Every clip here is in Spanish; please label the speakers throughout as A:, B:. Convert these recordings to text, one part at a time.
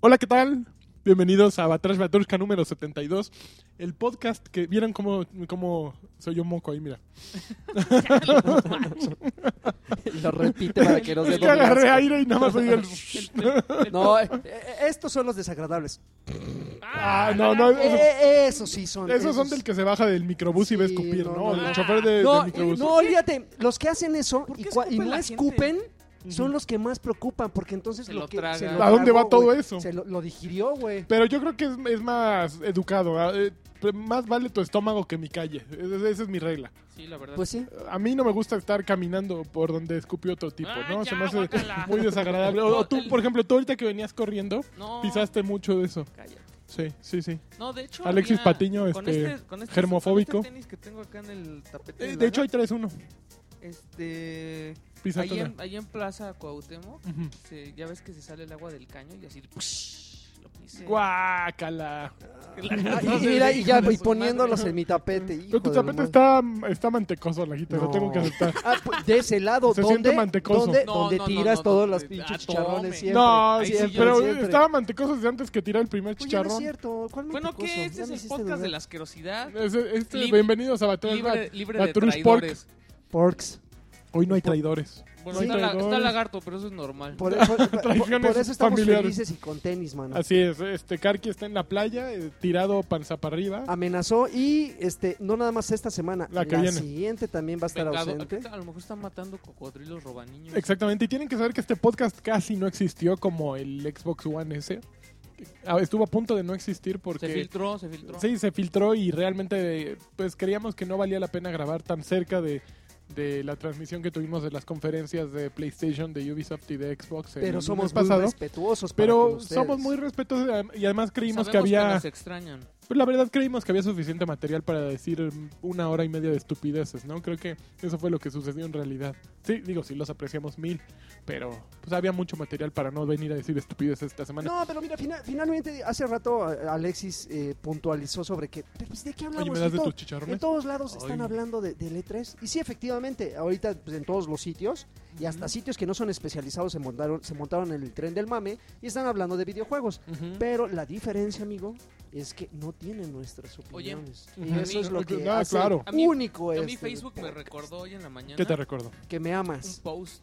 A: Hola, ¿qué tal? Bienvenidos a Batrash Baturska número 72. El podcast que vieron cómo, cómo soy yo moco ahí, mira.
B: Lo repite para que no
A: Es
B: se
A: que agarré aire y nada más oí el...
B: No, eh, eh, estos son los desagradables.
A: Ah, no, no. Esos,
B: Eh, esos sí son.
A: esos son del que se baja del microbús y ve
B: Sí,
A: escupir,
B: no,
A: ¿no?
B: no,
A: El
B: no.
A: chofer de,
B: No,
A: del microbús.
B: no, olvídate, los que hacen eso
C: ¿Por
B: y,
C: qué
B: cua- y no
C: escupe la gente?
B: escupen son los que más preocupan porque entonces
C: Se
B: lo,
C: lo
B: que
C: traga.
B: se
A: ¿A dónde va
B: tragó,
A: todo
B: güey,
A: eso?
B: Se lo, lo digirió, güey.
A: Pero yo creo que es, es más educado. ah, eh, Más vale tu estómago que mi calle. Esa esa es mi regla.
C: Sí, la verdad.
B: Pues sí.
A: A mí no me gusta estar caminando por donde escupió otro tipo,
C: Ah,
A: ¿no?
C: ya,
A: Se me hace
C: guácala.
A: muy desagradable. O, o tú, por ejemplo, tú ahorita que venías corriendo,
C: no.
A: pisaste mucho de eso.
C: Cállate.
A: Sí, sí, sí.
C: No, de hecho.
A: Alexis
C: había-
A: Patiño,
C: con
A: este,
C: este- con este-
A: germofóbico.
C: con este tenis que tengo acá en el tapete.
A: Eh,
C: del
A: de hecho, ahí
C: baño,
A: traes uno.
C: Este. Ahí
A: Písatela.
C: en, ahí en Plaza Cuauhtémoc,
A: Ujú.
C: se- ya ves que se sale el agua del caño y así. psh, lo pisé.
A: Guácala.
B: Ah, y, mira, y ya, y poniéndolos en mi tapete. hijo
A: Pero tu
B: de
A: tapete
B: lo
A: está, está mantecoso, la gita, lo
B: No.
A: tengo que aceptar.
B: mal. Ah, pues, de ese lado,
A: Se
B: ¿dónde?
A: siente mantecoso.
B: ¿Dónde,
C: No,
B: donde
C: no, no,
B: tiras
C: no,
B: todos
C: no,
B: los
C: no,
B: pinches
C: ah,
B: chicharrones
C: tome.
B: siempre?
A: no,
C: Ahí
A: sí,
C: siempre,
A: pero
B: siempre.
A: estaba mantecoso desde antes que tirara el primer
B: Pues ya no es
A: chicharrón.
B: cierto. ¿cuál
C: Bueno,
B: mantecoso?
C: ¿qué? Este
B: Ya
C: es
B: me
C: el
B: hiciste
C: podcast
B: dudar.
C: de la asquerosidad.
A: Este- este-
C: Libre-
A: bienvenidos a Batalla
C: Libre, libre de
A: Batrus Pork.
C: traidores.
B: Porks.
A: Hoy no hay traidores.
C: Bueno,
A: Sí,
C: está, la-
A: traidores.
C: está lagarto, pero eso es normal.
B: Por, por- por-
A: Traiciones
B: por eso estamos
A: familiares.
B: felices y con tenis, mano.
A: Así es, este Karki está en la playa, eh, tirado panza para arriba.
B: Ah. Amenazó y este no nada más esta semana,
A: La
B: la,
A: que viene.
B: siguiente también va a estar
C: Vengado-
B: ausente.
C: A lo mejor están matando cocodrilos robaniños.
A: Exactamente, y tienen que saber que este podcast casi no existió como el Xbox One S. Ah, Estuvo a punto de no existir
C: Se
A: porque
C: filtró, se filtró.
A: sí, se filtró y realmente pues creíamos que no valía la pena grabar tan cerca de, de la transmisión que tuvimos de las conferencias de PlayStation, de Ubisoft y de Xbox. el
B: Pero
A: lunes
B: somos muy
A: pasado.
B: respetuosos. para con
A: Pero
B: ustedes.
A: somos muy respetuosos y además creímos
C: Sabemos
A: que había...
C: nos extrañan.
A: Pues la verdad creímos que había suficiente material para decir mm, una hora y media de estupideces, ¿no? Creo que eso fue lo que sucedió en realidad. Sí, digo, sí los apreciamos mil, pero pues había mucho material para no venir a decir estupideces esta semana.
B: No, pero mira, fina- finalmente hace rato eh, Alexis eh, puntualizó sobre que, pero, pues, ¿de qué hablamos?
A: Oye, ¿me das de
B: En to-
A: tus
B: en
A: chicharrones?
B: todos lados están
C: Ay.
B: hablando de, del E3. Y sí, efectivamente, ahorita pues, en todos los sitios, y hasta
C: Ujú.
B: sitios que no son especializados, se montaron, se montaron en el tren del mame y están hablando de videojuegos.
A: Ujú.
B: Pero la diferencia, amigo, es que no tienen nuestras opiniones.
C: Oye,
B: y
C: a
B: eso
C: mí-
B: es lo que
A: Ah,
B: hace
A: claro.
C: A mí-
B: único
C: A
B: es.
C: mí Facebook me recordó hoy en la mañana
A: ¿Qué te recuerdo?
B: que me
C: un
B: amas.
C: post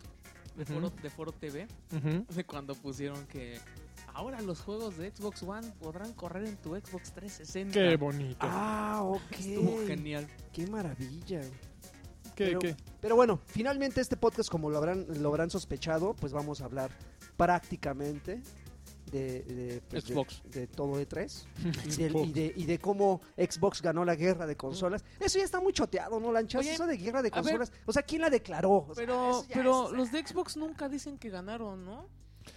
C: de
A: Ujú.
C: foro, de Foro TV
A: Ujú.
C: de cuando pusieron que ahora los juegos de Xbox One podrán correr en tu Xbox 360.
A: Qué bonito.
B: Ah, ok.
C: Estuvo genial.
B: Qué maravilla.
A: ¿Qué,
B: pero,
A: qué?
B: pero bueno, finalmente este podcast, como lo habrán, lo habrán sospechado, pues vamos a hablar prácticamente de, de, pues, de-
C: Xbox.
B: de todo E3 y del-
A: Xbox.
B: y de, y de cómo Xbox ganó la guerra de consolas. Eso ya está muy choteado, ¿no, Lanchas?
C: Oye,
B: Eso de guerra de
C: a ver.
B: consolas. o sea, ¿quién la declaró? O sea,
C: Pero,
B: eso ya
C: pero
B: es-
C: los de Xbox nunca dicen que ganaron, ¿no?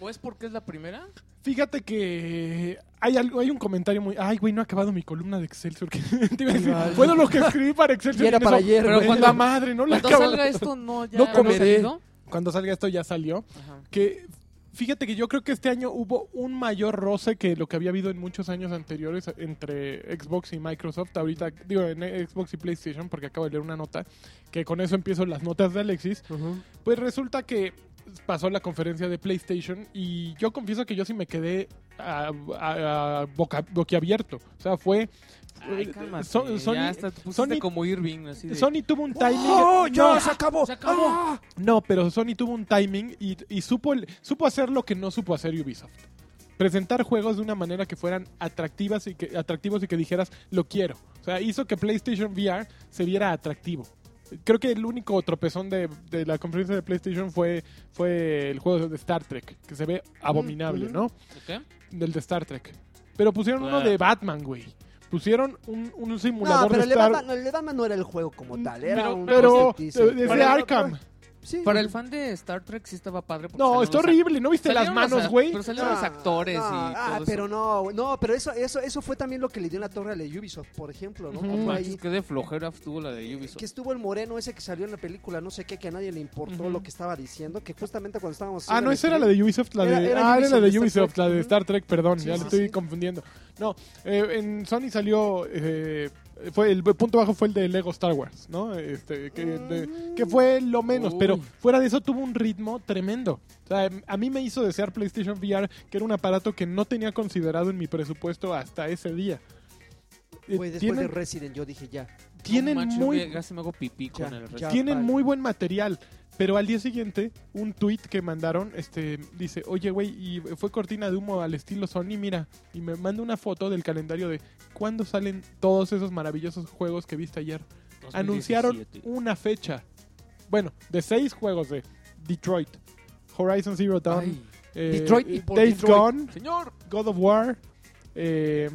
C: ¿O es porque es la primera?
A: Fíjate que hay algo, hay un comentario muy, ay güey, no ha acabado mi columna de Excelsior. que te iba a decir,
B: Vale.
A: bueno, lo que escribí para Excelsior.
B: Y era
A: en
B: para
A: eso,
B: ayer,
A: pero
B: güey.
A: cuando la madre, no la
C: Cuando
A: acabo.
C: salga esto, no, ya
A: No
C: habrá
A: comeré.
C: salido.
A: Cuando salga esto ya salió.
C: Ajá.
A: que fíjate que yo creo que este año hubo un mayor roce que lo que había habido en muchos años anteriores entre Xbox y Microsoft. Ahorita, digo, en Xbox y PlayStation, porque acabo de leer una nota, que con eso empiezo las notas de Alexis.
B: Ujú.
A: Pues resulta que pasó la conferencia de PlayStation y yo confieso que yo sí me quedé a, a- a boca, boquiabierto. O sea, fue...
C: Ay, cálmate.
A: Eh, So-
C: ya
A: Sony,
C: hasta te pusiste
A: Sony-
C: como Irving, así de...
A: Sony tuvo un timing...
B: ¡Oh, ya!
A: No,
B: ¡Se acabó!
C: se acabó.
B: ¡Ah!
A: no, pero Sony tuvo un timing y, y supo, el- supo hacer lo que no supo hacer Ubisoft. Presentar juegos de una manera que fueran atractivas y que, atractivos y que dijeras, lo quiero. O sea, hizo que PlayStation VR se viera atractivo. Creo que el único tropezón de, de la conferencia de PlayStation fue, fue el juego de Star Trek, que se ve abominable,
B: ujú.
A: ¿no?
C: ¿Qué?
A: Del de Star Trek. Pero pusieron uno
C: Ah.
A: de Batman, güey. Pusieron un, un simulador
B: No, pero
A: de
B: el de,
A: Star...
B: Batman, este el de Batman no era el juego como tal, era
A: pero,
B: un
A: pero
B: conceptizo.
A: eh, desde
C: Para-
A: Arkham.
B: Sí.
C: Para el fan de Star Trek sí estaba padre. porque
A: No,
C: salieron
A: está
C: los
A: horrible. ¿No
C: act-
A: viste las
C: salieron los
A: manos,
C: act-
A: güey?
C: Pero salieron los
B: No,
C: actores
B: no,
C: y
B: ah,
C: todo eso.
B: pero no, no, pero eso, eso, eso fue también lo que le dio en la torre a la Ubisoft, por ejemplo, ¿no?
A: Ujú.
B: Como
C: Manches,
B: ahí,
C: qué de flojera estuvo la de Ubisoft.
B: que estuvo el moreno ese que salió en la película, no sé qué, que a nadie le importó
A: Ujú.
B: lo que estaba diciendo, que justamente cuando estábamos...
A: Ah, no, esa era la de Ubisoft, la
B: Era-
A: de...
B: era
A: ah, era la
B: Ubisoft,
A: de
B: Star
A: Ubisoft,
B: Trek.
A: la de Star Trek, perdón,
B: Sí,
A: ya
B: sí,
A: le estoy
B: sí.
A: confundiendo. No, eh, en Sony salió eh, eh, fue el punto bajo fue el de Lego Star Wars, ¿no? Este, que, de- que fue lo menos,
C: Uy.
A: pero fuera de eso tuvo un ritmo tremendo. O sea, em, a mí me hizo desear PlayStation VR, que era un aparato que no tenía considerado en mi presupuesto hasta ese día. Eh,
B: Güey, después de
A: tienen
B: Resident yo dije ya.
A: tienen
C: No manches,
A: muy
C: me- Casi me hago pipí
B: Ya,
C: con el
B: ya.
C: resto.
A: tienen
B: vale.
A: muy buen material. Pero al día siguiente, un tweet que mandaron, este, dice, oye, güey, y fue cortina de humo al estilo Sony, mira, y me manda una foto del calendario de cuándo salen todos esos maravillosos juegos que viste ayer.
C: 2017.
A: Anunciaron una fecha. Bueno, de seis juegos de Detroit, Horizon Zero Dawn,
C: Ay,
A: eh,
B: Detroit y por
A: Days
B: Detroit.
A: Gone,
C: Señor,
A: God of War, eh,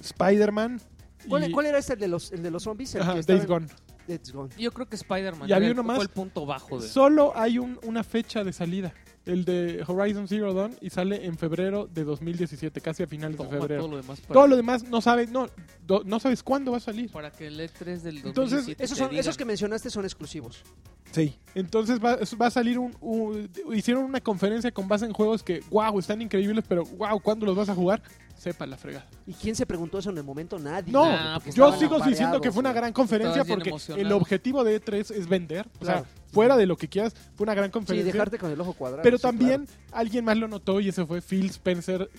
A: Spider-Man.
B: ¿Cuál,
A: y-
B: cuál era ese el de los, el de los zombies? El
A: Ajá,
B: que estaba
A: Days
B: en-
A: Gone.
B: Days Gone.
C: yo creo que Spider-Man
A: Y había
C: era-
A: uno más.
C: fue el punto bajo de...
A: Solo hay un- una fecha de salida. El de Horizon Zero Dawn y sale en febrero de 2017, casi a finales
C: Toma,
A: de febrero.
C: todo
A: Todo lo,
C: lo demás para,
A: demás no sabes, no, do- no sabes cuándo va a salir.
C: para que el E3 del 2017
A: Entonces,
B: Esos, son, esos que mencionaste son exclusivos.
A: Sí. Entonces va, va a salir un, un- Hicieron una conferencia con base en juegos que, wow, están increíbles, pero wow, ¿cuándo los vas a jugar? Sepa la fregada.
B: ¿Y quién se preguntó eso en el momento? Nadie.
A: No,
C: Nah, pues
A: yo
C: estaban
A: sigo diciendo que fue una gran conferencia
C: Estabas bien
A: porque
C: emocionado.
A: el objetivo de E3 es vender. O
B: Claro.
A: sea, fuera de lo que quieras, fue una gran
B: Sí,
A: conferencia.
B: dejarte con el ojo cuadrado.
A: Pero
B: sí,
A: también alguien más lo notó y ese fue Phil Spencer,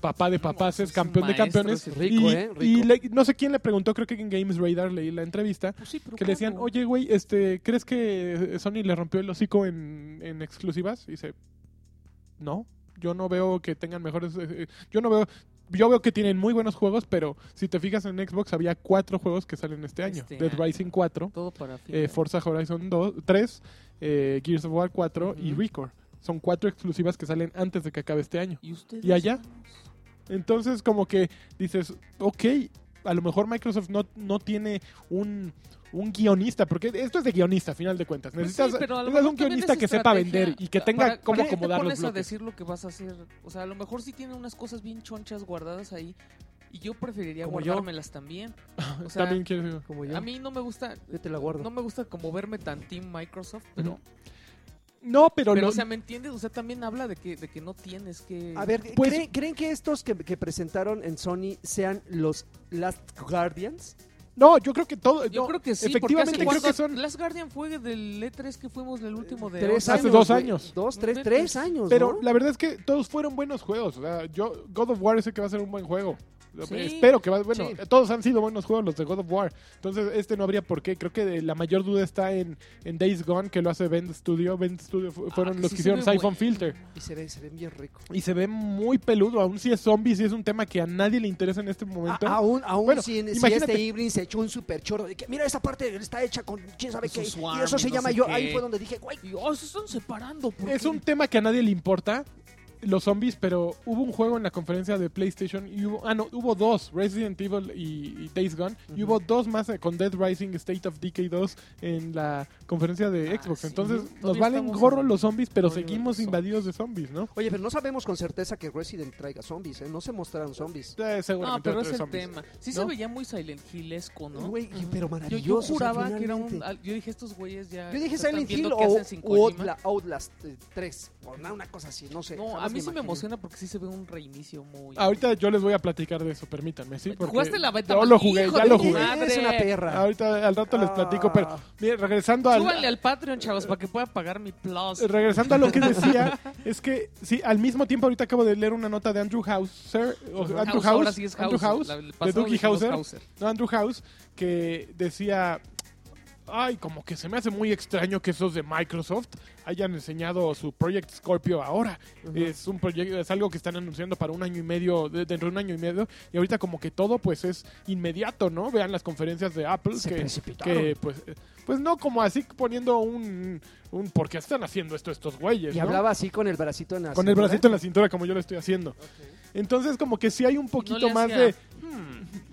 A: papá de papás,
C: No,
A: es
C: es
A: campeón de
C: maestro
A: campeones.
C: ese.
B: Rico,
A: y
B: ¿eh? Rico.
A: y le- no sé quién le preguntó, creo que en Games Radar leí la entrevista,
C: Pues sí, pero
A: que le decían,
C: ¿cómo?
A: oye, güey, este, ¿crees que Sony le rompió el hocico en, en exclusivas? Y dice, no, yo no veo que tengan mejores... eh, eh, Yo no veo... Yo veo que tienen muy buenos juegos, pero si te fijas en Xbox había cuatro juegos que salen este año.
C: Este
A: Dead
C: año.
A: Rising 4,
C: Todo para fin.
A: eh, Forza Horizon 2, 3, eh, Gears of War 4 y
C: Ujú.
A: Record. Son cuatro exclusivas que salen antes de que acabe este año.
C: ¿Y, ustedes?
A: ¿Y allá? Entonces, como que dices, ok, a lo mejor Microsoft no, no tiene un, un guionista, porque esto es de guionista, a final de cuentas.
C: Pues
A: Necesitas,
C: sí, pero a lo
A: necesitas
C: mejor
A: un
C: también
A: guionista
C: es
A: que sepa
C: estrategia.
A: vender y que tenga
C: Para-
A: cómo
C: ¿para qué
A: acomodar
C: te
A: los
C: pones a
A: bloques.
C: decir lo que vas a hacer? O sea, a lo mejor sí tiene unas cosas bien chonchas guardadas ahí. Y yo preferiría
B: Como yo.
C: guardármelas también. O sea,
A: También quiero-
B: Como yo.
C: a mí no me gusta...
B: Yo te la guardo.
C: No me gusta como verme tan Team Microsoft, pero...
A: Ujú. No, pero, lo-
C: Pero, o sea, ¿me entiendes? O sea, también habla de que, de que no tienes que...
B: A ver,
A: Pues-
B: ¿creen, creen que estos que, que presentaron en Sony sean los Last Guardians?
A: no, yo creo que todo.
C: Yo
A: no,
C: creo que sí,
A: Efectivamente,
C: porque hace
A: creo que
C: cuánto-
A: son.
C: Last Guardian fue del E3 que fuimos el último de...
B: Tres
C: once.
A: Hace
B: años,
A: dos
B: güey.
A: años.
B: Dos, tres,
C: Neta,
B: tres
C: sí.
B: años,
A: Pero
B: ¿no?
A: la verdad es que todos fueron buenos juegos. O sea, yo, God of War sé que va a ser un buen juego.
C: Sí.
A: Espero que va bueno,
C: Sí.
A: todos han sido buenos juegos los de God of War. Entonces, este no habría por qué. Creo que de- la mayor duda está en, en Days Gone, que lo hace Bend Studio. Bend Studio fu-
C: Ah,
A: fueron
C: que
A: los
C: sí
A: que
C: se
A: hicieron
C: ve
A: Siphon
C: bueno.
A: Filter.
B: Y se ven, se ven bien rico.
A: Y se ve muy peludo, aún si es zombie, si es un tema que a nadie le interesa en este momento.
C: Ah,
B: A- Ah, aún aún
A: Bueno,
B: si, si
A: imagínate.
B: este Ibrin se echó un super chorro de que mira esa parte está hecha con quién sabe
C: Su
B: qué
C: swarm
B: y eso
C: y
B: se
C: no
B: llama
C: sé
B: yo
C: qué.
B: ahí fue donde dije güey
C: Y, oh, se están separando. ¿por
A: es
C: qué? Ah,
A: un tema que a nadie le importa, los zombies, pero hubo un juego en la conferencia de PlayStation y hubo, ah no, hubo dos, Resident Evil y, y Days Gone, y
B: Ujú.
A: hubo dos más eh, con Dead Rising, State of Decay 2 en la conferencia de
C: Ah,
A: Xbox.
C: sí.
A: Entonces
C: Todavía
A: nos valen
C: estamos
A: gorro
C: en-
A: los zombies, pero
C: todavía
A: seguimos
C: los
A: invadidos de zombies, ¿no?
B: oye pero no sabemos con certeza que Resident traiga zombies ¿eh? no se mostraron zombies
A: Eh,
C: No,
A: seguramente
C: pero
A: va a
C: es el
A: traer zombies.
C: tema. Sí
A: ¿No?
C: se veía muy Silent Hillesco, ¿no?
B: Güey, y- pero
C: yo,
B: maravilloso
C: yo
B: o sea,
C: juraba que era un.
B: finalmente.
C: al- Yo dije, estos güeyes ya.
B: yo dije
C: están
B: Silent
C: viendo
B: Hill
C: qué
B: o,
C: hacen sin
B: o Outla-
C: Kojima.
B: Outlast 3 o una, una cosa así no sé
C: No, a
B: jamás
C: mí sí me
B: imaginé.
C: emociona porque sí se ve un reinicio muy.
A: Ahorita yo les voy a platicar de eso, permítanme, ¿sí? Porque
C: ¿Jugaste la beta?
A: Yo
C: más?
A: lo jugué,
C: ¡Hijo
A: ya
C: de
A: lo
C: tu
A: jugué.
C: madre!
B: eres una perra
A: Ahorita al rato les
B: Ah.
A: platico, pero mire, regresando al,
C: Súbanle al Patreon, chavos, para que pueda pagar mi plus.
A: Eh, regresando a lo que decía, es que sí, al mismo tiempo ahorita acabo de leer una nota de Andrew Hauser, o
C: House,
A: Andrew House,
C: ahora sí es House.
A: Andrew House,
C: la- el
A: de
C: pasado
A: Dougie
C: dijimos
A: Hauser, no, Andrew House, que decía, ay, como que se me hace muy extraño que esos de Microsoft hayan enseñado su Project Scorpio ahora. Es un proyecto, es algo que están anunciando para un año y medio, de- dentro de un año y medio, y ahorita como que todo pues es inmediato, ¿no? Vean las conferencias de Apple
B: Se
A: que,
B: precipitaron.
A: que pues, eh, pues no como así poniendo un, un ¿por qué están haciendo esto estos güeyes?
B: y
A: ¿no?
B: hablaba así con el bracito en la
A: Con el
B: cintura.
A: bracito en la cintura como yo lo estoy haciendo. Entonces como que sí hay un poquito
C: le
A: más
C: hacía,
A: de... "Hmm",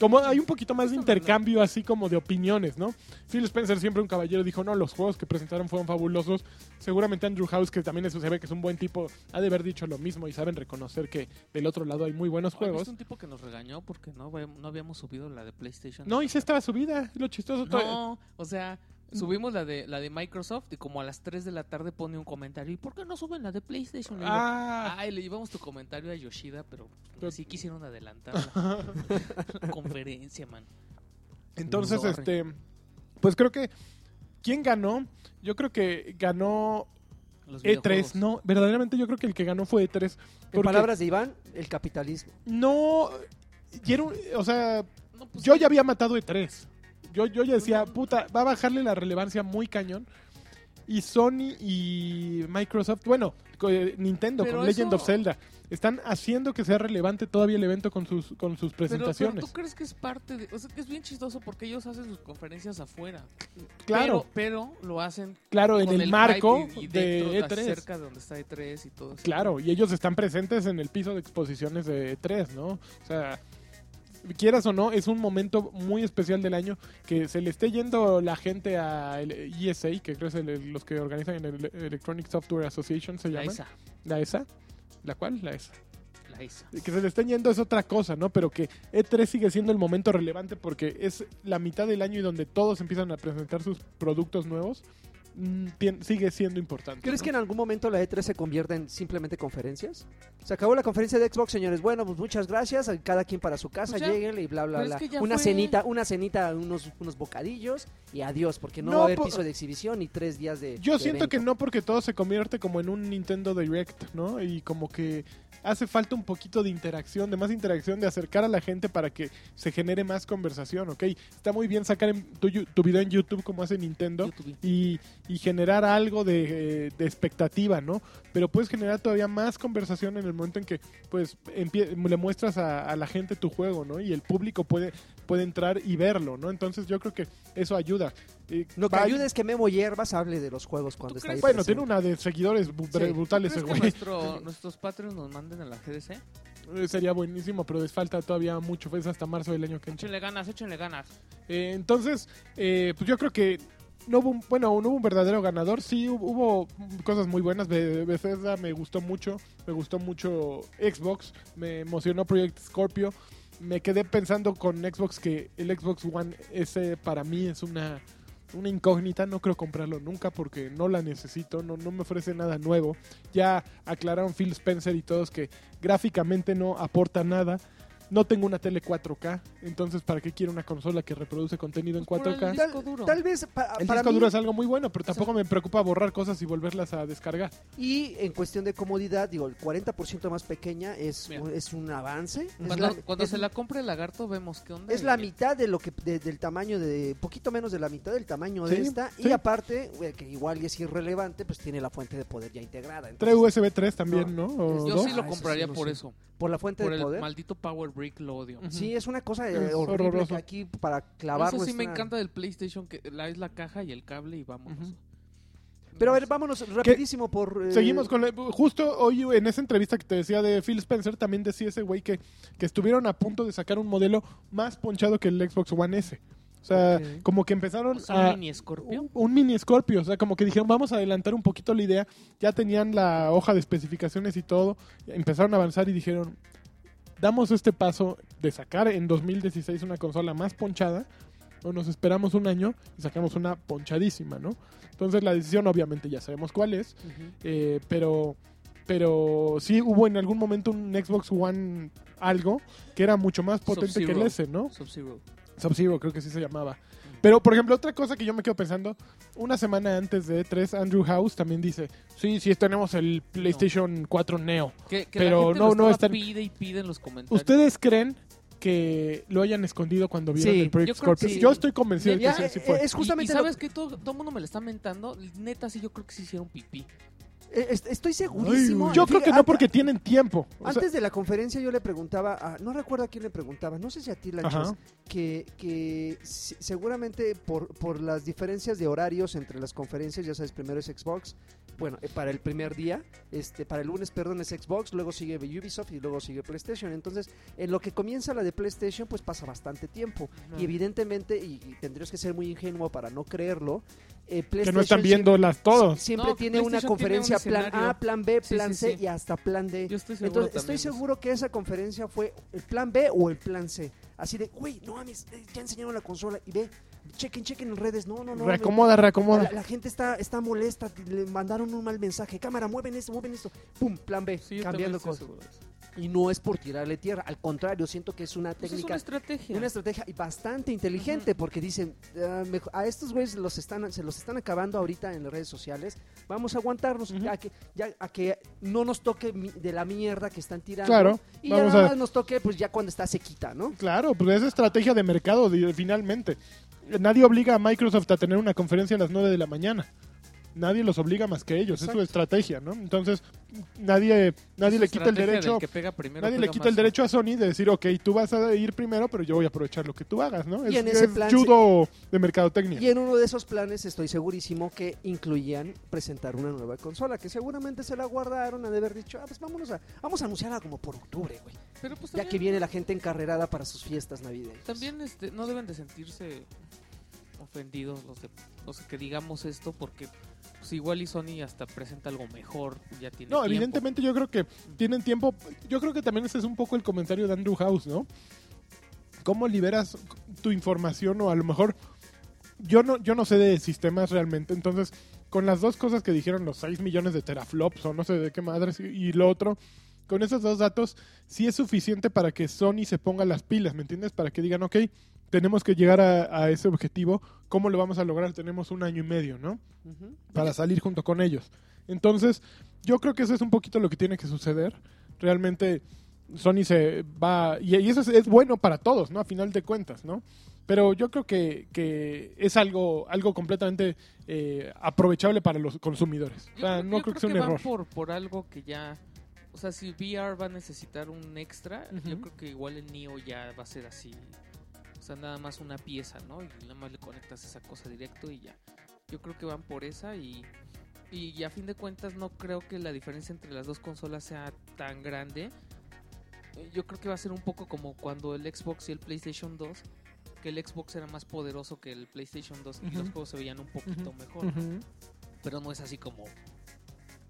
A: Como hay un poquito más de intercambio así como de opiniones, ¿no? Phil Spencer siempre un caballero dijo, no, los juegos que presentaron fueron fabulosos. Seguramente Andrew House, que también eso se ve que es un buen tipo, ha de haber dicho lo mismo y saben reconocer que del otro lado hay muy buenos
C: Es
A: juegos.
C: un tipo que nos regañó porque no, ve- no habíamos subido la de PlayStation.
A: No, y sí estaba subida, lo chistoso. todavía-
C: No, o sea, Subimos la de, la de Microsoft y como a las 3 de la tarde pone un comentario. ¿Y por qué no suben la de PlayStation? Le digo,
A: Ah,
C: Ay, le llevamos tu comentario a Yoshida, pero
A: Pero-
C: sí quisieron adelantar la conferencia, man.
A: entonces,
C: Sorry.
A: este. Pues creo que. ¿Quién ganó? Yo creo que ganó
C: Los
A: E3.
C: videojuegos.
A: E No, verdaderamente yo creo que el que ganó fue E3.
B: En
A: Porque
B: palabras de Iván, el capitalismo.
A: no. y era un- o sea,
C: No, pues,
A: yo ya había matado E3. Yo, yo ya decía, puta, va a bajarle la relevancia muy cañón. Y Sony y Microsoft, bueno, co- eh, Nintendo
C: Pero
A: con Legend
C: eso-
A: of Zelda, están haciendo que sea relevante todavía el evento con sus, con sus
C: pero, pero
A: presentaciones.
C: tú crees que es parte de... O sea, que es bien chistoso porque ellos hacen sus conferencias afuera.
A: claro,
C: Pero, pero lo hacen
A: claro, en
C: con
A: el, marco
C: hype y- y dentro,
A: de E
C: así
A: E3.
C: Cerca de donde está E3 y todo eso.
A: Claro, y ellos están presentes en el piso de exposiciones de E3, ¿no? O sea, quieras o no, es un momento muy especial del año que se le esté yendo la gente a el ESA, que creo es el- los que organizan el Electronic Software Association, se
C: La E
A: llama.
C: ISA.
A: La ESA. ¿La cual? La ESA.
C: La ISA.
A: Que se le estén yendo es otra cosa, ¿no? Pero que E3 sigue siendo el momento relevante porque es la mitad del año y donde todos empiezan a presentar sus productos nuevos. mm, tien- sigue siendo importante.
B: ¿Crees
A: ¿no?
B: que en algún momento la E3 se convierta en simplemente conferencias? Se acabó la conferencia de Xbox, señores. Bueno, pues muchas gracias. a Cada quien para su casa,
C: Pues ya.
B: lléguenle y bla, bla,
C: Pero es
B: bla.
C: que ya
B: una
C: fue.
B: cenita, una cenita, unos, unos bocadillos y adiós, porque no,
A: No,
B: va a haber
A: po-
B: piso de exhibición ni tres días de.
A: Yo
B: de
A: siento que
B: evento.
A: no, porque todo se convierte como en un Nintendo Direct, ¿no? Y como que hace falta un poquito de interacción, de más interacción, de acercar a la gente para que se genere más conversación, ¿ok? Está muy bien sacar en- tu, yu- tu video en YouTube como hace Nintendo
C: YouTube.
A: y, y generar algo de, eh, de expectativa, ¿no? Pero puedes generar todavía más conversación en el momento en que, pues, empie- le muestras a, a la gente tu juego, ¿no? Y el público puede, puede entrar y verlo, ¿no? Entonces yo creo que eso ayuda. Eh,
B: Lo que
A: va-
B: ayuda es que Memo Hierbas hable de los juegos cuando
C: ¿Tú
B: está ahí.
C: crees?
A: bueno, tiene
B: presente.
A: una de seguidores bu-
B: Sí.
A: brutal
C: ¿Crees
A: ese
C: que
A: güey.
C: nuestro- nuestros patreons nos manden a la GDC?
A: Eh, Sería buenísimo, pero les falta todavía mucho. Es hasta marzo del año que entra.
C: Échenle ganas, échenle ganas.
A: Eh, entonces, eh, pues yo creo que no hubo un, bueno, no hubo un verdadero ganador. Sí, hubo, hubo cosas muy buenas. Be- Bethesda me gustó mucho. Me gustó mucho Xbox. Me emocionó Project Scorpio. Me quedé pensando con Xbox que el Xbox One S para mí es una, una incógnita. No creo comprarlo nunca porque no la necesito. No, no me ofrece nada nuevo. Ya aclararon Phil Spencer y todos que gráficamente no aporta nada. No tengo una tele 4K, entonces ¿para qué quiero una consola que reproduce contenido en
C: Pues por el
A: 4K?
C: disco duro.
B: Tal vez pa-
A: El
B: para
A: disco
B: mí,
A: duro es algo muy bueno, pero tampoco me preocupa borrar cosas y volverlas a descargar.
B: y en cuestión de comodidad, digo, el 40% más pequeña es,
C: Mira.
B: un- es un avance. Es
C: Cuando,
B: la-
C: cuando
B: es-
C: se la compre el lagarto vemos qué onda.
B: Es
C: y-
B: la mitad de lo que de- del tamaño de poquito menos de la mitad del tamaño de
A: Sí,
B: esta
A: sí.
B: y aparte güey, que igual y es irrelevante pues tiene la fuente de poder ya integrada.
A: Trae
B: Entonces,
A: USB 3 también, ¿no? O
C: Yo
A: dos.
C: sí
B: Ah,
C: lo
B: eso
C: compraría
B: sí lo
C: por
B: sé.
C: eso.
B: por la fuente
C: Por
B: de
C: el
B: poder.
C: maldito Power Brick lo odio.
A: Ujú.
B: Sí, es una cosa eh,
A: Es
B: horrible
A: horroroso.
B: que aquí para clavar
C: Eso sí me
B: nuestra-
C: encanta del PlayStation, que la, es la caja y el cable y vamos.
A: Ujú.
B: Pero a ver, vámonos rapidísimo por eh,
A: Seguimos con la- justo hoy en esa entrevista que te decía de Phil Spencer también decía ese güey que, que estuvieron a punto de sacar un modelo más ponchado que el Xbox One S. O sea,
B: Ok.
A: como que empezaron
C: ¿Es Pues un
A: a
C: mini escorpión?
A: un mini Scorpio, o sea, como que dijeron, vamos a adelantar un poquito la idea, ya tenían la hoja de especificaciones y todo, empezaron a avanzar y dijeron, damos este paso de sacar en 2016 una consola más ponchada, o nos esperamos un año y sacamos una ponchadísima, ¿no? Entonces la decisión obviamente ya sabemos cuál es,
B: Ujú.
A: eh, pero, pero sí hubo en algún momento un Xbox One algo que era mucho más potente que el
C: Sub-Zero.
A: S, ¿no?
C: Sub-Zero.
A: Sub-Zero, creo que sí se llamaba. Pero, por ejemplo, otra cosa que yo me quedo pensando, una semana antes de E3, Andrew House también dice, sí, sí, tenemos el PlayStation 4 Neo.
C: Que, que
A: Pero
C: la gente
A: no,
C: lo
A: no están-
C: estaba pide y pide en los comentarios.
A: ¿Ustedes creen que lo hayan escondido cuando vieron
B: Sí,
A: el Project
C: yo creo que
A: Scorpio?
C: sí.
A: Yo estoy convencido de que
B: Ya,
A: sí, así
B: eh,
A: fue.
B: es
C: Y-
B: justamente
C: y,
B: lo-
C: sabes que todo, todo el mundo me lo está mentando. Neta, sí, yo creo que se hicieron pipí.
B: eh, est- estoy
A: Ay,
B: segurísimo. ah,
A: güey. yo creo que no
B: Fíjate,
A: porque tienen tiempo. O sea,
B: Antes de la conferencia yo le preguntaba, a- no recuerdo a quién le preguntaba, no sé si a ti, Lanchas,
A: Ajá.
B: que, que se- seguramente por, por las diferencias de horarios entre las conferencias, ya sabes, primero es Xbox, bueno, eh, para el primer día, este para el lunes, perdón, es Xbox, luego sigue Ubisoft y luego sigue PlayStation. Entonces, en lo que comienza la de PlayStation, pues pasa bastante tiempo. Y evidentemente, y, y tendrías que ser muy ingenuo para no creerlo, eh,
A: que
B: PlayStation
A: no están viéndolas todos.
B: sie- Siempre
C: No,
B: tiene una
C: PlayStation tiene un
B: conferencia plan
C: escenario.
B: A, plan B,
C: Sí,
B: plan
C: sí,
B: C
C: sí.
B: y hasta plan D.
C: Yo estoy seguro.
B: Entonces, estoy
C: también de eso.
B: seguro que esa conferencia fue el plan B o el plan C. Así de, güey, no mames, eh, ya enseñaron la consola y ve, chequen, chequen en redes. No, no, no.
A: reacomoda,
B: La,
A: reacomoda.
B: la gente está, está molesta, te- le mandaron un mal mensaje. Cámara, mueven eso, mueven eso. Pum, plan B,
C: Sí, yo
B: cambiando
C: también
B: cosas.
C: estoy seguro de eso.
B: Y no es por tirarle tierra, al contrario, siento que es una
C: Pues es
B: técnica
C: una estrategia.
B: una estrategia y bastante inteligente porque dicen "Ah, mejo- a estos güeyes los están se los están acabando ahorita en las redes sociales vamos a aguantarnos
A: Ujú.
B: a que ya a que no nos toque mi- de la mierda que están tirando
A: Claro,
B: y ya
A: vamos
B: nada
A: a-
B: más nos toque pues ya cuando está sequita no
A: Claro, pues es estrategia de mercado, di- finalmente. Nadie obliga a Microsoft a tener una conferencia a las 9 de la mañana. Nadie los obliga más que ellos, es
B: Exacto.
A: su estrategia, ¿no? Entonces, nadie, nadie
C: Es
A: le quita el
C: estrategia del
A: derecho,
C: que pega primero,
A: nadie le
C: pega
A: quita
C: más
A: el derecho a Sony de decir, ok, tú vas a ir primero, pero yo voy a aprovechar lo que tú hagas, ¿no?
B: Y
A: Es,
B: en ese
A: es
B: plan se-
A: judo de mercadotecnia.
B: y en uno de esos planes estoy segurísimo que incluían presentar una nueva consola que seguramente se la guardaron a de haber dicho ah pues vámonos a vamos a anunciarla como por octubre güey
C: Pero pues
B: ya
C: también-
B: que viene la gente encarrerada para sus fiestas navideñas
C: También este, no deben de sentirse ofendidos los, de, los que digamos esto porque pues, igual y Sony hasta presenta algo mejor, ya tiene
A: No,
C: tiempo.
A: evidentemente yo creo que tienen tiempo. Yo creo que también ese es un poco el comentario de Andrew House, ¿no? ¿Cómo liberas tu información o a lo mejor yo no yo no sé de sistemas realmente, entonces con las dos cosas que dijeron los 6 millones de teraflops o no sé de qué madres y- y lo otro con esos dos datos sí es suficiente para que Sony se ponga las pilas, ¿me entiendes? Para que digan, ok, tenemos que llegar a, a ese objetivo, ¿cómo lo vamos a lograr? Tenemos un año y medio, ¿no?
B: Ujú.
A: para salir junto con ellos. Entonces, yo creo que eso es un poquito lo que tiene que suceder. Realmente, Sony se va. Y, y eso es, es bueno para todos, ¿no? A final de cuentas, ¿no? Pero yo creo que, que es algo, algo completamente eh, aprovechable para los consumidores. O
C: Yo
A: sea,
C: creo-
A: no
C: yo
A: creo que sea un
C: van
A: error.
C: Por, por algo que ya. O sea, si VR va a necesitar un extra, yo
A: Ujú.
C: creo que igual el Neo ya va a ser así. O sea, nada más una pieza, ¿no? Y nada más le conectas esa cosa directo y ya. Yo creo que van por esa y. Y a fin de cuentas, no creo que la diferencia entre las dos consolas sea tan grande. Eh, Yo creo que va a ser un poco como cuando el Xbox y el PlayStation 2, que el Xbox era más poderoso que el PlayStation 2 y
A: Ujú.
C: los juegos se veían un poquito
A: Ujú.
C: mejor.
A: Ujú.
C: Pero no es así como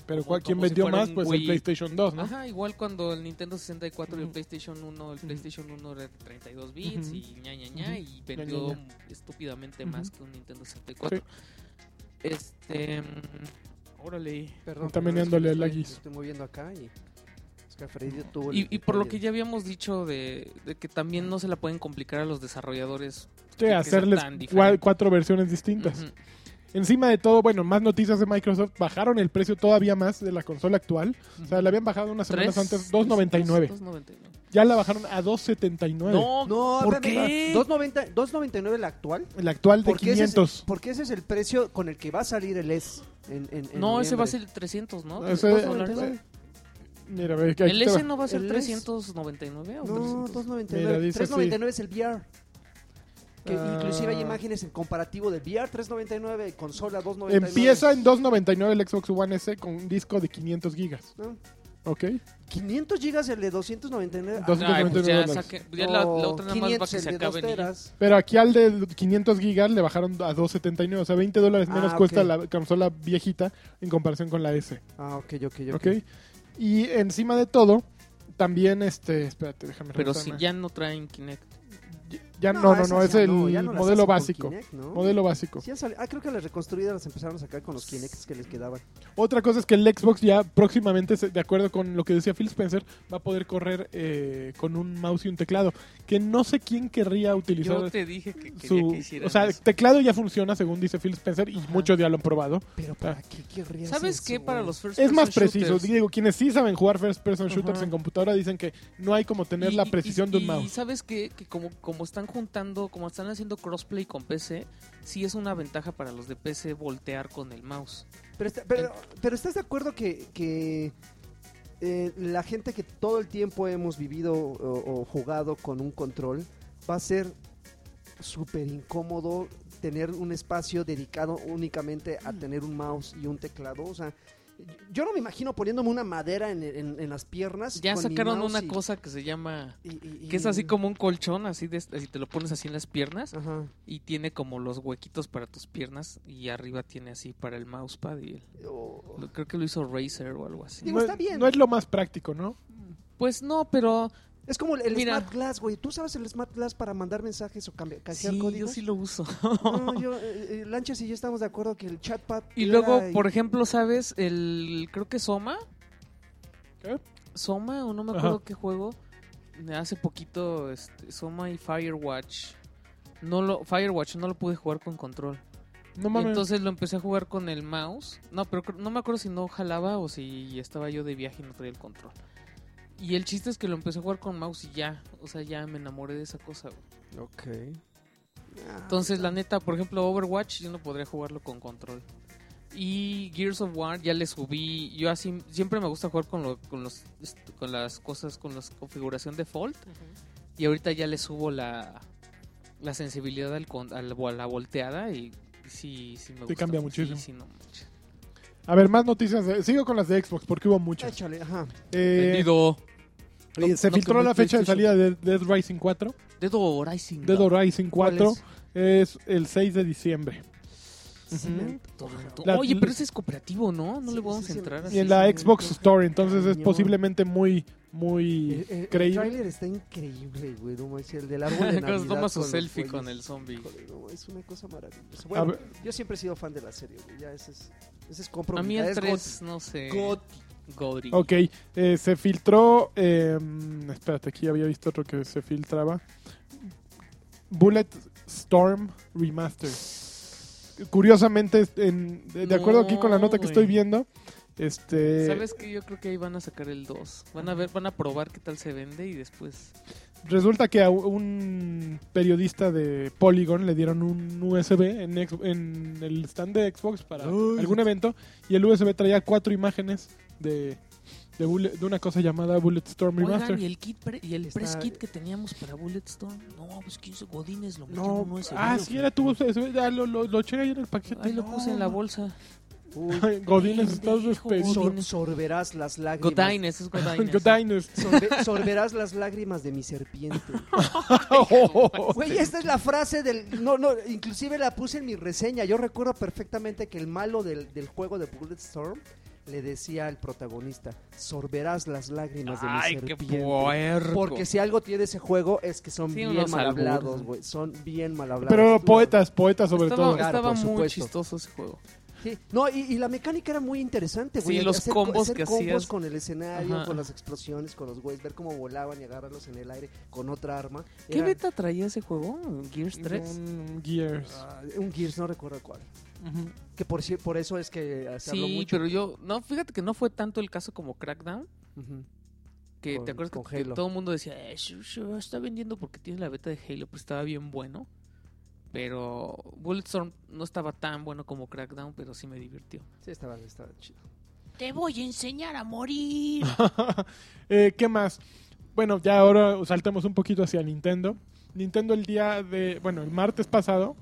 A: Pero
C: Como-
A: ¿cuál, ¿quién
C: como si
A: vendió
C: fuera
A: más?
C: un
A: Pues
C: Wii.
A: el PlayStation 2, ¿no?
C: Ajá, igual cuando el Nintendo 64 y el
A: Ujú.
C: PlayStation 1, el
A: Ujú.
C: PlayStation 1 era de 32 bits
A: Ujú.
C: y ña ña ña
A: Ujú.
C: y vendió
A: ña, ña.
C: estúpidamente
A: Ujú.
C: más que un Nintendo 64. Este, mm, órale.
A: Está
B: Perdón. perdón, es que
A: meneándole
B: me
A: al
B: estoy-
A: Agis.
B: me Estoy moviendo acá y. Oscar Freire tuvo. el-
C: Y, y por lo que
B: el-
C: ya habíamos dicho de, de que también no se la pueden complicar a los desarrolladores.
A: Sí,
C: que
A: hacerles
C: sea
A: cua-
C: tan diferente.
A: cuatro versiones distintas.
C: Ujú.
A: Encima de todo, bueno, más noticias de Microsoft. Bajaron el precio todavía más de la consola actual. O sea, la habían bajado unas semanas
C: Tres-
A: antes, 2.99.
C: 2.99.
A: Ya la bajaron a 2.79.
C: No,
B: No,
C: ¿por
B: espérame,
C: qué?
B: 2.90 2.99 el actual.
A: El actual de
B: Porque ese, es,
A: 500.
B: porque ese es el precio con el que va a salir el E S. En, en- en
C: no, ese va
B: noviembre.
C: a ser 300, ¿no?
A: Ese-
C: 300 dólares.
A: eh, mira, ve que aquí
C: ¿El
A: te va.
C: S no va a ser
B: El S.
C: 399 o
B: No,
C: 300?
B: 2.99.
A: Mira, dice
B: 3.99 es el VR. Que
A: Ah.
B: inclusive hay imágenes en comparativo de VR 3.99, consola 2.99.
A: Empieza en 2.99 el Xbox One S con un disco de 500 gigas.
B: ¿No?
A: ¿Ok?
B: 500 gigas el de 299.
A: Dos-
C: Ay, pues
A: 299
C: ya,
A: dólares.
C: saque- ya la, la otra nada más va que se acabe.
B: acaben
C: y ya.
A: Pero aquí al de 500 gigas le bajaron a 2.79. O sea, 20 dólares menos
B: Ah, ok.
A: cuesta la consola viejita en comparación con la S.
B: Ah, ok, ok, ok.
A: ¿Ok? Y encima de todo, también este. Espérate, déjame
C: Pero
A: regresarme.
C: si ya no traen Kinect.
A: Ya no, no,
B: esas
A: no, es
B: ya
A: el
B: no, ya no las
A: modelo
B: hacen con
A: básico.
B: Kinect, ¿no?
A: Modelo básico.
B: Sí han sali- ah, creo que las reconstruidas las empezaron a sacar con los Kinects que les quedaban.
A: Otra cosa es que el Xbox ya próximamente, se- de acuerdo con lo que decía Phil Spencer, va a poder correr eh, con un mouse y un teclado. Que no sé quién querría utilizar
C: Yo te dije que quería que
A: su...
C: hicieran
A: o sea, el
C: eso.
A: teclado ya funciona, según dice Phil Spencer, y
C: Ajá.
A: muchos ya lo han probado.
B: Pero
A: ¿para
B: qué querrías
C: ¿Sabes qué? Para los first
A: Es más
C: person
A: preciso.
C: shooters.
A: Digo, quienes sí saben jugar first person shooters
C: Ajá.
A: en computadora dicen que no hay como tener
C: Y-
A: la
C: y-
A: precisión de un
C: y- Y
A: mouse.
C: sabes qué? que como, como están juntando, como están haciendo crossplay con PC, sí es una ventaja para los de PC voltear con el mouse.
B: Pero, está- pero, pero ¿estás de acuerdo que, que eh, la gente que todo el tiempo hemos vivido o, o jugado con un control va a ser súper incómodo tener un espacio dedicado únicamente
A: Mm.
B: a tener un mouse y un teclado? O sea, yo no me imagino poniéndome una madera en, en- en las piernas.
C: Ya
B: con mi
C: sacaron
B: mouse
C: una
B: y-
C: cosa que se llama...
B: y- y- y-
C: Que es así como un colchón, así de, si te lo pones así en las piernas
B: Ajá.
C: y tiene como los huequitos para tus piernas y arriba tiene así para el mousepad y el-
B: Oh.
C: lo- creo que lo hizo Razer o algo así.
B: digo,
A: no,
B: está bien.
A: no es lo más práctico, ¿no?
C: Pues no, pero
B: Es como el, el
C: Mira.
B: Smart Glass, güey. ¿Tú sabes el Smart Glass para mandar mensajes o cambiar
C: Sí, yo
B: códigos?
C: sí lo uso.
B: No, yo, eh, eh, Lanchas y yo estamos de acuerdo que el chatpad.
C: Y
B: era-
C: luego, por ejemplo, ¿sabes? El, creo que Soma.
A: ¿Qué?
C: Soma, o no me
A: Ajá.
C: acuerdo qué juego. Hace poquito, este, Soma y Firewatch. No lo, Firewatch no lo pude jugar con control.
A: No mames.
C: Entonces lo empecé a jugar con el mouse. No, pero creo- no me acuerdo si no jalaba o si estaba yo de viaje y no traía el control. Y el chiste es que lo empecé a jugar con mouse y ya. O sea, ya me enamoré de esa cosa. güey.
B: Ok.
C: Entonces, la neta, por ejemplo, Overwatch yo no podría jugarlo con control. Y Gears of War ya le subí. Yo así siempre me gusta jugar con, lo- con, los, est- con las cosas, con la configuración default. Y ahorita ya le subo la, la sensibilidad al, con- al- a la volteada y sí, sí me gusta.
A: cambia
C: Sí,
A: muchísimo.
C: sí, no manches.
A: A ver, más noticias. de- Sigo con las de Xbox porque hubo muchas.
B: Échale, ajá.
A: Eh,
C: Vendido.
A: eh, se
C: No,
A: filtró
C: no,
A: la
C: no,
A: fecha de
C: PlayStation.
A: salida de Dead Rising 4.
C: Dead or Rising.
A: Dead Rising
C: ¿Cuál
A: 4
C: es?
A: es el 6 de diciembre.
B: Sí ¿eh? me
A: Ujú.
B: antoja.
A: La-
C: Oye, pero ese es cooperativo, ¿no? No
B: Sí,
C: le podemos
B: sí, sí.
C: entrar así.
A: Y en la
B: sí,
A: Xbox
B: sí.
A: Store, entonces es
B: Cañón.
A: posiblemente muy, muy
B: El, Eh, el- el
A: creíble.
B: tráiler está increíble, güey. No manches, el del árbol de Navidad.
C: Toma su
B: con los
C: selfie con
B: güeyes.
C: el zombie.
B: Híjole, no, es una cosa maravillosa.
A: A
B: Bueno,
A: ver,
B: yo siempre he sido fan de la serie, güey. Ya ese es, ese es
C: A
B: compromiso.
C: mí el
B: es
C: 3, no sé.
B: got-
C: Godry.
A: ok, eh, se filtró. eh, espérate, aquí había visto otro que se filtraba: Bullet Storm Remaster. Curiosamente, es- en- de de acuerdo aquí con la
C: No,
A: nota que estoy
C: güey.
A: viendo,
B: Eh,
A: este.
C: ¿Sabes qué? Yo creo que ahí van a sacar el 2. Van a ver, van a probar qué tal se vende y después.
A: Resulta que a un periodista de Polygon le dieron un USB en, ex- en el stand de Xbox para
B: Uy.
A: algún evento y el USB traía cuatro imágenes de, de, bullet- de una cosa llamada Bulletstorm Remaster.
D: Oigan, y el kit pre- y el
B: Está-
D: press kit que teníamos para Bulletstorm, no, pues 15 godines lo metieron
B: No,
D: uno ese
A: Ah,
D: video,
A: sí,
D: que-
A: era tu USB. Ya lo, lo, lo eché ahí en el paquete.
C: Ahí lo puse en la bolsa.
B: Uy,
A: Godines, estás
D: Pendejo,
A: despedido.
B: sor- sorberás las lágrimas.
C: Godines, es Godines.
A: Godines.
B: Sorbe- sorberás las lágrimas de mi serpiente. Güey, esta es la frase del. No, no, inclusive la puse en mi reseña. Yo recuerdo perfectamente que el malo del, del juego de Bulletstorm le decía al protagonista: Sorberás las lágrimas de mi
C: Ay, qué
B: serpiente.
C: puerco.
B: Porque si algo tiene ese juego es que son
C: Sí,
B: bien
C: unos
B: mal
C: albures.
B: hablados, güey. Son bien mal hablados.
A: Pero poetas, poetas sobre
C: estaba
A: todo.
B: Claro,
C: estaba
B: por
C: muy
B: supuesto.
C: chistoso ese juego.
B: Sí. No, y, y la mecánica era muy interesante, güey.
C: Sí, los
B: Hacer-
C: combos
B: hacer
C: que
B: combos
C: hacías.
B: con el escenario,
C: Ajá.
B: con las explosiones, con los güeyes, ver cómo volaban y agarrarlos en el aire con otra arma.
C: ¿Qué
B: Era,
C: beta traía ese juego? ¿Gears 3?
A: Mm, Gears.
B: ah, un Gears, no recuerdo cuál.
A: Ujú.
B: Que por, cier- por eso es que eh, se habló
C: Sí,
B: mucho.
C: pero yo. No, fíjate que no fue tanto el caso como Crackdown.
B: Ujú.
C: Que
B: Con-
C: te acuerdas
B: con
C: que, que
B: Halo.
C: todo el mundo decía, "Eh, Shu- Shu está vendiendo porque tiene la beta de Halo, pero estaba bien bueno. Pero Bulletstorm no estaba tan bueno como Crackdown, pero sí me divirtió.
B: Sí, estaba, estaba chido.
D: Te voy a enseñar a morir.
A: Eh, ¿Qué más? Bueno, ya ahora saltamos un poquito hacia Nintendo. Nintendo el día de, bueno, el martes pasado.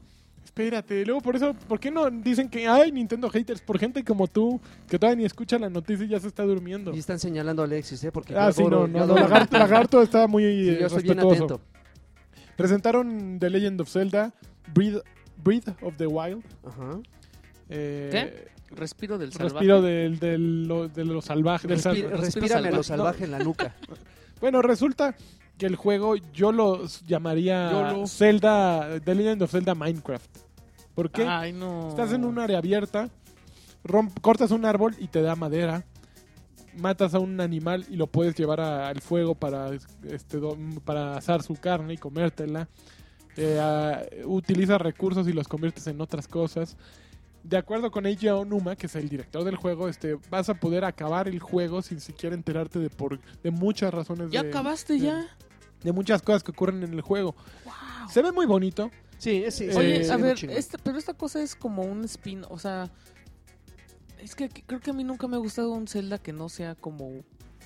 A: Espérate, luego por eso, ¿por qué no dicen que hay Nintendo haters? Por gente como tú, que todavía ni escucha la noticia y ya se está durmiendo.
B: Y están señalando a Alexis, ¿eh? Porque
A: Ah,
B: yo
A: sí, no,
B: adoro- yo
A: no, no,
B: adoro-
A: Lagarto, Lagarto está muy
B: Sí,
A: eh,
B: yo soy bien
A: respetuoso.
B: atento.
A: Presentaron The Legend of Zelda, Breath, Breath of the Wild.
B: Ajá.
A: eh,
C: Respiro del salvaje.
A: Respiro del, del- lo- de lo salvaje. del
C: Respira-
A: sal-
C: Respiro
B: Respírame a lo
C: salvaje.
B: salvaje en la nuca.
A: Bueno, resulta que el juego yo lo llamaría
C: YOLO.
A: Zelda, The Legend of Zelda Minecraft. ¿Por qué?
C: Ay, no.
A: Estás en un área abierta, romp- cortas un árbol y te da madera, matas a un animal y lo puedes llevar a- al fuego para, este, do- para asar su carne y comértela. Eh, ah, utilizas recursos y los conviertes en otras cosas. De acuerdo con Eiji Onuma, que es el director del juego, este, vas a poder acabar el juego sin siquiera enterarte de por de muchas razones
C: ¿Ya
A: de-
C: acabaste
A: de-
C: ya?
A: de muchas cosas que ocurren en el juego. Se ve muy bonito.
B: Sí, sí.
A: Eh,
B: sí,
C: Oye,
B: sí,
C: a
B: muy
C: ver,
B: chingón.
C: esta- pero esta cosa es como un spin, o sea... Es que que- creo que a mí nunca me ha gustado un Zelda que no sea como...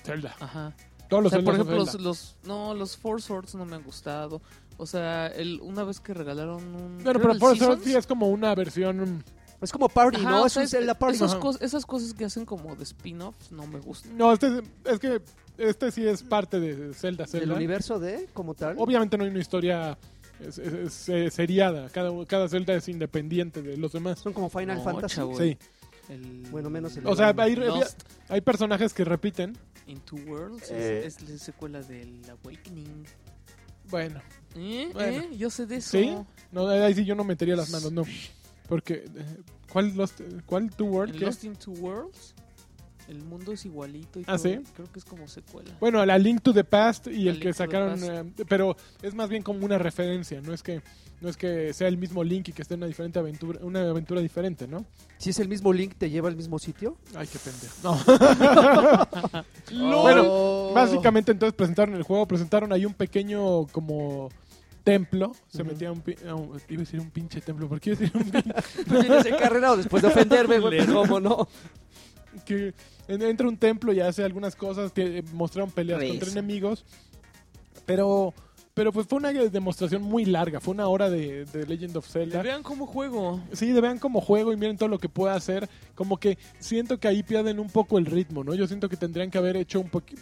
A: Zelda.
C: Ajá.
A: Todos
C: O
A: los
C: sea, por
A: Zeldas
C: ejemplo,
A: son
C: los,
A: Zelda.
C: los- No, los Four Swords no me han gustado. O sea, el, una vez que regalaron un...
A: Bueno,
C: creo
A: pero
C: el
A: por eso
C: Seasons.
A: sí es como una versión.
B: Es como party,
C: Ajá,
B: ¿no?
C: o
B: Es
C: sea,
B: un
C: es-
B: Zelda party.
C: esas,
A: Ajá.
C: cos- esas cosas que hacen como de spin-off no me gustan.
A: No, este es, es que este sí es parte de Zelda.
B: Del
A: Zelda.
B: universo de, como tal.
A: Obviamente no hay una historia es- es- es, eh, seriada. Cada, cada Zelda es independiente de los demás.
B: Son como Final
C: No,
B: Fantasy.
C: chavo.
A: Sí.
C: El-
B: Bueno, menos el-
A: O sea, hay,
C: Lost.
A: hay personajes que repiten
C: In Two Worlds
E: Eh.
C: es, es la secuela del Awakening.
A: Bueno,
C: ¿Eh?
A: Bueno.
C: ¿Eh? Yo sé de eso.
A: ¿sí? No, ahí sí yo no metería las manos, no. Porque, eh, ¿cuál, Lost, cuál Two World?
C: En
A: qué?
C: Lost in Two Worlds, el mundo es igualito y
A: Ah,
C: todo.
A: ¿sí?
C: creo que es como secuela.
A: Bueno, la Link to the Past y
C: La
A: el
C: Link
A: que
C: to the
A: sacaron, eh, pero es más bien como una referencia, no es que no es que sea el mismo Link y que esté en una diferente aventura, una aventura diferente, ¿no?
B: Si es el mismo link, ¿te lleva al mismo sitio?
A: Ay, qué pendejo. No.
C: Oh.
A: Bueno, básicamente entonces presentaron el juego, presentaron ahí un pequeño como templo, se
B: Ujú.
A: metía un, pi- a un- iba a decir un pinche templo, ¿por qué iba a decir un pin-
B: Tienes encarrenado después de ofenderme, güey. pues, ¿Cómo no?
A: que en- entra un templo y hace algunas cosas, que eh, mostraron peleas
D: Reza.
A: contra enemigos, pero pero pues fue una demostración muy larga, fue una hora de, de Legend of Zelda.
C: Vean cómo juego.
A: Sí, de vean como juego y miren todo lo que puede hacer. Como que siento que ahí pierden un poco el ritmo, ¿no? Yo siento que tendrían que haber hecho un poquito.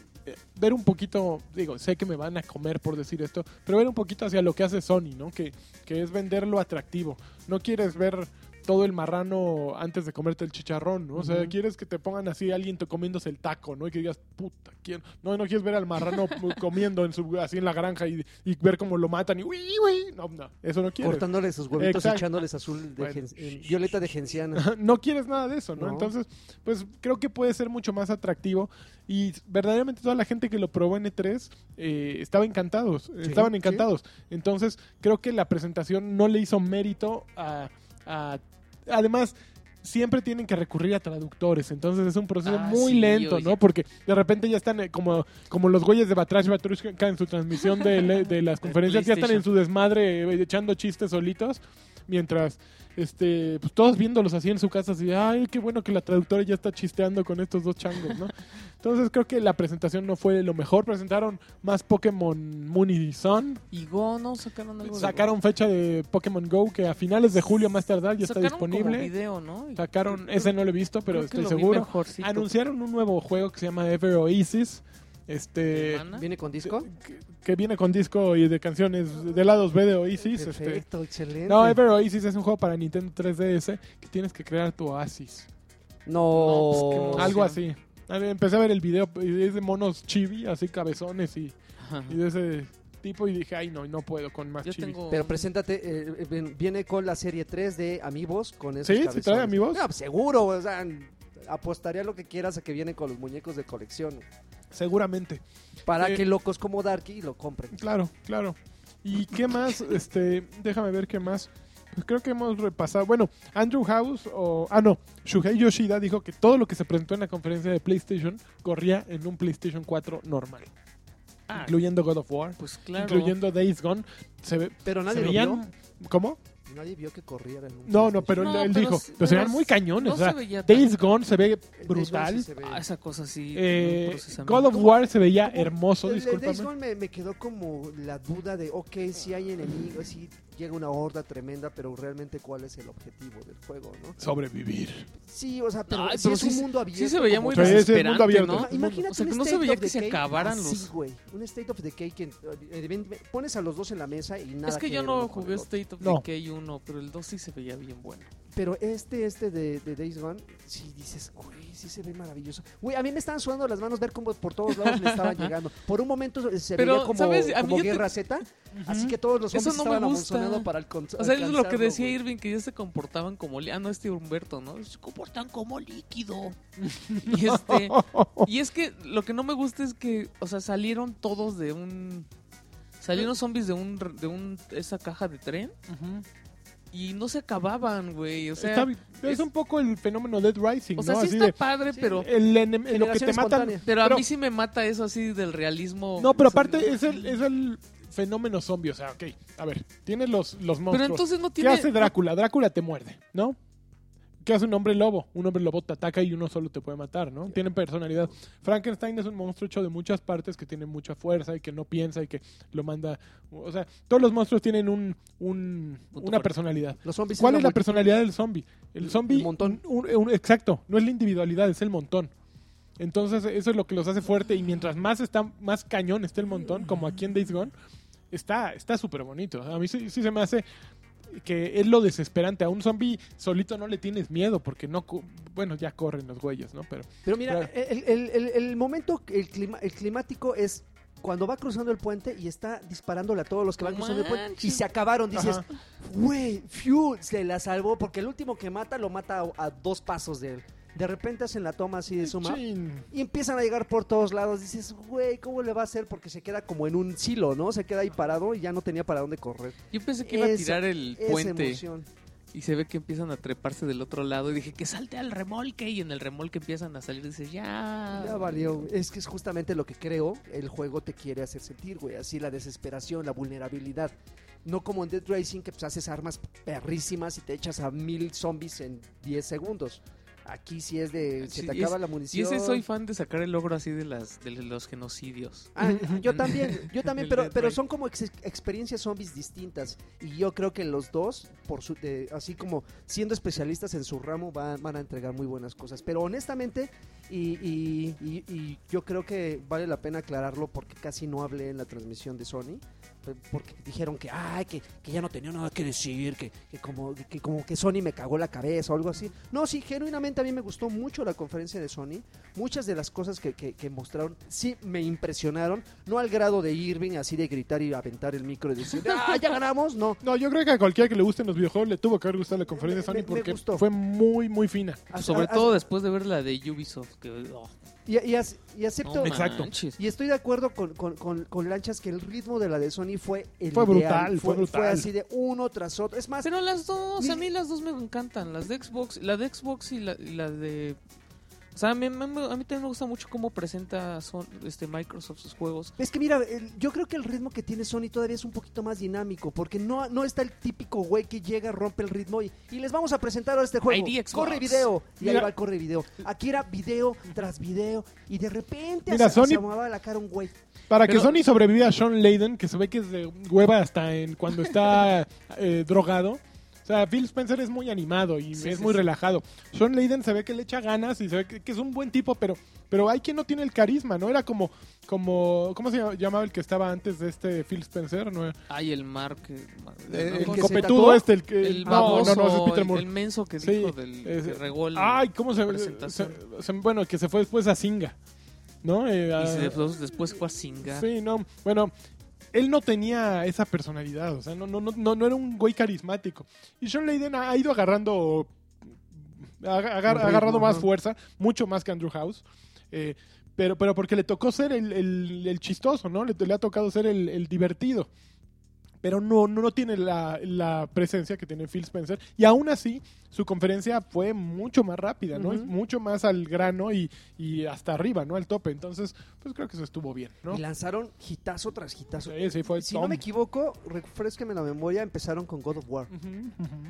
A: Ver un poquito, digo, sé que me van a comer por decir esto, pero ver un poquito hacia lo que hace Sony, ¿no? Que, que es vender lo atractivo. No quieres ver todo el marrano antes de comerte el chicharrón, ¿no? O sea,
B: Ujú.
A: quieres que te pongan así alguien te comiéndose el taco, ¿no? Y que digas, puta, ¿quién? No, no quieres ver al marrano mm, comiendo en su, así en la granja y, y ver cómo lo matan y, uy, uy. No, no, eso no quieres.
B: Cortándole sus huevitos
A: Exacto.
B: y echándoles azul de
A: Bueno.
B: gen- eh, violeta de genciana.
A: no quieres nada de eso, ¿no?
B: No.
A: Entonces, pues creo que puede ser mucho más atractivo y verdaderamente toda la gente que lo probó en E3 eh, estaba encantados, estaban
B: sí.
A: encantados. Entonces, creo que la presentación no le hizo mérito a... a- además... Siempre tienen que recurrir a traductores, entonces es un proceso
C: Ah,
A: muy
C: sí,
A: lento,
C: oye.
A: ¿no? Porque de repente ya están eh, como, como los güeyes de Batrash Batrushka en su transmisión de, le- de las conferencias, ya están en su desmadre eh, echando chistes solitos, mientras este, pues todos viéndolos así en su casa, así, ay, qué bueno que la traductora ya está chisteando con estos dos changos, ¿no? Entonces creo que la presentación no fue lo mejor. Presentaron más Pokémon Moon y Sun.
C: Y Go, ¿no? Sacaron algo de
A: Sacaron fecha de Pokémon Go que a finales de julio más tardar ya está
C: Sacaron como
A: disponible.
C: video, ¿no? Y
A: Sacaron,
C: creo-
A: ese no lo he visto, pero
C: creo que
A: estoy
C: lo vi
A: seguro.
C: mejorcito.
A: Anunciaron un nuevo juego que se llama Ever Oasis. Este.
C: ¿Mana?
B: ¿Viene con disco?
A: Que, que viene con disco y de canciones de lados B de Oasis. Este,
B: Perfecto, excelente.
A: no, Ever Oasis es un juego para Nintendo 3DS que tienes que crear tu oasis.
B: No.
C: No, pues, qué emoción.
A: Algo así. A ver, Empecé a ver el video y es de monos chibi, así cabezones y,
C: Ajá.
A: y de ese tipo y dije, ay no, no puedo con más
C: Mm. Yo
A: chibi.
C: tengo.
B: Pero preséntate, eh, eh, ven- viene con la serie 3 de Amigos, con esos
A: ¿Sí? ¿Sí
B: cabezones.
A: trae Amiibos?
B: No, pues, seguro, o sea, apostaría lo que quieras a que vienen con los muñecos de colección.
A: Seguramente.
B: Para
A: Sí.
B: que locos como Darky lo compren.
A: Claro, claro. ¿Y qué más? este, déjame ver qué más. Pues creo que hemos repasado. Bueno, Andrew House o. Ah, no. Shuhei Yoshida dijo que todo lo que se presentó en la conferencia de PlayStation corría en un PlayStation 4 normal.
C: Ah,
A: Incluyendo God of War.
C: pues claro.
A: Incluyendo Days Gone. Se, ve-
B: Pero
A: se
B: nadie lo vio.
A: veían. ¿Cómo?
B: Nadie vio que corriera. en un
A: No, no,
B: PlayStation.
A: pero
C: No,
A: él
C: pero
A: dijo.
C: sí-
A: Pero se
C: pero
A: veían muy
C: sí-
A: cañones.
C: no
A: o sea,
C: se veía tan-
A: Days Gone se ve
B: El Days Gone sí
A: brutal.
B: se ve.
C: Ah, esa cosa sí.
A: Eh,
C: un procesamiento.
A: God of War se veía
B: ¿Cómo?
A: hermoso,
B: El- el Days
A: discúlpame.
B: Gone me, me quedó como la duda de, ok, si hay enemigos, si llega una horda tremenda, pero realmente cuál es el objetivo del juego, ¿no?
A: Sobrevivir.
B: Sí, o sea, pero,
C: Ay,
B: si
C: pero
B: es
C: sí
B: un
C: se-
B: mundo abierto.
C: Sí se veía
B: como
C: muy
A: Sí, ese es
C: desesperante,
A: mundo abierto.
C: ¿no?
A: Ah,
B: Imagínate
C: O sea,
B: un
C: que no se
B: State
C: veía
B: of
C: que se
B: Decay
C: acabaran
B: así,
C: los...
B: güey. Un State of Decay que eh, evidente- pones a los dos en la mesa y nada
C: Es que yo
B: ver
C: no
B: uno con
C: jugué este-
B: el otro.
C: State of
A: No.
C: Decay 1, pero el 2 sí se veía bien bueno.
B: Pero este, este de, de Days Gone, sí dices, güey, sí se ve maravilloso. Güey, a mí me estaban sudando las manos ver cómo por todos lados me estaban llegando. Por un momento eh, se
C: Pero,
B: veía como,
C: ¿sabes? A mí
B: como
C: yo te-
B: Guerra Z, así que todos los
C: Eso
B: zombies
C: no me
B: estaban
C: gusta.
B: abonzoneando para alcanzar.
C: O sea, es lo que decía Irving, que ya se comportaban como... li- Ah, no, este Humberto, ¿no?
D: Se comportan como líquido.
C: Y, este, y es que lo que no me gusta es que, o sea, salieron todos de un... Salieron zombies de un... De un esa caja de tren y no se acababan, güey. O sea,
A: Está bi- es,
C: es-
A: un poco el fenómeno Dead Rising,
C: o sea
A: ¿no?
C: sí
A: Así
C: está
A: de,
C: padre, pero...
A: el enem- en lo que te matan.
C: Pero a
A: pero-
C: mí sí me mata eso así del realismo.
A: No, pero
C: O sea,
A: aparte es el, es el fenómeno zombie, o sea, ok, a ver, tienes los, los monstruos.
C: Pero entonces no
A: ¿Qué
C: tiene...
A: hace Drácula? Drácula te muerde, ¿no? ¿Qué hace un hombre lobo? Un hombre lobo te ataca y uno solo te puede matar, ¿no? Tiene personalidad. Frankenstein es un monstruo hecho de muchas partes que tiene mucha fuerza y que no piensa y que lo manda... O sea, todos los monstruos tienen un, un-
C: Punto
A: una
C: fuerte.
A: personalidad.
B: Los zombies
A: ¿Cuál
B: eran
A: es la
B: muy-
A: personalidad del zombie? El
B: El
A: zombie.
B: montón.
A: un- un- un- exacto, no es la individualidad, es el montón. Entonces, eso es lo que los hace fuerte. Y mientras más está, más cañón esté el montón, como aquí en Days Gone, está está súper bonito. A mí sí, sí se me hace. que es lo desesperante. A un zombie solito no le tienes miedo porque no... cu- Bueno, ya corren los güeyes, ¿no? Pero...
B: Pero mira,
A: Claro.
B: eh, el, el- el- el momento, el, clima, el climático es cuando va cruzando el puente y está disparándole a todos los que van
C: No
B: cruzando el puente y
C: manches.
B: se acabaron. Dices,
A: Ajá.
B: güey, Fiu se la salvó porque el último que mata lo mata a, a dos pasos de él. De repente hacen la toma así de suma
A: Chin.
B: y empiezan a llegar por todos lados. Dices, güey, ¿cómo le va a hacer? Porque se queda como en un silo, ¿no? Se queda ahí parado y ya no tenía para dónde correr.
C: Yo pensé que iba a
B: Esa-
C: tirar el
B: Esa
C: puente
B: emoción.
C: y se ve que empiezan a treparse del otro lado y dije que salte al remolque y en el remolque empiezan a salir y dices ya.
B: Ya valió. Es que es justamente lo que creo el juego te quiere hacer sentir, güey. Así la desesperación, la vulnerabilidad. No como en Dead Racing que pues, haces armas perrísimas y te echas a mil zombies en 10 segundos. Aquí sí es de... Se
C: Sí,
B: te
C: es-
B: acaba la
C: Y
B: munición.
C: ese soy fan de sacar el logro así de las de los genocidios.
B: Ah, yo también, yo también,
C: Del
B: pero,
C: Dead
B: pero
C: Racing.
B: son como ex- experiencias zombies distintas. Y yo creo que en los dos, por su, de- así como siendo especialistas en su ramo, van, van a entregar muy buenas cosas. Pero honestamente, y, y- y- y yo creo que vale la pena aclararlo porque casi no hablé en la transmisión de Sony. eh, Porque dijeron que, ay, que, que ya no tenía nada que decir, que, que como, que como que Sony me cagó la cabeza o algo así. No, sí, genuinamente a mí me gustó mucho la conferencia de Sony muchas de las cosas que, que- que mostraron sí me impresionaron, no al grado de Irving así de gritar y aventar el micro y decir, ¡ah, ya ganamos! No,
A: No, yo creo que a cualquiera que le gusten los videojuegos le tuvo que haber gustado la conferencia de
B: Me-
A: Sony
B: me
A: porque
B: gustó.
A: fue muy, muy fina.
B: as-
C: Sobre
B: as-
C: todo después de ver la de Ubisoft que oh,
B: Y, y as- y
C: no
B: acepto,
A: Exacto.
C: manches.
B: y estoy de acuerdo con, con- con- con Lanchas que el ritmo de la de Sony fue el
A: Fue
B: ideal,
A: brutal, fue brutal.
B: así de uno tras otro. Es más,
C: Pero las dos,
B: Ni-
C: a mí las dos me encantan. Las de Xbox, la de Xbox y la, y la de... O sea, a mí, a mí- a mí también me gusta mucho cómo presenta Son- este, Microsoft sus juegos.
B: Es que mira, el- yo creo que el ritmo que tiene Sony todavía es un poquito más dinámico, porque no, no está el típico güey que llega, rompe el ritmo y, y les vamos a presentar ahora este juego.
C: ID Xbox.
B: Corre video. Y ahí
A: Mira.
B: va el corre video. Aquí era video tras video y de repente
A: Mira,
B: se,
A: Sony-
B: se amaba la cara un güey.
A: Para
C: Pero-
A: que Sony sobreviva a Sean Layden, que se ve que es de hueva hasta en cuando está eh, drogado. O sea, Phil Spencer es muy animado y
C: Sí,
A: es
C: sí,
A: muy
C: sí.
A: relajado. Sean Layden se ve que le echa ganas y se ve que, que es un buen tipo, pero, pero hay quien no tiene el carisma, ¿no? Era como, como, ¿cómo se llama- llamaba el que estaba antes de este Phil Spencer? ¿no?
C: Ay, el Mark. que-
A: Eh,
B: ¿El
A: el
B: que se
A: copetudo
B: tatuó?
A: este, el que...
C: el
A: no, no,
C: baboso,
A: no, ese es Peter
C: el-
A: Moore.
C: el, menso que
A: Sí,
C: dijo del
A: es-
C: que regó la
A: Ay, ¿cómo se,
C: presentación.
A: se- se- Bueno, que se fue después a Singa, ¿no? Eh, a-
C: y se- después, después fue a Singa.
A: Sí, no. Bueno, él no tenía esa personalidad. O sea, no, no, no, no, no era un güey carismático. Y Sean Layden ha ha ido agarrando. ha- ha- ha
B: ritmo,
A: agarrado más
B: ajá.
A: fuerza, mucho más que Andrew House. Eh, pero, pero porque le tocó ser el, el- el chistoso, ¿no? Le, le ha tocado ser el, el divertido. Pero no, no, no tiene la, la presencia que tiene Phil Spencer. Y aún así, su conferencia fue mucho más rápida, ¿no?
B: Ujú.
A: Mucho más al grano y, y hasta arriba, ¿no? Al tope. Entonces, pues creo que eso estuvo bien, ¿no?
B: Y lanzaron hitazo tras hitazo.
A: Sí, sí, fue
B: si
A: Tom.
B: no me equivoco, refresqueme la memoria, empezaron con God of War.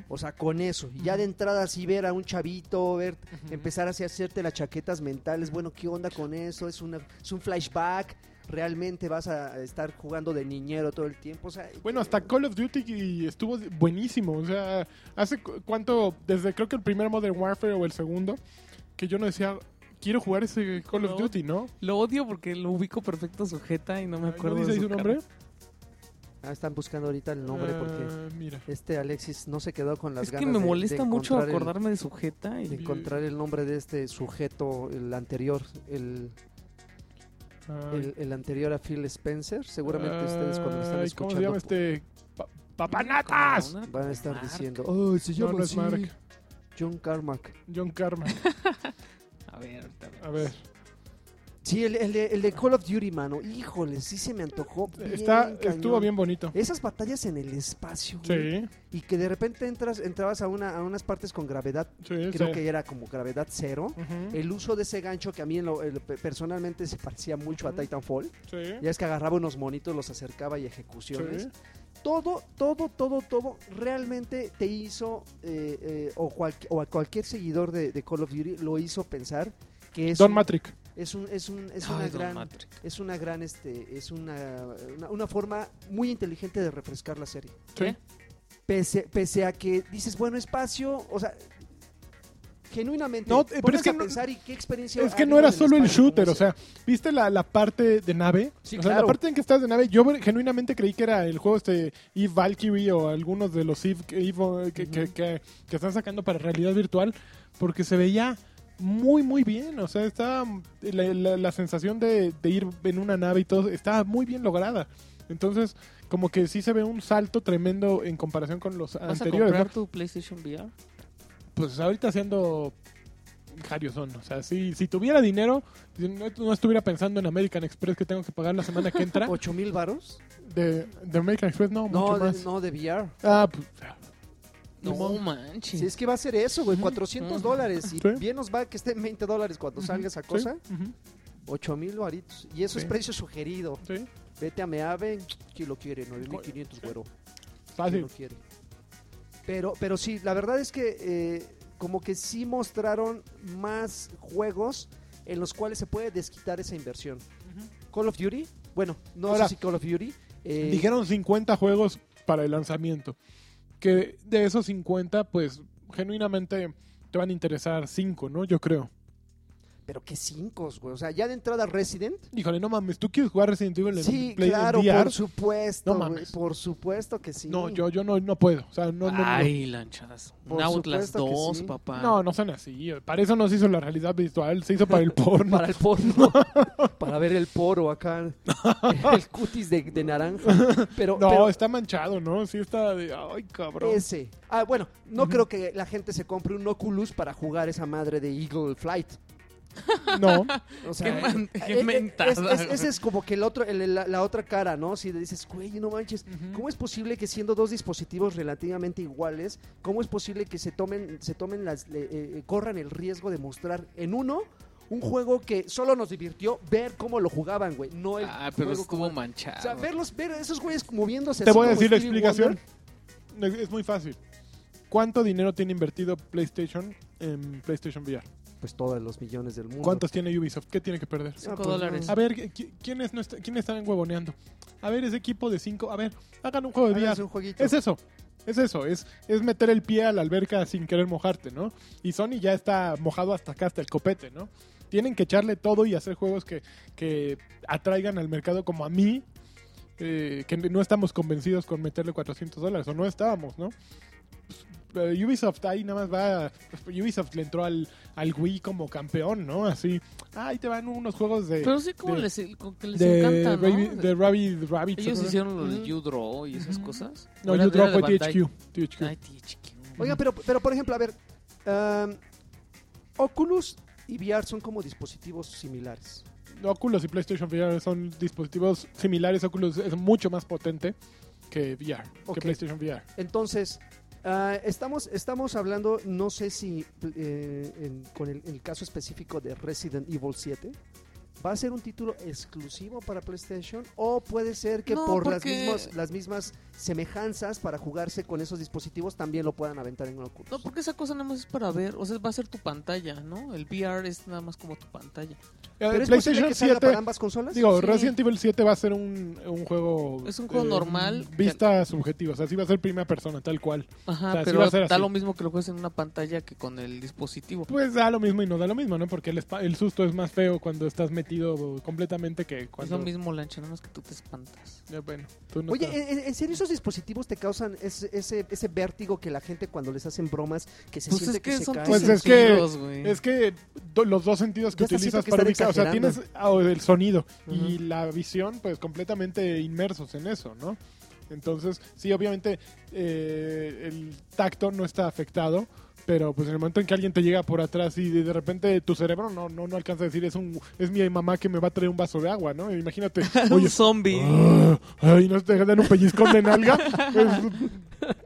B: O sea, con eso. Y ya de entrada así ver a un chavito, ver, empezar así a hacerte las chaquetas mentales. Bueno, ¿qué onda con eso? Es, una, es un flashback. Realmente vas a estar jugando de niñero todo el tiempo. O sea, eh,
A: Bueno, hasta Call of Duty y estuvo buenísimo. O sea, hace cu- cuánto, desde creo que el primer Modern Warfare o el segundo, que yo no decía, quiero jugar ese Call of
C: No.
A: Duty, ¿no?
C: Lo odio porque lo ubico perfecto sujeta y no me
A: ¿No
C: acuerdo.
A: dice
C: de
A: ahí su
C: cara.
A: nombre?
B: Ah, están buscando ahorita el nombre porque
A: Ah, mira.
B: este Alexis no se quedó con las
C: Es
B: ganas.
C: que me
B: de- de
C: molesta mucho
B: encontrar el-
C: acordarme de sujeta.
B: de
C: Y...
B: encontrar el nombre de este sujeto, el anterior, el,
A: Ah,
B: el, el anterior a Phil Spencer. Seguramente ustedes cuando me están
A: ay, ¿Cómo se llama
B: escuchando
A: este? Pa- ¡Papanatas!
C: Como una-
B: van a estar
C: Mark.
B: diciendo, oh, se
A: No,
B: llama
A: no es
B: así,
A: Mark.
B: John Carmack.
A: John Carman.
C: A ver, ahorita vemos.
A: A ver.
B: Sí, el, el de, el de Call of Duty, mano. Híjole, sí se me antojó.
A: Está,
B: cañón. Eh,
A: estuvo bien bonito.
B: Esas batallas en el espacio. güey,
A: Sí,
B: Y que de repente entras, entrabas a, una, a unas partes con gravedad.
A: sí,
B: Creo
A: sí.
B: que Eh, era como gravedad cero.
A: Ujú,
B: El uso de ese gancho que a mí en lo- en lo pe- personalmente se parecía mucho a
A: Ujú.
B: Titanfall.
A: sí.
B: Ya es que agarraba unos monitos, los acercaba y ejecuciones.
A: Sí.
B: Todo, todo, todo, todo realmente te hizo, eh, eh, o, cual- o a cualquier seguidor de, de Call of Duty lo hizo pensar que es
A: Don
B: un-
A: Matrix.
B: es un, es un, es
C: Ay,
B: una
C: Don
B: gran
C: Matrix.
B: es una gran este es una, una, una forma muy inteligente de refrescar la serie
A: Sí.
B: pese, pese a que dices bueno espacio o sea genuinamente,
A: No, eh,
B: pones
A: pero es que
B: a
A: no-
B: pensar y qué experiencia...
A: Es que
B: ha
A: no
B: habido
A: era
B: en
A: solo el
B: España con
A: shooter, o
B: eso.
A: sea, ¿viste la, la parte de nave?
B: Sí,
A: o sea,
B: claro.
A: la parte en que estás de nave, yo genuinamente creí que era el juego este Eve Valkyrie o algunos de los Eve, que, Eve, eh, que- que- que- que están sacando para realidad virtual, porque se veía muy, muy bien, o sea, estaba la, la- la sensación de, de ir en una nave y todo, estaba muy bien lograda. Entonces, como que sí se ve un salto tremendo en comparación con los
C: ¿Vas a
A: anteriores.
C: comprar
A: ¿no?
C: tu PlayStation VR?
A: Pues ahorita haciendo Jariosón. O sea, si, si tuviera dinero, si no, no estuviera pensando en American Express que tengo que pagar la semana que entra.
B: ¿Ocho mil varos?
A: De, de American Express, no,
B: No,
A: mucho
B: de,
A: más.
B: no, de VR.
A: Ah, pues, ah,
C: No,
A: No.
C: manches.
B: Si es que va a ser eso, güey, 400
C: Ujú.
B: dólares. Y
A: Sí.
B: bien nos va que esté en 20 dólares cuando salga esa
A: sí,
B: cosa.
A: ujú,
B: 8 mil varitos. Y
A: Sí.
B: eso es precio sugerido.
A: sí,
B: Vete a Meave, ¿quién lo quiere? 9500, güero. ¿Quién
A: fácil. Eh,
B: lo quiere? Pero, pero sí, la verdad es que eh, como que sí mostraron más juegos en los cuales se puede desquitar esa inversión. Call of Duty, bueno, no
A: Ahora,
B: sé si Call of Duty. eh,
A: Dijeron 50 juegos para el lanzamiento. Que de esos 50, pues genuinamente te van a interesar 5, ¿no? Yo creo.
B: pero que cinco, güey. O sea, ya de entrada Resident.
A: Híjole, no mames, ¿tú quieres jugar Resident Evil en
B: Sí,
A: Play- en
B: claro,
A: VR?
B: por supuesto,
A: No
B: güey,
A: mames.
B: por supuesto que sí.
A: No, yo, yo no, no puedo. O sea, no, no, no.
C: Ay, lanchas.
B: Por
C: Un Outlast
B: supuesto que
C: 2,
B: sí.
C: papá.
A: No, no son así. eh, Para eso no se hizo la realidad virtual, se hizo para el porno.
B: Para el porno. para ver el poro acá. El cutis de, de naranja. Pero,
A: no,
B: pero
A: está manchado, ¿no? Sí está de... Ay, cabrón.
B: ese. Ah, bueno, no
A: Ujú.
B: creo que la gente se compre un Oculus para jugar esa madre de Eagle Flight.
A: No.
B: O sea,
C: Qué man-
B: eh,
C: qué
B: eh, eh,
C: mentada,
B: es- es-
C: güey.
B: Ese es como que el otro, el- la, la otra cara, ¿no? Si dices, güey, no manches, ¿Cómo es posible que siendo dos dispositivos relativamente iguales, cómo es posible que se tomen, se tomen las, le- eh, eh, corran el riesgo de mostrar en uno un juego que solo nos divirtió ver cómo lo jugaban, güey? No el
C: Ah, pero
B: juego
C: estuvo
B: como-
C: manchado.
B: O sea, verlos, ver esos güeyes moviéndose.
A: Te
B: así
A: voy a
B: como
A: decir la
B: Stevie
A: explicación.
B: Wonder.
A: Es es muy fácil. ¿Cuánto dinero tiene invertido PlayStation en PlayStation VR?
B: Pues todos los millones del mundo.
A: ¿Cuántos tiene Ubisoft? ¿Qué tiene que perder?
C: Cinco
B: Ah, pues,
C: dólares.
B: no.
A: A ver, ¿qui- ¿quiénes, no está- quiénes están huevoneando? A ver, ese equipo de cinco... A ver, hagan un juego de
B: Háganse
A: VR.
B: un jueguito.
A: Es eso. Es eso, es, es meter el pie a la alberca sin querer mojarte, ¿no? Y Sony ya está mojado hasta acá, hasta el copete, ¿no? Tienen que echarle todo y hacer juegos que, que atraigan al mercado como a mí, eh, que no estamos convencidos con meterle 400 dólares, o no estábamos, ¿no? Pues, eh, Ubisoft ahí nada más va, Ubisoft le entró al, al Wii como campeón, ¿no? Así, ahí te van unos juegos de...
C: Pero sí, como
A: de-
C: les, como que les
A: de
C: encanta, ¿no?
A: Rabbit- de Rabbit, Rabbit,
C: Ellos
A: ¿no?
C: hicieron lo
A: Ujú.
C: de U-Draw y esas
A: Ujú.
C: cosas.
A: No,
C: Era-
A: yo
C: era de
A: fue
C: Bandai.
A: THQ. THQ.
C: Ay, THQ.
B: Oiga, pero, pero por ejemplo, a ver, um, Oculus y VR son como dispositivos similares.
A: Oculus y PlayStation VR son dispositivos similares. Oculus es mucho más potente que VR,
B: Ok.
A: que PlayStation VR.
B: Entonces, ah, estamos, estamos hablando, no sé si eh, en- con el, el caso específico de Resident Evil 7, ¿va a ser un título exclusivo para PlayStation o puede ser que
C: No,
B: por las,
C: porque-
B: mismas, las mismas semejanzas para jugarse con esos dispositivos también lo puedan aventar en un Oculus?
C: No, porque esa cosa nada más es para ver. O sea, va a ser tu pantalla, ¿no? El VR es nada más como tu pantalla.
A: Eh,
B: ¿Pero es posible
A: PlayStation
B: que salga para
A: 7,
B: ambas consolas?
A: digo,
C: Sí.
A: Resident Evil 7 va a ser un, un juego...
C: Es un juego normal que-
A: Vista subjetiva, o sea, sí va a ser primera persona, tal cual.
C: Ajá,
A: O sea, sí va
C: pero
A: a ser
C: da
A: así.
C: lo mismo que lo juegues en una pantalla que con el dispositivo.
A: Pues da lo mismo y no da lo mismo, ¿no? Porque el, espa- el susto es más feo cuando estás metido completamente que
C: Es
A: cuando...
C: lo mismo, Lancha, nada más que tú te espantas.
A: Eh, bueno, tú no
B: Oye,
A: estás-
B: ¿en, en- en serio esos dispositivos te causan ese, ese, ese vértigo que la gente cuando les hacen bromas, que se
C: Pues
B: siente
C: es que,
B: se
C: son
B: cae?
C: tus
A: Pues es que-
C: sentidos, güey.
A: Es que do- los dos sentidos que
B: Ya está, siento
A: utilizas
B: que
A: para
B: están
A: ubicar, o sea, tienes ah, o el sonido y
B: Ujú.
A: la visión, pues completamente inmersos en eso, ¿no? Entonces, sí, obviamente eh, el tacto no está afectado, pero pues en el momento en que alguien te llega por atrás y de repente tu cerebro no no no alcanza a decir es un es mi mamá que me va a traer un vaso de agua, ¿no? Imagínate, oye,
C: un zombie.
A: Ah, Ay, no te dan un pellizcón de nalga. pues,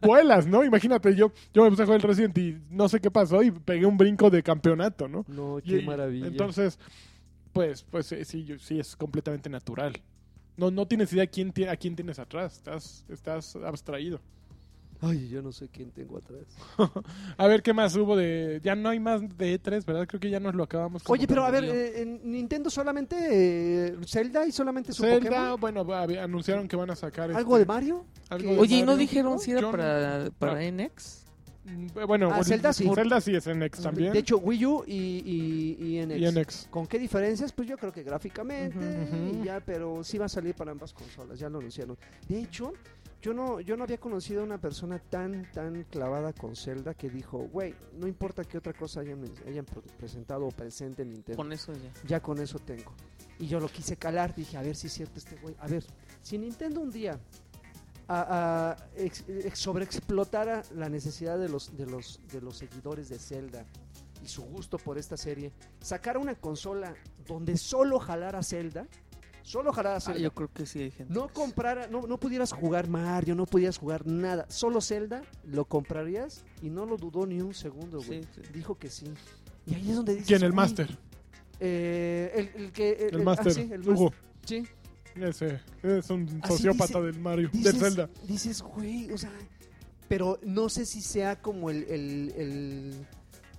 A: vuelas, ¿no? Imagínate, yo, yo me puse a jugar el Resident y no sé qué pasó y pegué un brinco de campeonato, ¿no?
B: No,
A: Y- Entonces, pues, pues sí, sí, yo- sí es completamente natural. No, no tienes idea quién ti- a quién tienes atrás. Estás, estás abstraído.
B: Ay, yo no sé quién tengo atrás.
A: A ver qué más hubo de. Ya no hay más de E3, ¿verdad? Creo que ya nos lo acabamos.
B: Oye, pero a ver,
C: Digo.
B: eh, en Nintendo solamente eh, Zelda y solamente su
A: Zelda,
B: Pokémon.
A: bueno, hab- anunciaron que van a sacar.
B: ¿Algo
A: este,
B: de Mario?
A: algo
B: que-
A: de
C: Oye, ¿y no
A: Mario.
C: dijeron si era
A: Yo no-
C: para, para
A: Ah.
C: NX?
A: Mm, Bueno,
B: Ah, Zelda sí.
A: Zelda sí es en X también.
B: De hecho, Wii U y, y, y NX.
A: y en X.
B: ¿Con qué diferencias? Pues yo creo que gráficamente
A: Ujú, ujú.
B: y ya, pero sí va a salir para ambas consolas, ya lo anunciaron. De hecho, yo no, yo no había conocido a una persona tan, tan clavada con Zelda que dijo, güey, no importa qué otra cosa hayan, hayan pro- presentado o presente en Nintendo,
C: Con eso ya.
B: ya con eso tengo. Y yo lo quise calar, dije, a ver si es cierto este güey. A ver, si Nintendo un día a- a ex- ex- sobreexplotara la necesidad de los, de, los, de los seguidores de Zelda y su gusto por esta serie, sacara una consola donde solo jalara Zelda, solo jalara
C: Ah,
B: Zelda,
C: yo creo que sí hay gente.
B: no
C: que sí.
B: comprara, no, no pudieras jugar Mario, no pudieras jugar nada, solo Zelda, lo comprarías y no lo dudó ni un segundo, güey.
C: Sí, sí.
B: Dijo que sí. Y ahí es donde dices,
A: ¿Quién? El
B: "Güey,
A: Master.
B: eh, el, el que.
A: El
B: ah,
A: Master.
B: sí, el
A: Hugo.
B: Master, sí.
A: Ese. Es un
B: Así
A: sociópata
B: dice-
A: del Mario.
B: Dices,
A: De Zelda.
B: dices, güey, o sea. Pero no sé si sea como el. el, el-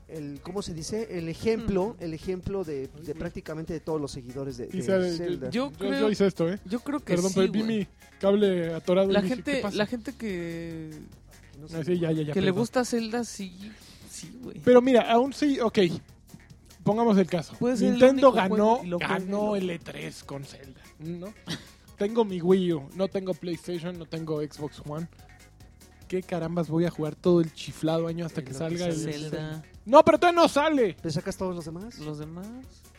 B: el- ¿Cómo se dice? El ejemplo, el ejemplo de, de prácticamente de todos los seguidores de, de
A: Y sea-
B: Zelda.
C: Yo
A: Yo, yo
C: creo,
A: hice esto, ¿eh?
C: yo creo que
A: Perdón,
C: sí,
A: pero vi
C: güey.
A: mi cable atorado. y
C: La
A: dije, ¿qué
C: gente,
A: pasa?
C: la gente que,
B: No sé.
A: Ah, sí, ya, ya, ya,
C: que le
A: perdón.
C: gusta Zelda, sí, sí, güey.
A: Pero mira, aún sí, ok. Pongamos el caso.
C: Puede ser el
A: Nintendo
C: único
A: ganó,
C: juego y lo juegue,
A: ganó
C: lo-
A: el E3 con Zelda, ¿no? tengo mi Wii U, no tengo PlayStation, no tengo Xbox One. ¿Qué carambas voy a jugar todo el chiflado año hasta
B: Y
A: que
B: lo que
A: salga el...
B: sale.
C: Zelda,
A: No, pero todavía no sale.
B: ¿Te sacas todos los demás?
C: los demás,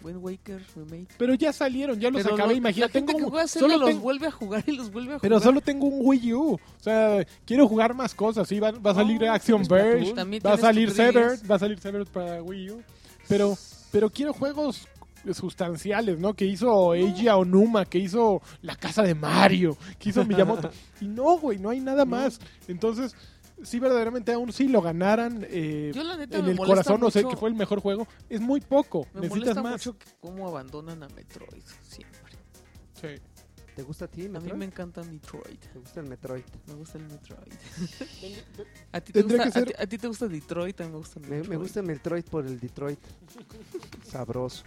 C: Wind Waker, Remake.
A: Pero ya salieron, ya los
C: Pero
A: acabé,
C: lo-
A: imagínate.
C: La gente
A: Tengo
C: que
A: un-
C: juega Zelda
A: solo
C: los
A: tengo-
C: vuelve a jugar y los vuelve a
A: Pero
C: jugar.
A: solo tengo un Wii U. O sea, quiero jugar más cosas. Sí, va, va a salir
C: No,
A: Action
C: Splatoon.
A: Verge,
C: También
A: va a
C: tienes tu
A: salir
C: 3DS.
A: Severed, va a salir Severed para Wii U. Pero, pero quiero juegos sustanciales, ¿no? Que hizo Eiji Onuma, que hizo La Casa de Mario, que hizo Miyamoto. y no, güey, no hay nada
B: No.
A: más. Entonces, sí, verdaderamente, aún si lo ganaran eh,
C: Yo la neta
A: en
C: me
A: el
C: molesta
A: corazón, no sé,
C: mucho-
A: que fue el mejor juego, es muy poco.
C: Me
A: Necesitas
C: molesta
A: más.
C: mucho que- cómo abandonan a Metroid siempre.
A: Sí.
B: ¿Te gusta a ti,
C: A mí
B: Metroid?
C: me encanta Metroid.
B: ¿Te gusta el Metroid?
C: Me gusta el Metroid. ¿A ti, te
A: Tendría
C: gusta,
A: que
C: a,
A: ser-
C: ti, a ti te gusta Detroit? A mí me gusta
B: Me,
C: Metroid.
B: me gusta el Metroid por el Detroit. Sabroso.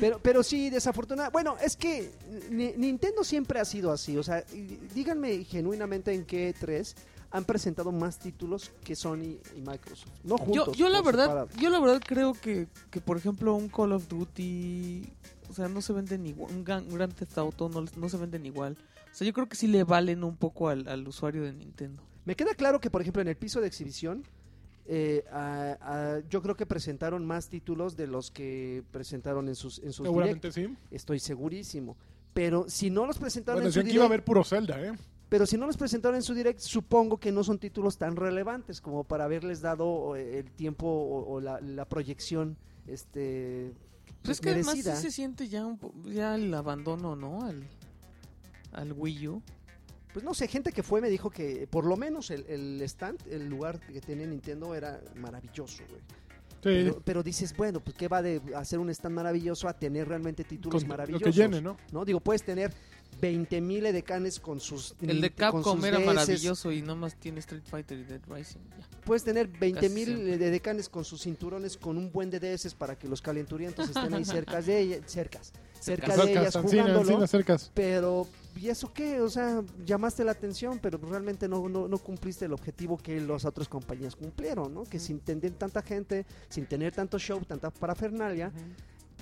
B: Pero, pero sí, desafortunada. Bueno, es que Ni- Nintendo siempre ha sido así. O sea, y- díganme genuinamente en qué tres han presentado más títulos que Sony y Microsoft. No
C: yo,
B: juntos.
C: yo la
B: por
C: verdad,
B: separado.
C: yo la verdad creo que, que, por ejemplo, un Call of Duty, o sea, no se venden igual, un Gran, un Grand Theft Auto no, no se venden igual. O sea, yo creo que sí le valen un poco al, al usuario de Nintendo.
B: Me queda claro que, por ejemplo, en el piso de exhibición, eh, a- a- yo creo que presentaron más títulos de los que presentaron en sus, en sus
A: Seguramente sí.
B: direct. Estoy segurísimo. Pero si no los presentaron
A: Bueno,
B: en su
A: decían que iba a
B: direct-
A: haber puro Zelda, ¿eh?
B: Pero si no los presentaron en su direct, supongo que no son títulos tan relevantes como para haberles dado eh, el tiempo o, o la, la proyección este
C: Pero
B: pues,
C: es que además sí
B: merecida.
C: se siente ya, un po- ya el abandono, ¿no? Al, al Wii U.
B: Pues no sé, gente que fue me dijo que por lo menos el, el stand, el lugar que tenía Nintendo era maravilloso, güey.
A: Sí.
B: Pero, pero dices, bueno, pues qué va de hacer un stand maravilloso a tener realmente títulos
A: Con lo
B: maravillosos.
A: que llene, ¿no?
B: ¿no? Digo, puedes tener 20.000 edecanes con sus
C: El de
B: nin- con
C: Capcom
B: sus
C: era
B: DS,
C: maravilloso y nomás tiene Street Fighter y Dead Rising. ya.
B: Puedes tener 20.000
C: siempre.
B: mil decanes con sus cinturones con un buen DDS para que los calenturientos estén ahí cerca de ellas, cercas, cerca de ellas
A: Cercas, Ancina,
B: jugándolo.
A: Ancina, cercas.
B: Pero, ¿y eso qué? O sea, llamaste la atención, pero realmente no, no, no cumpliste el objetivo que las otras compañías cumplieron, ¿no? Que sin tener tanta gente, sin tener tanto show, tanta parafernalia,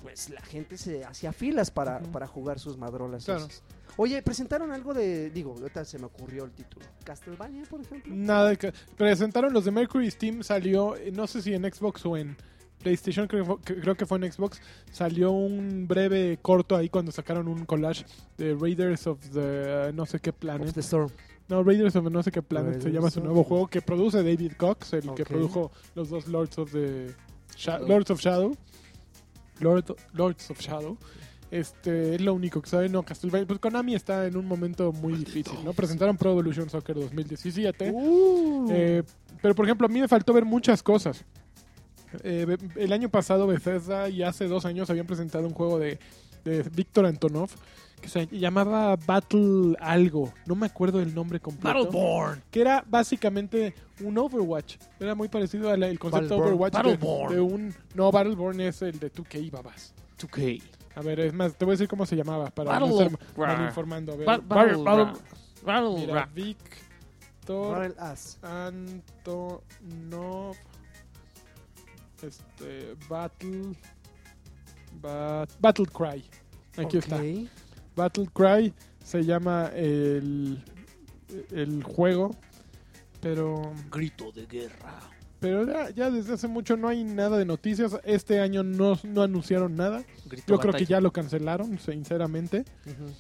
B: pues la gente se hacía filas para,
A: Ujú.
B: para jugar sus madrolas.
A: Claro.
B: esas. Oye, presentaron algo de, digo, ahorita se me ocurrió el título. Castlevania, por ejemplo.
A: Nada que- Presentaron los de Mercury Steam, salió, eh, no sé si en Xbox o en PlayStation, creo, que fue- que- creo que fue en Xbox, salió un breve corto ahí cuando sacaron un collage de Raiders of the eh, no sé qué
B: Of
A: planet.
B: the Storm.
A: No, Raiders of the no sé qué planet se
B: Raiders
A: llama su
B: of-
A: nuevo juego que produce David Cox, el que
B: Ok.
A: produjo los dos Lords of the Sha-
C: Shadow.
A: Lords of Shadow. Lord- Lords of Shadow. Este es lo único que sabe, no, Castlevania. Pues Konami está en un momento muy difícil, ¿no? Presentaron Pro Evolution Soccer 2017.
B: Uh.
A: Eh, pero por ejemplo, a mí me faltó ver muchas cosas. Eh, be- el año pasado Bethesda y hace dos años habían presentado un juego de, de Víctor Antonov que se llamaba Battle algo, no me acuerdo el nombre completo.
D: Battleborn.
A: Que era básicamente un Overwatch. Era muy parecido al el concepto
B: Battleborn.
A: Overwatch de-
D: Battleborn.
A: De, un... No, Battleborn es el de 2K, babas.
D: 2K.
A: A ver, es más, te voy a decir cómo se llamaba para no
D: Battle-
A: estar mal informando. A ver,
C: Ba- Battle
A: Battle-
C: Ra- Battle
A: Mira,
C: Ra-
A: Vic Héctor
B: Ronald As.
A: Antonov. Este. Battle. Bat- Battle Cry. Aquí está.
B: Ok.
A: Battle Cry se llama el, el juego. Pero,
D: Grito de guerra.
A: pero ya, ya desde hace mucho no hay nada de noticias. Este año no, no anunciaron nada. Yo creo que ya lo cancelaron, sinceramente.
B: Ujú.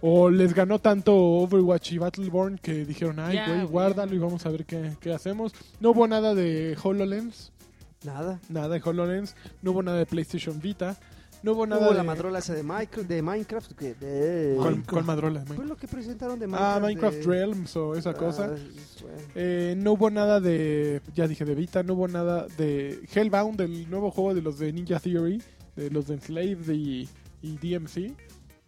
A: O les ganó tanto Overwatch y Battleborn que dijeron, ay,
C: Ya,
A: güey,
C: güey.
A: guárdalo y vamos a ver qué, qué hacemos. No hubo nada de HoloLens,
B: Nada.
A: nada de HoloLens. No hubo nada de PlayStation Vita. No hubo nada
B: Hubo
A: de...
B: la madrola esa de, Michael, de Minecraft. Que de...
A: ¿Cuál- cuál madrola?
B: Fue lo que presentaron de Minecraft.
A: Ah, Minecraft
B: de-
A: Realms o esa cosa.
B: Ah, es- bueno.
A: Eh, no hubo nada de. Ya dije de Vita, no hubo nada de Hellbound, el nuevo juego de los de Ninja Theory, de los de Enslaved y, y DMC.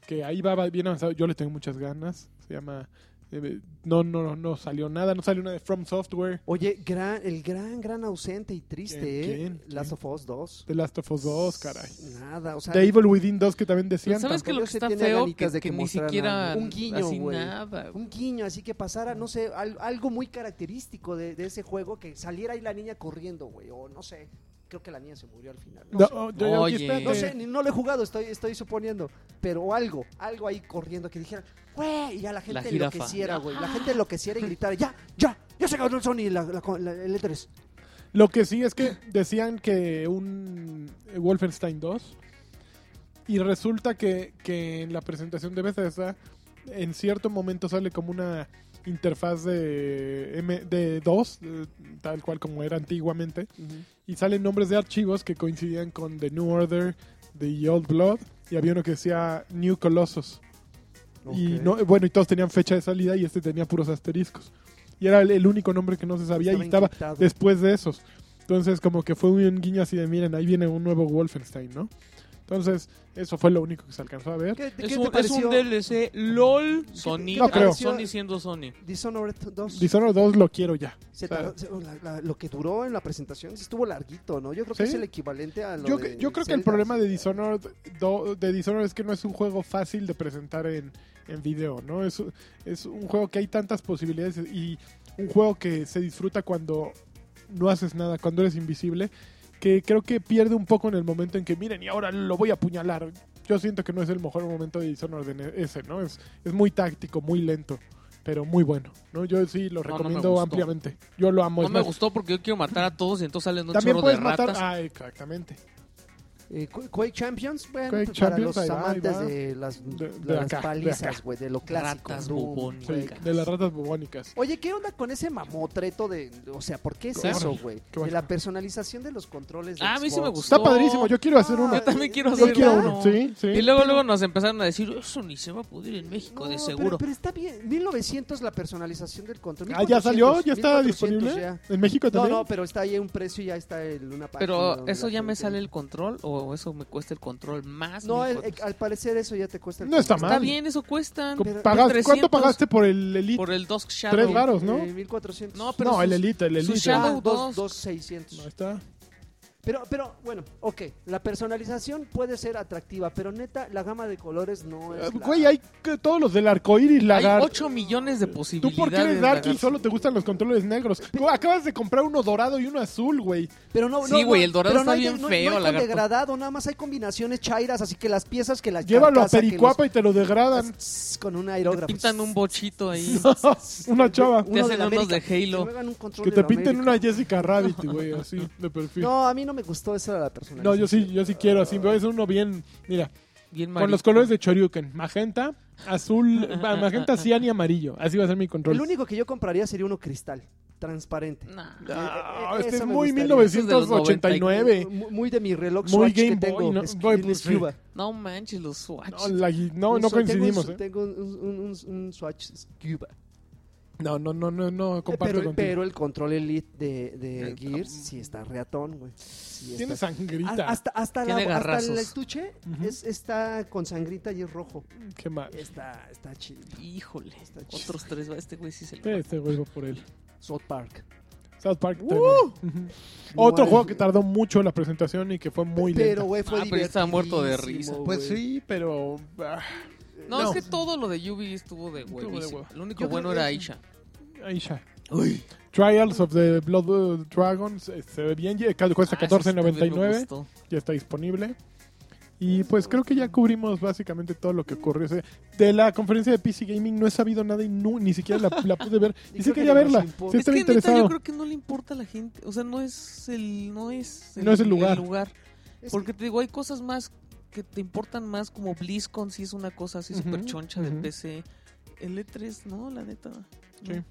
A: Que ahí va, va bien avanzado. Yo le tengo muchas ganas. Se llama. eh, no, no, no, no salió nada. No salió nada de From Software,
B: Oye, gran, el gran, gran ausente y triste,
A: ¿Quién,
B: ¿eh?
A: quién,
B: Last
A: quién?
B: of Us 2.
A: The Last of Us 2, caray.
B: Nada, o sea,
A: The Evil Within 2, que también decían.
C: ¿Sabes que
B: tampoco
C: lo que
B: se
C: está
B: tiene
C: feo?
B: ganitas
C: Que,
B: de que
C: que ni
B: mostraran
C: siquiera
B: algo. Un guiño,
C: así
B: güey.
C: nada. güey.
B: un guiño así que pasara, no sé, al- algo muy característico de, de ese juego, que saliera ahí la niña corriendo, güey, o no sé, creo que la niña se murió al final. No,
A: No,
B: sé,
A: oh, yo- yo-
C: Oye.
A: espérate.
B: no sé, ni- no lo he jugado, estoy, estoy suponiendo, pero algo, algo ahí corriendo que dijera, güey, y a la gente
C: jirafa.
B: enloqueciera, güey, la gente enloqueciera y gritara, ya, ya, ya se ganó el Sony, la, la- la- el E E3.
A: Lo que sí es que decían que un eh, Wolfenstein 2 y resulta que, que en la presentación de Bethesda en cierto momento sale como una interfaz de, M, de 2, eh, tal cual como era antiguamente, y salen nombres de archivos que coincidían con The New Order, The Old Blood, y había uno que decía New Colossus. Y
B: Ok.
A: no, bueno, y todos tenían fecha de salida y este tenía puros asteriscos. Y era el, el único nombre que no se sabía y estaba
B: encriptado.
A: después de esos. Entonces, como que fue un guiño así de, miren, ahí viene un nuevo Wolfenstein, ¿no? Entonces, eso fue lo único que se alcanzó a ver.
B: ¿Qué, qué
D: Es
B: te
D: un, es
B: pareció
D: un DLC LOL Sony.
A: No creo.
D: Están diciendo Sony.
B: Dishonored 2?
A: Dishonored 2 lo quiero ya.
B: Se
A: O sea,
B: tardó- se- la- la- lo que duró en la presentación sí estuvo larguito, ¿no? Yo creo que
A: Sí.
B: es el equivalente a lo
A: yo, que-
B: de
A: yo creo que el
B: Zelda.
A: problema de Dishonored, do- de Dishonored es que no es un juego fácil de presentar en, en video, ¿no? Es, un- es un juego que hay tantas posibilidades y un juego que se disfruta cuando no haces nada, cuando eres invisible, que creo que pierde un poco en el momento en que miren y ahora lo voy a apuñalar. Yo siento que no es el mejor momento de Dishonored en e- ese, ¿no? Es, es muy táctico, muy lento. Pero muy bueno, ¿no? Yo sí lo
C: no me
A: recomiendo
C: gustó.
A: ampliamente. Yo lo amo.
C: No
A: es
C: me
A: más,
C: gustó porque yo quiero matar a todos y entonces salen un
A: también
C: chorro de
A: puedes matar.
C: ratas.
A: Ah, exactamente.
B: Eh, Qu- Quake Champions, bueno,
A: Quake
B: pues
A: Champions,
B: para
A: ahí
B: los
A: va, ahí
B: amantes
A: va.
B: de las,
A: De-
B: de
A: de acá,
B: las
A: de acá.
B: palizas, güey, de lo clásico.
C: Ratas
B: ¿no?
C: bubónicas.
A: Sí, de las ratas bubónicas.
B: Oye, ¿qué onda con ese mamotreto de... O sea, ¿por qué es
A: Qué
B: eso,
A: horror,
B: güey?
A: qué
B: De
A: horror.
B: la personalización de los controles de
C: Ah, a mí sí me
B: Xbox.
C: gustó.
A: Está padrísimo, yo quiero hacer uno.
B: Ah,
C: Yo también quiero
B: Yo
A: Yo
C: hacer
A: quiero
B: ¿verdad?
A: uno, sí, sí.
C: Y luego, luego nos empezaron a decir, eso ni se va a poder en México,
B: No,
C: de
B: pero-
C: seguro.
B: Pero, está bien. 1900 la personalización del control.
A: Ah, ya salió, ya
B: 1400,
A: está
B: 1400
A: disponible.
B: ya.
A: En México
B: No,
A: también.
B: no, pero está ahí un precio y ya está en una página.
C: Pero
B: donde
C: eso
B: la
C: ya me
B: gente-
C: sale el control o eso me cuesta el control más.
B: No,
C: mil
B: el-
C: cuatro-
B: el- al parecer eso ya te cuesta.
A: No está
C: Está
A: mal.
C: bien, eso cuesta.
A: Co-
B: pero-
A: pagas- ¿Cuánto
C: 300
A: pagaste por el Elite?
C: Por el Dusk Shadow.
A: Tres varos. caros, ¿no?
B: Eh, 1400.
C: No, pero-
A: no, el
C: sus-
A: Elite, el
C: sus
A: Elite.
C: Shadow
B: Ah, dos-
C: dos.
B: dos
A: No,
B: 600.
A: está.
B: Pero, pero, bueno, ok. La personalización puede ser atractiva, pero neta, la gama de colores no
A: Eh,
B: es. la-
A: Güey, hay que- todos los del arcoíris,
C: Hay
A: lagar.
C: 8 millones de
A: ¿Tú
C: posibilidades.
A: por qué eres dark y
C: lagarto.
A: solo te gustan los controles negros? Güey, Acabas de comprar uno dorado y uno azul, güey.
B: Pero no,
C: Sí,
B: no, no,
C: güey, el dorado
B: pero
C: está
B: no hay-
C: bien
B: no- no
C: feo,
B: hay con
C: lagarto.
B: degradado, nada más hay combinaciones chairas, así que las piezas que las
A: Llévalo a
B: carcasa que los-
A: Pericuapa y te lo degradan.
B: Tss, con un
C: Te
B: aerógrafo.
C: pintan un bochito ahí.
A: una chava.
B: Uno
C: Te hacen
B: del
C: unos de
B: América.
C: Halo.
B: Que, hagan un control
A: Que
B: del
A: te pinten
B: América.
A: una Jessica Rabbit, güey, así, de perfil.
B: No, a mí no me gustó esa la personalización.
A: No, yo sí, yo sí quiero así. Voy a hacer uno bien, mira,
C: Bien
A: Con los
C: marico.
A: colores de Choryuken. Magenta, azul, ma- magenta, cian y amarillo. Así va a ser mi control.
B: El único que yo compraría sería uno cristal, transparente.
C: Nah.
A: Ah,
B: Eh, eh,
A: este
B: eso
A: es
B: me
A: muy
B: gustaría.
A: 1989.
B: Mu- Muy de mi reloj
A: Muy
B: Swatch
A: Game
B: que
A: Boy,
B: tengo.
A: ¿no?
B: es-
A: Boy,
B: en
A: pues, sí.
B: Scuba.
C: No manches, los Swatch.
A: No, la- no,
B: Un
A: no
B: Swatch- tengo
A: coincidimos.
B: un-
A: ¿eh?
B: Tengo un, un- un- un Swatch Scuba.
A: No, no, no, no, no
B: Eh,
A: comparto
B: Pero,
A: contigo.
B: pero el control Elite de, de
C: Eh,
B: Gears
A: ah,
C: um,
B: sí está reatón, güey. Sí
A: Tiene
B: está-
A: sangrita.
B: A- Hasta, hasta, la-
C: Tiene
B: hasta el
C: garrazos.
B: estuche
A: Ujú.
B: es- está con sangrita y es rojo.
A: Qué mal.
B: Está, está chido.
C: Híjole.
B: Está chido.
C: Otros tres, va, este güey sí se lo...
A: Este vuelvo por él.
B: South Park.
A: South Park. también. Ujú. Otro
B: Uh, No,
A: juego
B: es-
A: que tardó mucho en la presentación y que fue muy
B: Pero,
A: lento.
B: güey, fue
C: Ah, pero está muerto de risa.
B: divertidísimo,
A: Pues
B: güey.
A: sí, pero... ah,
C: No,
A: No.
C: es que todo lo de Yubi estuvo de
A: Estuvo de
C: huevísimo.
A: huevo.
C: Lo único
B: Yo creo
C: bueno
B: que
C: era
B: es-
C: Aisha. Ah,
A: Aisha. Trials of the Blood uh, Dragons eh, se ve bien, ya- ca- cuesta
C: Ah, ese sí, también me
A: 14.99,
C: gustó.
A: ya está disponible. Y pues creo que ya cubrimos básicamente todo lo que ocurrió. O sea, de la conferencia de PC Gaming no he sabido nada y no- ni siquiera la, la pude ver.
B: Y
A: Y sí
B: creo que
A: quería
B: ni nos
A: verla.
B: importa.
A: Sí
B: Es
C: Es que
A: estaba
C: neta,
A: interesado.
C: yo creo que no le importa a la gente. O sea, no es el, no es
A: No es el lugar.
B: Es
C: Porque te digo, hay cosas más que te importan más, como BlizzCon, si es una cosa así
A: Ujú,
C: súper choncha del
A: ujú.
C: PC. El E3, no, la neta. no.
A: Sí.
B: que-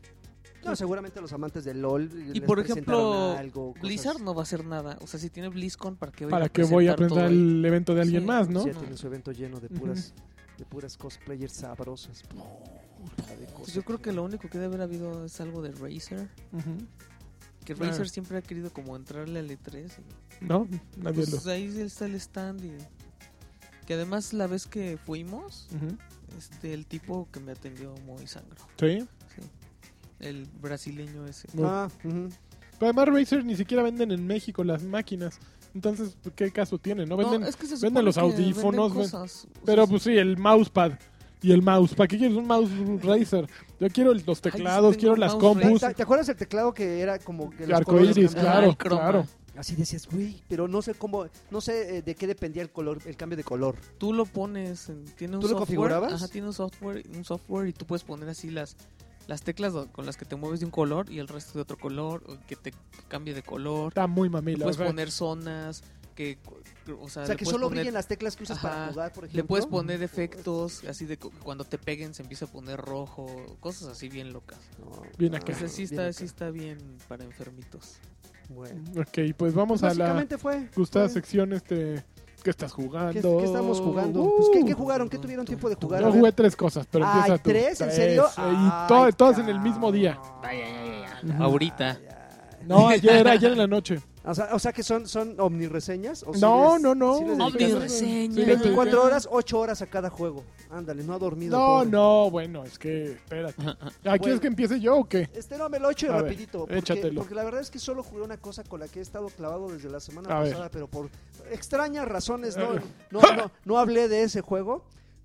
B: no, seguramente los amantes de LOL.
C: Y, por ejemplo, Blizzard
B: Blizzard
C: no va a hacer nada. O sea, si tiene BlizzCon, ¿para qué voy
A: Para
C: a
A: que voy a
C: presentar
A: presentar
C: todo
A: el evento de alguien
C: Sí,
A: más, ¿no?
B: Sí, ya tiene su evento lleno de puras, de puras cosplayers sabrosas. Pura de
C: ahí?
B: cosas.
C: Pues yo creo que lo único que debe haber habido es algo de Razer.
A: Ujú.
C: Que
A: Claro.
C: Razer siempre ha querido como entrarle al E3. y-
A: No, nadie
C: Pues
A: lo.
C: ahí está el stand y... Que además la vez que fuimos,
A: Ujú.
C: este, el tipo que me atendió muy sangró.
A: Sí.
C: sí. El brasileño ese.
B: Ah, ujú.
A: Pero además Razer ni siquiera venden en México las máquinas. Entonces, ¿qué caso tiene? No venden.
C: es que se
A: venden
C: supone
A: los
C: que
A: audífonos, ven-
C: cosas. O sea,
A: Pero pues sí, el mousepad. Y el mouse. ¿Para qué quieres un mouse Razer? Yo quiero el- los teclados,
C: tengo
A: quiero
C: un
A: las
C: mouse
B: ¿Te-
A: compus.
B: ¿Te, te acuerdas el teclado que era como que los colores
A: Arcoiris,
C: cambian.
A: Pues
B: cambiaban?
A: claro,
C: Ah, el croma.
A: claro.
B: Así decías, güey, pero no sé cómo, no sé eh, de qué dependía el color, el cambio de color.
C: tú lo pones, en- tiene un
B: ¿Tú lo
C: software,
B: configurabas?
C: Ajá, tiene un software, un software y tú puedes poner así las las teclas do- con las que te mueves de un color y el resto de otro color, o que te cambie de color.
A: Está muy mamila. o
C: puedes
A: sea,
C: poner zonas que cu- o sea,
B: o sea,
C: le
B: que
C: puedes
B: solo
C: poner-
B: brillen las teclas que usas para
C: Ajá.
B: jugar, por ejemplo.
C: le puedes poner efectos así de cu- cuando te peguen se empieza a poner rojo, cosas así bien locas.
B: No,
A: Bien
B: ah,
A: acá.
C: Entonces sí
B: bien
C: está,
B: acá.
C: sí está bien para enfermitos.
B: Bueno.
A: Ok, pues vamos a la
B: Básicamente fue.
A: gustada
B: fue.
A: sección este que estás
B: ¿Qué,
A: jugando.
B: qué estamos jugando?
A: Uh,
B: Pues, ¿qué, qué jugaron? ¿Qué tuvieron tiempo de jugar?
A: Yo
B: A ver.
A: jugué tres cosas, pero
B: Ay,
A: empieza tú.
B: ¿tres? ¿En serio?
A: Tres, eh, Y to-
B: Ay,
A: todas en el mismo día.
B: cabrón.
C: Ahorita.
B: Ay, ay.
A: No, ayer, ayer en la noche.
B: O sea, o sea que son, son omnireseñas. ¿o sí
A: No,
B: les-
A: no, no.
B: sí les
A: Omni-
B: dedicas-
A: Sí,
D: Omnireseña.
A: le-
B: 24 horas, 8 horas a cada juego. Ándale, no ha dormido.
A: No,
B: pobre.
A: no, bueno, es que espérate. ¿Ah, ¿Quieres que empiece yo o qué?
B: Este no me lo echo y
A: A ver,
B: rapidito. porque,
A: échatelo.
B: porque la verdad es que solo jugué una cosa con la que he estado clavado desde la semana
A: A ver.
B: pasada, pero por extrañas razones no,
A: Eh.
B: no, no, no hablé de ese juego.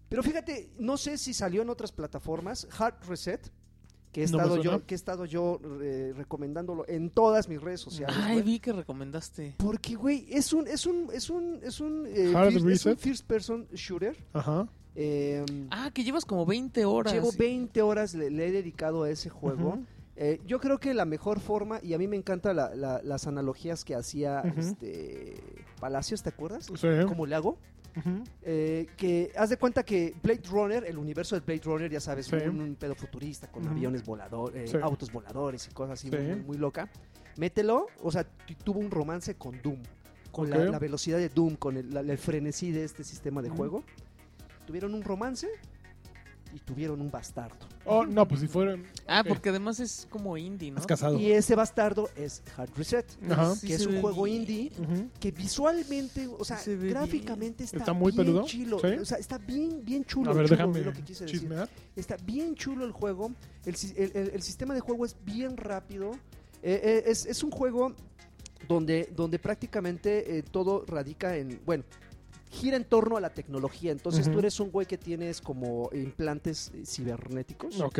B: Pero fíjate, no sé si salió en otras plataformas, Hard Reset, que he
A: No me
B: estado
A: suena.
B: yo, que he estado yo eh, recomendándolo en todas mis redes sociales.
C: Ay,
B: güey.
C: vi que recomendaste.
B: Porque, güey, es un, es un, es un, es un, eh,
A: Hard
B: first, es un
A: Reset.
B: first person shooter.
A: Ajá.
B: Eh,
C: Ah, que llevas como 20 horas.
B: Llevo 20 horas, le, le he dedicado a ese juego.
A: Ujú.
B: Eh, yo creo que la mejor forma, y a mí me encantan la- la- las analogías que hacía
A: Ujú.
B: este, Palacios, ¿te acuerdas?
A: Sí.
B: ¿Cómo le hago?
A: Ujú.
B: Eh, que haz de cuenta que Blade Runner, el universo de Blade Runner, ya sabes,
A: Sí.
B: un, un pedo futurista con
A: Ujú.
B: aviones voladores,
A: Sí.
B: autos voladores y cosas así
A: Sí.
B: muy, muy loca. Mételo, o sea, tu- tuvo un romance con Doom, con la-
A: Ok.
B: la, velocidad de Doom, con el, la- el frenesí de este sistema de
A: Ujú.
B: juego. Tuvieron un romance y tuvieron un bastardo.
A: Oh, no, pues si fueron.
C: Ah,
A: Ok.
C: porque además es como indie, ¿no?
A: Has casado.
B: Y ese bastardo es Hard Reset,
A: Ajá.
C: Sí
B: que es
C: se
B: un
C: ve
B: juego
C: bien.
B: indie
A: Ujú.
B: que visualmente, o sea,
C: Se ve
B: gráficamente está,
A: Está muy
B: bien
A: peludo,
B: chilo,
A: ¿sí?
B: o sea, está bien, bien chulo.
A: A ver,
B: chulo,
A: déjame
B: es lo que quise decir.
A: chismear.
B: Está bien chulo el juego. El, si- el- el- el sistema de juego es bien rápido. Eh, eh, es, es un juego donde, donde prácticamente eh, todo radica en. Bueno, gira en torno a la tecnología. Entonces
A: Ujú.
B: tú eres un güey que tienes como implantes eh, cibernéticos.
A: Ok.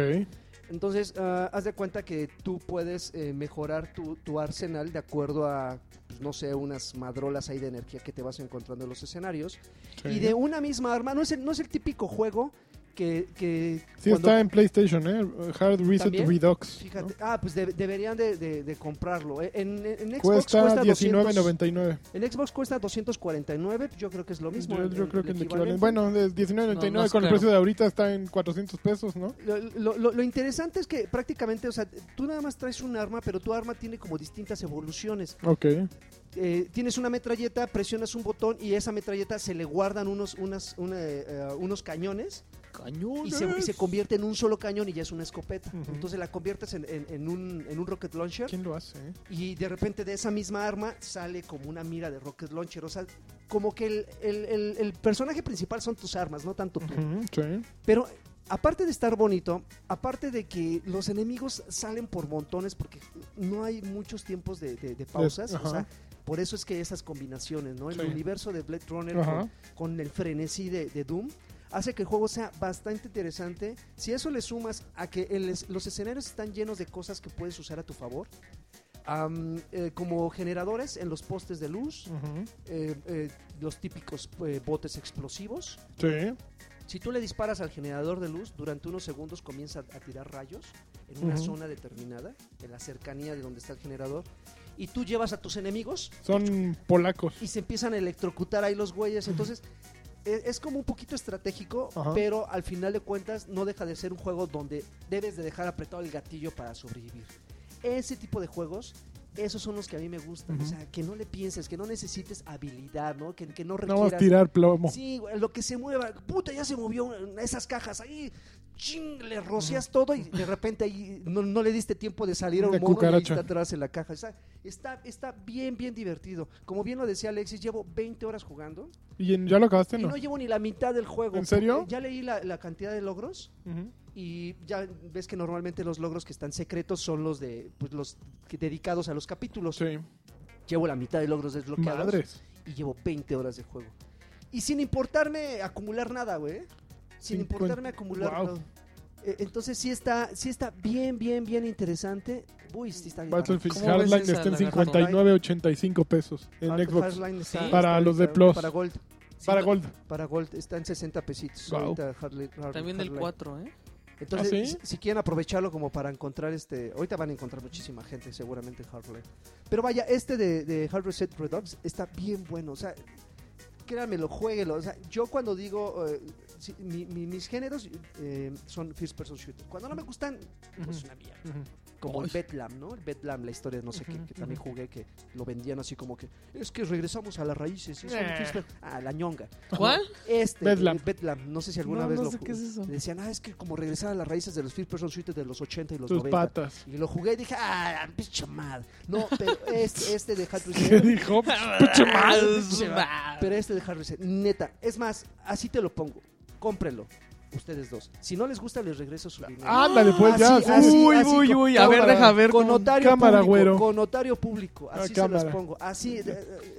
B: Entonces, ah, haz de cuenta que tú puedes eh, mejorar tu, tu arsenal de acuerdo a, pues, no sé, unas madrolas ahí de energía que te vas encontrando en los escenarios.
A: sí.
B: Y de una misma arma, no es el, no es el típico juego que... que
A: Sí,
B: cuando-
A: está en PlayStation, ¿eh? Hard Reset
B: ¿También?
A: Redux. ¿no?
B: Fíjate, ah, pues de- deberían de, de- de comprarlo. Eh, En, en Xbox cuesta,
A: Cuesta
B: 19.99.
A: 19.99.
B: En Xbox cuesta 249, pues yo creo que es lo mismo.
A: Yo,
B: el-
A: yo
B: el-
A: creo que
B: el
A: el equivalente.
B: equivalente.
A: Bueno, de 19.99
C: No, no es
A: con el
C: caro.
A: precio de ahorita está en 400 pesos, ¿no?
B: Lo, lo- lo- lo interesante es que prácticamente, o sea, tú nada más traes un arma, pero tu arma tiene como distintas evoluciones.
A: Ok.
B: eh, tienes una metralleta, presionas un botón y a esa metralleta se le guardan unos, unas, una, eh, eh, unos cañones
C: Cañones.
B: y se, y se convierte en un solo cañón y ya es una escopeta.
A: Ujú.
B: Entonces la conviertes en, en- en un, en un rocket launcher
A: ¿Quién lo hace? eh?
B: y de repente de esa misma arma sale como una mira de rocket launcher. O sea, como que el, el- el- el personaje principal son tus armas, no tanto tú.
A: Ujú, sí.
B: Pero aparte de estar bonito, aparte de que los enemigos salen por montones porque no hay muchos tiempos de, de- de pausas,
A: ajá.
B: o sea, por eso es que esas combinaciones, ¿no? El
A: Sí.
B: universo de Blade Runner
A: Ajá.
B: con, con el frenesí de, de Doom. hace que el juego sea bastante interesante. Si eso le sumas a que el es- los escenarios están llenos de cosas que puedes usar a tu favor, am, eh, como generadores en los postes de luz,
A: Ujú.
B: eh, eh, los típicos eh, botes explosivos.
A: Sí.
B: Si tú le disparas al generador de luz, durante unos segundos comienza a tirar rayos en una
A: Ujú.
B: zona determinada, en la cercanía de donde está el generador, y tú llevas a tus enemigos
A: Son polacos.
B: y se empiezan a electrocutar ahí los güeyes. Entonces, e- es como un poquito estratégico,
A: Ajá.
B: pero al final de cuentas no deja de ser un juego donde debes de dejar apretado el gatillo para sobrevivir. Ese tipo de juegos, esos son los que a mí me gustan.
A: Ujú.
B: O sea, que no le pienses, que no necesites habilidad, ¿no? Que, que no
A: Nada más
B: requieras...
A: tirar plomo.
B: Sí, güey, lo que se mueva. Puta, ya se movió una- esas cajas ahí. Ching, le rocias todo y de repente ahí no, no le diste tiempo de salir a un
A: Una
B: mono y ahí
A: cucaracha.
B: está atrás en la caja. Está, está, está bien, bien divertido. Como bien lo decía Alexis, llevo 20 horas jugando
A: ¿Y en- ya lo acabaste?
B: y
A: No.
B: no llevo ni la mitad del juego.
A: ¿En serio?
B: porque Ya leí la, la cantidad de logros
A: Ujú.
B: y ya ves que normalmente los logros que están secretos son los de pues, los que- dedicados a los capítulos.
A: Sí.
B: Llevo la mitad de logros desbloqueados
A: Madres.
B: y llevo 20 horas de juego. Y sin importarme acumular nada, güey. ¿eh? Sin
A: Cincuenta-
B: importarme acumular
A: Wow.
B: nada. Eh, Entonces sí está, sí está bien, bien, bien interesante. Uy, sí está bien.
A: Battlefield
C: ¿Cómo ves
A: Hardline
C: esa,
A: está en
C: lagarto?
A: 59.85 pesos en
B: Hard-
A: Xbox.
B: Hardline está-
C: Sí.
A: Para
B: está
A: los
B: bien,
A: de
B: cabrón.
A: Plus.
B: Para Gold,
A: Para
C: Sí,
A: Gold.
B: para Gold está en 60 pesitos.
A: Wow.
B: Ahorita Hardline- Hard-
C: También el
B: Hardline.
C: 4, ¿eh?
B: Entonces,
A: ¿Ah, sí?
B: si- si quieren aprovecharlo como para encontrar este, ahorita van a encontrar muchísima gente seguramente en Hardline. Pero vaya, este de, de Hard Reset Redux está bien bueno, o sea, créanmelo, jueguelo. O sea, yo cuando digo, eh, si- mi- mi- mis géneros eh, son first person shooter. Cuando no me gustan, pues
A: Ujú.
B: una mierda.
A: Ujú.
B: Como el
A: Ay.
B: Bedlam, ¿no? El Bedlam, la historia de no sé qué,
A: Ujú,
B: que también jugué, que lo vendían así como que, es que regresamos a las raíces, es un
A: Nah.
B: first person- ah, la ñonga.
C: ¿Cuál?
B: Este,
A: Bedlam.
B: eh, Bedlam, no sé si alguna
A: No,
B: vez
A: no
B: lo
A: sé qué es eso.
B: Decían, ah, es que como regresar a las raíces de los first person shooters de los 80 y los
A: Tus
B: 90.
A: patas.
B: Y lo jugué y dije, ah, pinche madre. No, pero este, este de Hard
A: ¿Qué
B: Reset.
A: dijo?
B: pero este de Hard Reset, neta. Es más, así te lo pongo. Cómprenlo, ustedes dos. Si no les gusta, les regreso su dinero.
A: Ándale, pues ya.
B: Así,
A: sí.
B: Ah, así,
A: Uy,
B: así,
A: uy,
B: con-
A: uy.
B: con-
A: A ver, deja
C: ver
B: Con
C: con
B: notario
A: cámara,
B: público.
A: güero.
B: Con notario público.
A: Ah,
B: Así se
A: cámara.
B: los pongo. Así. de- de-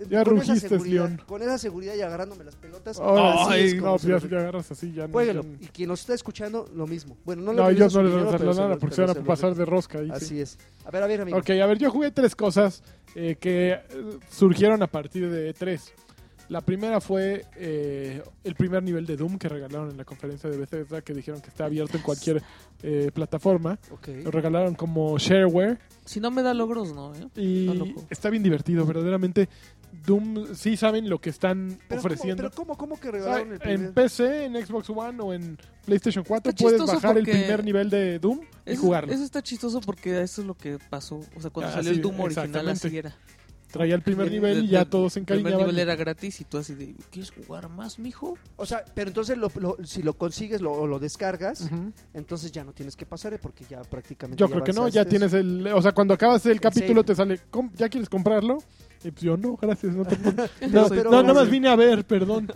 A: Ya
B: con esa
A: rugiste,
B: seguridad-
A: León.
B: Con esa seguridad y agarrándome las pelotas.
A: Ahora
B: así es
A: sí,
B: como
A: no, pues,
B: se
A: ya,
B: los-
A: si te agarras así, ya no.
B: Jueguelo.
A: ya no.
B: Y quien nos está escuchando, lo mismo. Bueno, no, le
A: No, yo
B: regreso
A: no
B: su
A: les
B: dinero,
A: regresaron
B: pero se
A: nada
B: lo-
A: porque se
B: pero
A: van a
B: lo
A: pasar
B: regreso.
A: de rosca ahí. sí.
B: Así es. A ver, a ver, amigo.
A: Ok, a ver, yo jugué tres cosas eh, que eh, surgieron a partir de tres. La primera fue eh, el primer nivel de Doom que regalaron en la conferencia de Bethesda, que dijeron que está abierto en cualquier eh, plataforma.
B: Ok.
A: Lo regalaron como shareware
C: Si no me da logros, no, ¿eh?
A: y
C: Está loco.
A: está bien divertido, verdaderamente. Doom sí saben lo que están
B: Pero
A: ofreciendo.
B: ¿cómo, pero cómo, cómo que
A: O sea,
B: regalaron el
A: en
B: primer?
A: PC, en Xbox One o en PlayStation 4
C: Está
A: puedes
C: chistoso
A: bajar el
C: porque
A: primer nivel de Doom y
C: Eso,
A: jugarlo.
C: eso está chistoso porque eso es lo que pasó. O sea, cuando
A: Ah,
C: salió
A: sí,
C: el Doom original,
A: exactamente.
C: así era.
A: Traía el primer nivel y ya todos se
C: El primer
A: encariñaban.
C: nivel era gratis y tú así de.
D: ¿Quieres jugar más, mijo?
B: O sea, pero entonces lo- lo- si lo consigues lo- o lo descargas,
A: Ujú.
B: entonces ya no tienes que pasar ¿eh? porque ya prácticamente.
A: Yo
B: ya
A: creo que no,
B: avanzaste.
A: ya tienes el... O sea, cuando acabas el
B: El
A: capítulo
B: save.
A: te sale, "Com- ¿ya quieres comprarlo? Y pues yo, no, gracias, no tengo...
B: Pero-
A: No,
B: pero-
A: no, nada más vine a ver, perdón.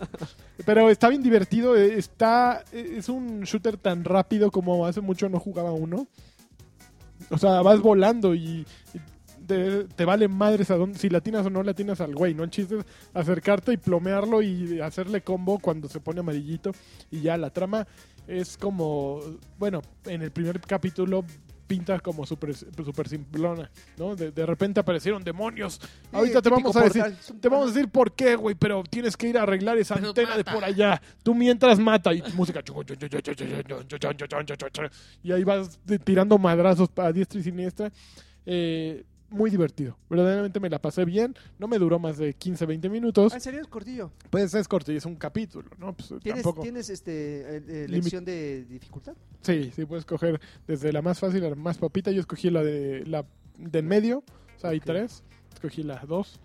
A: Pero está bien divertido, eh, está... eh, Es un shooter tan rápido como hace mucho no jugaba uno. O sea, vas volando y... y te, te vale madres a dónde, si latinas o no latinas al güey, ¿no? El chiste es acercarte y plomearlo y hacerle combo cuando se pone amarillito y ya la trama es como, bueno, en el primer capítulo pinta como súper super simplona, ¿no? De, de repente aparecieron demonios.
B: Sí,
A: Ahorita te
B: típico
A: vamos a decir,
B: portal. Es un-
A: te vamos a decir por qué, güey, pero tienes que ir a arreglar esa
C: Pero
A: antena de
C: mata.
A: por allá. Tú mientras mata y música. Y ahí vas de- tirando madrazos a diestra y siniestra. Eh, muy divertido. Verdaderamente me la pasé bien. No me duró más de 15, 20 minutos.
B: Ah, ¿en serio, Cordillo?
A: Pues es corto y es un capítulo, ¿no? Pues
B: ¿Tienes,
A: tampoco.
B: ¿tienes este, eh, eh,
A: Limit-
B: elección de dificultad?
A: Sí, sí, puedes coger desde la más fácil a la más papita. Yo escogí la de la de en medio, o sea, hay
B: Ok.
A: tres. Escogí las dos.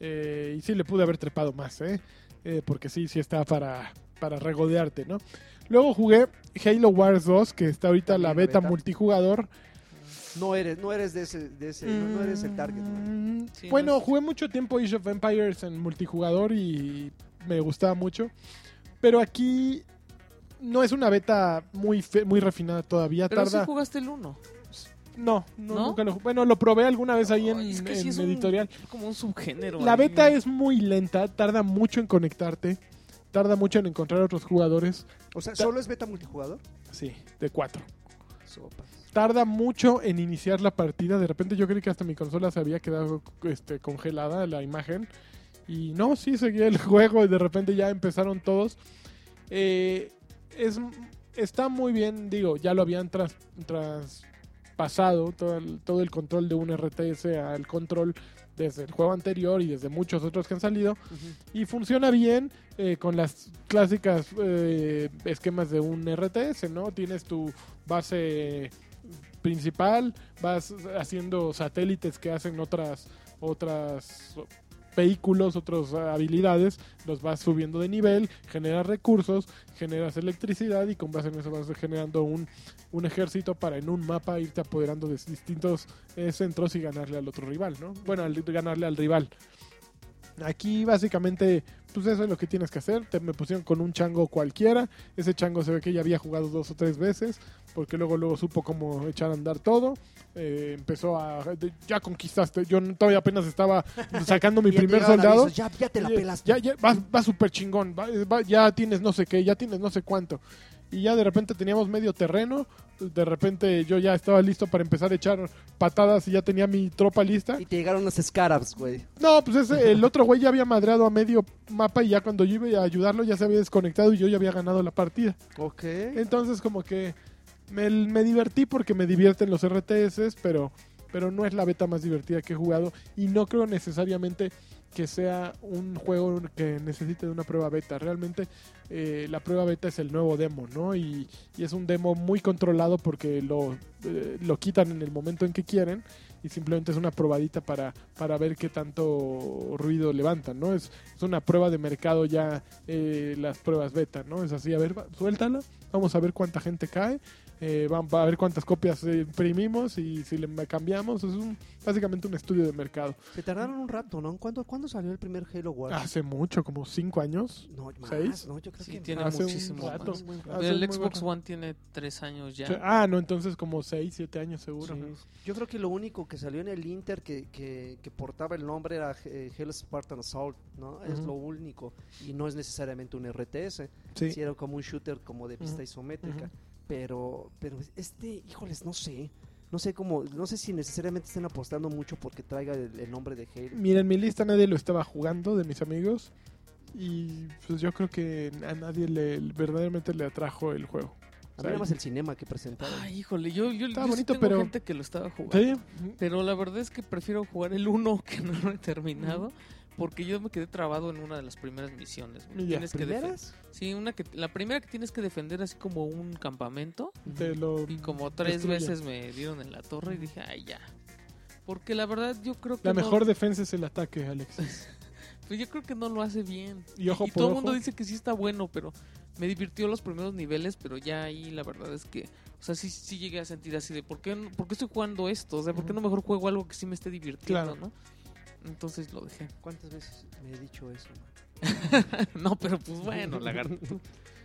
A: Eh, y sí, le pude haber trepado más, ¿eh? Eh, porque sí, sí está para, para regodearte, ¿no? Luego jugué Halo Wars 2, que está ahorita la
B: También la
A: beta,
B: beta.
A: multijugador.
B: No eres, no eres de ese, de ese no, no eres el target. man.
A: Mm,
C: Sí,
A: bueno,
C: no es-
A: jugué mucho tiempo Age of Empires en multijugador y me gustaba mucho. Pero aquí no es una beta muy, fe- muy refinada todavía.
C: Pero
A: tarda.
C: sí jugaste el 1.
A: No, no,
C: ¿No?
A: nunca lo ju- Bueno, lo probé alguna vez ahí en,
C: Ay, es que sí
A: en
C: es un-
A: editorial.
C: Como un subgénero.
A: La
C: ahí.
A: beta es muy lenta, tarda mucho en conectarte. tarda mucho en encontrar otros jugadores.
B: O sea, ¿solo es beta multijugador? pues.
A: Sí, de cuatro.
B: Sopas.
A: Tarda mucho en iniciar la partida. De repente yo creí que hasta mi consola se había quedado este, congelada la imagen. Y no, sí, seguía el juego y de repente ya empezaron todos. Eh, es, está muy bien, digo, ya lo habían tras, traspasado todo el, todo el control de un RTS al control desde el juego anterior y desde muchos otros que han salido. Y funciona bien eh, con las clásicas eh, esquemas de un RTS, ¿no? Tienes tu base principal, vas haciendo satélites que hacen otras, otras vehículos, otras ah, habilidades, los vas subiendo de nivel, generas recursos, generas electricidad y con base en eso vas generando un, un ejército para en un mapa irte apoderando de distintos eh, centros y ganarle al otro rival, ¿no? Bueno, al- ganarle al rival. Aquí básicamente, pues eso es lo que tienes que hacer. Te, me pusieron con un chango cualquiera. Ese chango se ve que ya había jugado dos o tres veces, porque luego luego supo cómo echar a andar todo. Eh, empezó a... de- ya conquistaste. Yo no- todavía apenas estaba sacando mi
B: Y ya
A: primer
B: llegaron
A: soldado.
B: avisos, Ya, ya te la
A: Oye,
B: pelas. pues.
A: Ya, ya, vas, vas súper chingón. va- va- ya tienes no sé qué, ya tienes no sé cuánto. Y ya de repente teníamos medio terreno. De repente yo ya estaba listo para empezar a echar patadas y ya tenía mi tropa lista.
B: Y te llegaron los scarabs, güey.
A: No, pues ese, el otro güey ya había madreado a medio mapa y ya cuando yo iba a ayudarlo ya se había desconectado y yo ya había ganado la partida.
B: Ok.
A: Entonces como que me, me divertí porque me divierten los RTS, pero, pero no es la beta más divertida que he jugado y no creo necesariamente que sea un juego que necesite de una prueba beta. Realmente eh, la prueba beta es el nuevo demo, ¿no? Y, y es un demo muy controlado porque lo, eh, lo quitan en el momento en que quieren y simplemente es una probadita para, para ver qué tanto ruido levantan, ¿no? Es, es una prueba de mercado ya eh, las pruebas beta, ¿no? Es así, a ver, va- suéltala, vamos a ver cuánta gente cae, eh, vamos a ver cuántas copias eh, imprimimos y si le cambiamos, es un, básicamente un estudio de mercado.
B: Se tardaron un rato, ¿no? ¿Cuándo, ¿cuándo salió el primer Halo Wars?
A: Hace mucho, como cinco años.
B: no, más,
A: Ah, ¿seis?
B: no, yo creo
C: Sí,
B: que
C: tiene
B: más.
A: Hace un
C: muchísimo
A: rato.
C: más.
B: Buen Ah, juego.
A: Hace
C: El
A: muy
C: Xbox
A: bueno.
C: One tiene tres años ya.
A: Ah, no, entonces como seis, siete años seguro.
B: Sí. Yo creo que lo único que salió en el Inter que, que, que portaba el nombre era eh, Halo Spartan Assault, ¿no? Es
A: Ujú.
B: lo único. Y no es necesariamente un RTS.
A: Sí.
B: Si era como un shooter como de pista
A: Ujú.
B: isométrica.
A: Ujú.
B: Pero, pero este, híjoles, no sé. No sé cómo, no sé si necesariamente estén apostando mucho porque traiga el, el nombre de Halo.
A: Mira, en mi lista nadie lo estaba jugando de mis amigos. Y pues yo creo que a nadie le, verdaderamente le atrajo el juego.
B: A mí nada más el cinema que presentaron.
C: Ay, híjole, yo, yo,
A: Está
C: yo sí
A: bonito,
C: tengo
A: pero-
C: gente que lo estaba jugando.
A: Sí,
C: Pero la verdad es que prefiero jugar el 1 que no lo he terminado. Porque yo me quedé trabado en una de las primeras misiones. güey.
A: Ya.
C: Tienes que defen-
B: ¿Primeras?
C: sí, una que, la primera que tienes que defender así como un campamento.
A: te lo-
C: Y como tres
A: Destruye.
C: veces me dieron en la torre y dije, ay, ya. Porque la verdad yo creo que
A: La
C: no-
A: mejor defensa es el ataque, Alexis.
C: pues yo creo que no lo hace bien.
A: Y ojo
C: y
A: por
C: todo el
A: ojo.
C: mundo dice que sí está bueno, pero me divirtió los primeros niveles, pero ya ahí la verdad es que, o sea, sí, sí llegué a sentir así de, ¿por qué, no- ¿por qué estoy jugando esto? O sea, ¿por qué no mejor juego algo que sí me esté divirtiendo,
A: Claro.
C: no? Entonces lo dejé.
B: ¿Cuántas veces me he dicho eso? man?
C: no, pero pues bueno, lagarto.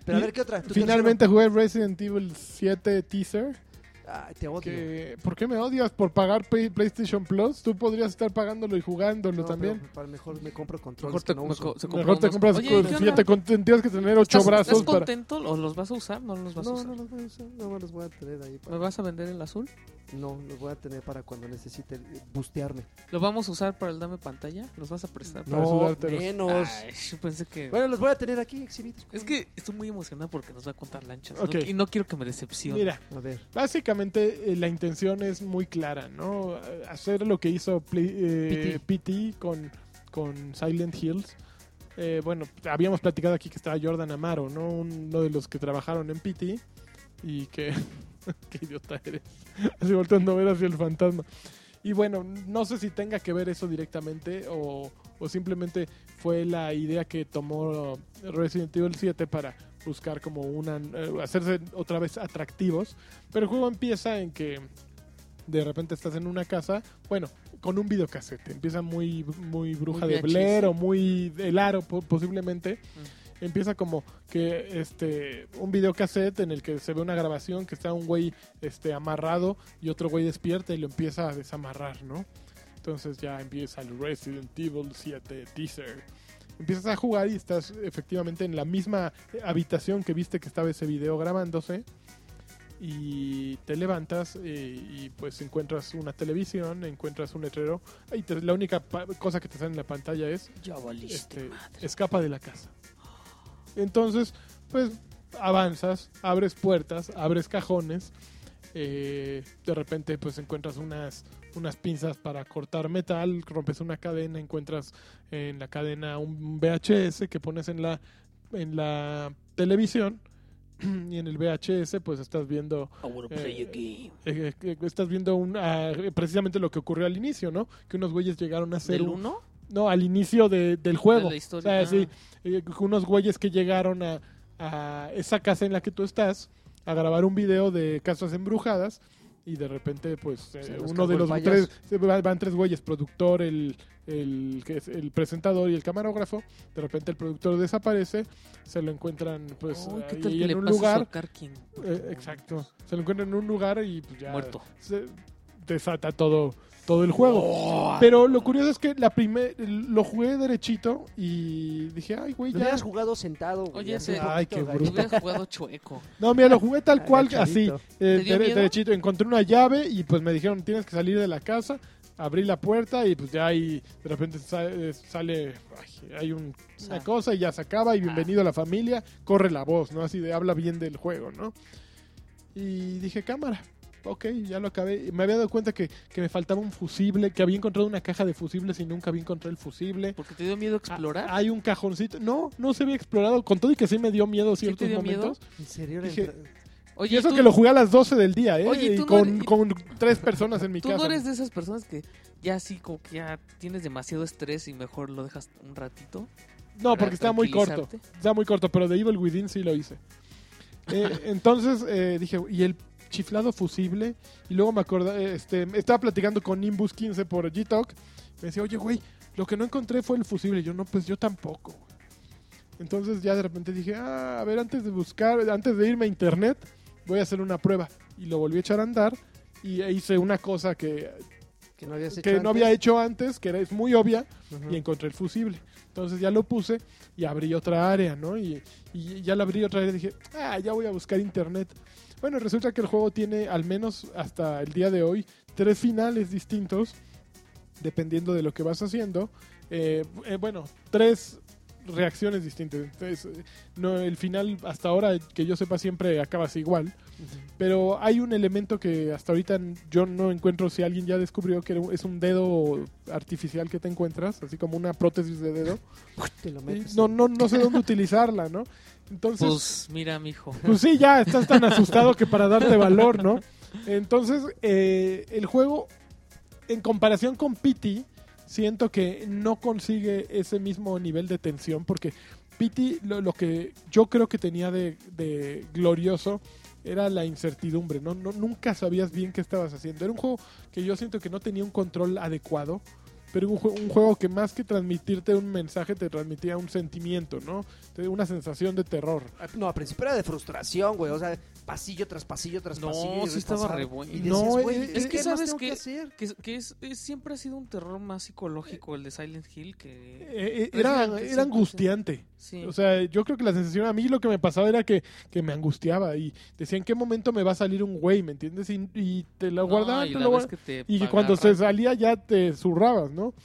B: Pero a
A: Y
B: ver, ¿qué otra? ¿Tu
A: Finalmente jugué Resident Evil 7 teaser.
B: tercero? Ay, te odio.
A: que- ¿Por qué me odias? ¿Por pagar Play- PlayStation Plus? Tú podrías estar pagándolo y jugándolo
B: No,
A: también.
B: pero Para mejor me compro controles
C: Mejor te,
B: que no
C: me
B: uso.
C: co- se compró
A: Mejor te
C: unos-
A: compras
C: Oye,
A: con
C: ¿qué onda?
A: siete, con- tendrías que tener ocho
C: ¿Estás-
A: brazos
C: ¿Estás
A: para...
C: contento? ¿O los vas a usar? No los vas a
B: No,
C: usar.
B: no los voy a usar, no me los voy a tener ahí.
C: ¿Me
B: Para...
C: vas a vender el azul?
B: No, los voy a tener para cuando necesite eh, bustearme.
C: ¿Lo vamos a usar para el dame pantalla? ¿Los vas a prestar?
A: Para
B: No,
A: sudártelos.
B: menos.
C: Ay, yo pensé que...
B: Bueno, los voy a tener aquí exhibidos.
C: Es que estoy muy emocionada porque nos va a contar lanchas.
A: Ok.
C: ¿no? Y no quiero que me decepcione.
A: Mira,
B: A ver.
A: Básicamente eh, la intención es muy clara, ¿no? Eh, Hacer lo que hizo Play- eh, PT con, con Silent Hills. Eh, bueno, habíamos platicado aquí que estaba Jordan Amaro, ¿no? Uno de los que trabajaron en PT y que... ¡Qué idiota eres! Así volteando a ver hacia el fantasma. Y bueno, no sé si tenga que ver eso directamente o, o simplemente fue la idea que tomó Resident Evil 7 para buscar como una... eh, hacerse otra vez atractivos. Pero el juego empieza en que de repente estás en una casa, bueno, con un videocassette. Empieza muy, muy bruja
C: Muy
A: de
C: VHS.
A: Blair o muy el aro po- posiblemente. Empieza como que este un videocassette en el que se ve una grabación que está un güey este amarrado y otro güey despierta y lo empieza a desamarrar, ¿no? Entonces ya empieza el Resident Evil 7 teaser. Empiezas a jugar y estás efectivamente en la misma habitación que viste que estaba ese video grabándose. Y te levantas eh, y pues encuentras una televisión, encuentras un letrero. Y te- la única pa- cosa que te sale en la pantalla es
D: Ya valiste,
A: este,
D: madre.
A: escapa de la casa. Entonces, pues avanzas, abres puertas, abres cajones. eh, de repente, pues encuentras unas, unas pinzas para cortar metal, rompes una cadena, encuentras en la cadena un VHS que pones en la, en la televisión. Y en el VHS, pues estás viendo
D: I wanna play
A: eh,
D: a game.
A: eh, eh, estás viendo un, ah, precisamente lo que ocurrió al inicio, ¿no? Que unos güeyes llegaron a hacer
C: ¿Del
A: un,
C: 1?
A: no, al inicio de- del juego.
C: De la historia,
A: O sea,
C: ah.
A: sí, eh, unos güeyes que llegaron a, a esa casa en la que tú estás a grabar un video de casas embrujadas y de repente, pues, eh,
B: Se los
A: uno de
B: cagó
A: los
B: el
A: tres, se va- van tres güeyes, productor, el, el, que es el presentador y el camarógrafo. De repente el productor desaparece, se lo encuentran, pues,
C: Uy, ¿qué
A: ahí
C: tal que
A: en
C: le
A: un
C: pasa a
A: lugar.
C: ahorcar quién?
A: Eh, exacto. Se lo encuentran en un lugar y pues, ya
C: Muerto. Oh,
A: se desata todo, todo el juego.
C: Ah.
A: Pero lo curioso es que la primer, lo jugué derechito y dije, ay, güey,
B: Lo
A: ya.
B: hubieras jugado sentado, güey,
C: Oye,
B: así
C: ese-
B: un
A: Ay,
B: poquito
A: qué
B: agachadito.
A: bruto.
C: Hubiera jugado chueco.
A: No, mira, lo jugué tal cual, así,
B: Agachadito.
A: eh,
C: ¿Te dio
A: dere-
C: miedo?
A: derechito. Encontré una llave y pues me dijeron, tienes que salir de la casa. Abrí la puerta y pues ya ahí de repente sa- eh, sale, ay, hay un- una
C: Ah.
A: cosa y ya se acaba y bienvenido a la familia. Corre la voz, ¿no? Así de habla bien del juego, ¿no? Y dije, cámara. Ok, ya lo acabé. Y Me había dado cuenta que, que me faltaba un fusible, que había encontrado una caja de fusibles y nunca había encontrado el fusible.
C: Porque te dio miedo explorar.
A: Ah, Hay un cajoncito. No, no se había explorado. Con todo y que sí me dio miedo
C: ¿Sí te
A: ciertos
C: dio
A: momentos.
B: ¿En serio?
A: Dije,
B: Entra-
C: Oye,
A: ah, Y eso
C: tú-
A: que lo jugué a las 12 del día, ¿eh?
C: Oye,
A: y
C: tú no
A: con,
C: eres-
A: con tres personas en mi
C: Tú
A: casa.
C: no eres de esas personas que ya sí, como que ya tienes demasiado estrés y mejor lo dejas un ratito.
A: No,
C: para
A: porque está muy corto.
C: tranquilizarte.
A: Está muy corto, pero de Evil Within sí lo hice. Eh, entonces eh, dije, ¿y el chiflado fusible? Y luego me acordé, este, estaba platicando con Nimbus 15 por G-Talk. Me decía, oye, güey, lo que no encontré fue el fusible. Y yo, no, pues yo tampoco. güey". Entonces ya de repente dije, ah, a ver, antes de buscar, antes de irme a internet, voy a hacer una prueba. Y lo volví a echar a andar y e hice una cosa que,
B: Que no habías hecho
A: que no
B: antes.
A: había hecho antes, que era, es muy obvia,
B: Ajá.
A: y encontré el fusible. Entonces ya lo puse y abrí otra área, ¿no? Y, y ya la abrí otra área y dije, ah, ya voy a buscar internet. Bueno, resulta que el juego tiene, al menos hasta el día de hoy, tres finales distintos, dependiendo de lo que vas haciendo. Eh, eh, bueno, tres reacciones distintas. Entonces, eh, no, el final hasta ahora, que yo sepa, siempre acabas igual. Pero hay un elemento que hasta ahorita n- yo no encuentro si alguien ya descubrió que era un- es un dedo artificial que te encuentras, así como una prótesis de dedo.
B: Te lo
A: Y
B: metes.
A: no, no, no sé dónde utilizarla, ¿no? Entonces, pues,
C: Pues mira, mijo.
A: sí, ya estás tan asustado que para darte valor, ¿no? Entonces, eh, el juego, en comparación con Pity, siento que no consigue ese mismo nivel de tensión porque Pity lo, lo que yo creo que tenía de, de glorioso era la incertidumbre, ¿no? No- Nunca sabías bien qué estabas haciendo. Era un juego que yo siento que no tenía un control adecuado, pero un, jue- un juego que más que transmitirte un mensaje te transmitía un sentimiento, ¿no? Te- Una sensación de terror.
B: Ah, No, al principio era de frustración, güey. O sea, pasillo tras pasillo tras
C: No,
B: pasillo. y
C: sí estaba
B: pasar.
C: re bueno.
B: Y
A: No,
B: decías, güey,
A: eh,
B: ¿qué-
A: es
C: que
B: qué más
C: ¿sabes
B: tengo
C: qué?
B: hacer?
C: Que, que es, es- siempre ha sido un terror más psicológico el de Silent Hill que...
A: Eh, eh,
C: Pero es
A: Era,
C: una
A: era angustiante.
C: Sí.
A: O sea, yo creo que la sensación a mí lo que me pasaba era que, que me angustiaba y decía en qué momento me va a salir un güey, ¿me entiendes? Y, y te lo
C: No,
A: guardaban,
C: y
A: te
C: la
A: lo
C: vez
A: guardaban.
C: que te
A: Y que cuando se
C: agarran.
A: salía ya te zurrabas, ¿no?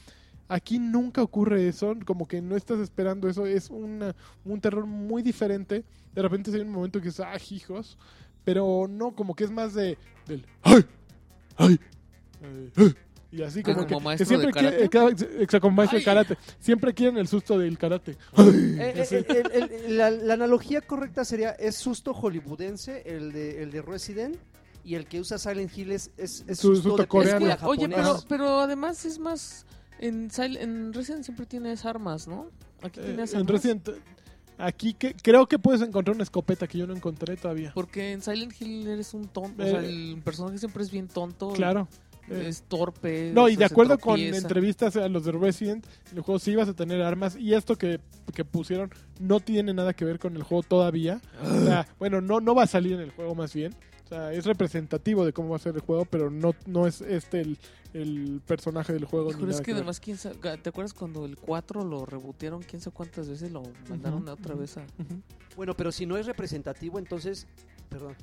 A: Aquí nunca ocurre eso, como que no estás esperando eso, es una- un terror muy diferente. De repente hay un momento que es, ah, hijos, pero no, como que es más de, del, ¡ay! ¡ay! eh, ¡ay! Y así
C: Ah,
A: como,
C: como
A: que, que
C: maestro
A: siempre
C: de
A: quiere- eh, cada- exacto, como maestro de
C: ¡Ay!
A: karate, siempre quieren el susto del karate.
B: Eh, eh, el- el- el- la, la analogía correcta sería: es susto hollywoodense, el de, el de Resident. Y el que usa Silent Hill es, es, es
A: Su-
B: susto,
A: susto
B: de
A: coreano.
B: película
C: Es que, oye, pero,
B: japonesa.
C: pero además es más... En, Sil- en Resident siempre tienes armas, ¿no? Aquí
A: Eh,
C: tienes
A: en
C: armas.
A: Resident- aquí que, creo que puedes encontrar una escopeta que yo no encontré todavía.
C: Porque en Silent Hill eres un tonto. o sea,
A: Eh,
C: el personaje siempre es bien tonto.
A: Claro. eh.
C: Es torpe.
A: No, y
C: después
A: de
C: se
A: acuerdo con
C: tropieza.
A: entrevistas a los de Resident, el juego sí ibas a tener armas y esto que, que pusieron no tiene nada que ver con el juego todavía. O sea,
C: Ah.
A: bueno, no, no va a salir en el juego más bien. O sea, es representativo de cómo va a ser el juego, pero no, no es este el, el personaje del juego. ni
C: Híjole, es
A: nada
C: que
A: ver.
C: además, ¿quién sabe? ¿te acuerdas cuando el 4 lo rebotearon? ¿Quién sabe cuántas veces lo mandaron
A: Ujú,
C: otra
A: ujú.
C: vez a...?
A: Ujú.
B: Bueno, pero si no es representativo, entonces. Perdón,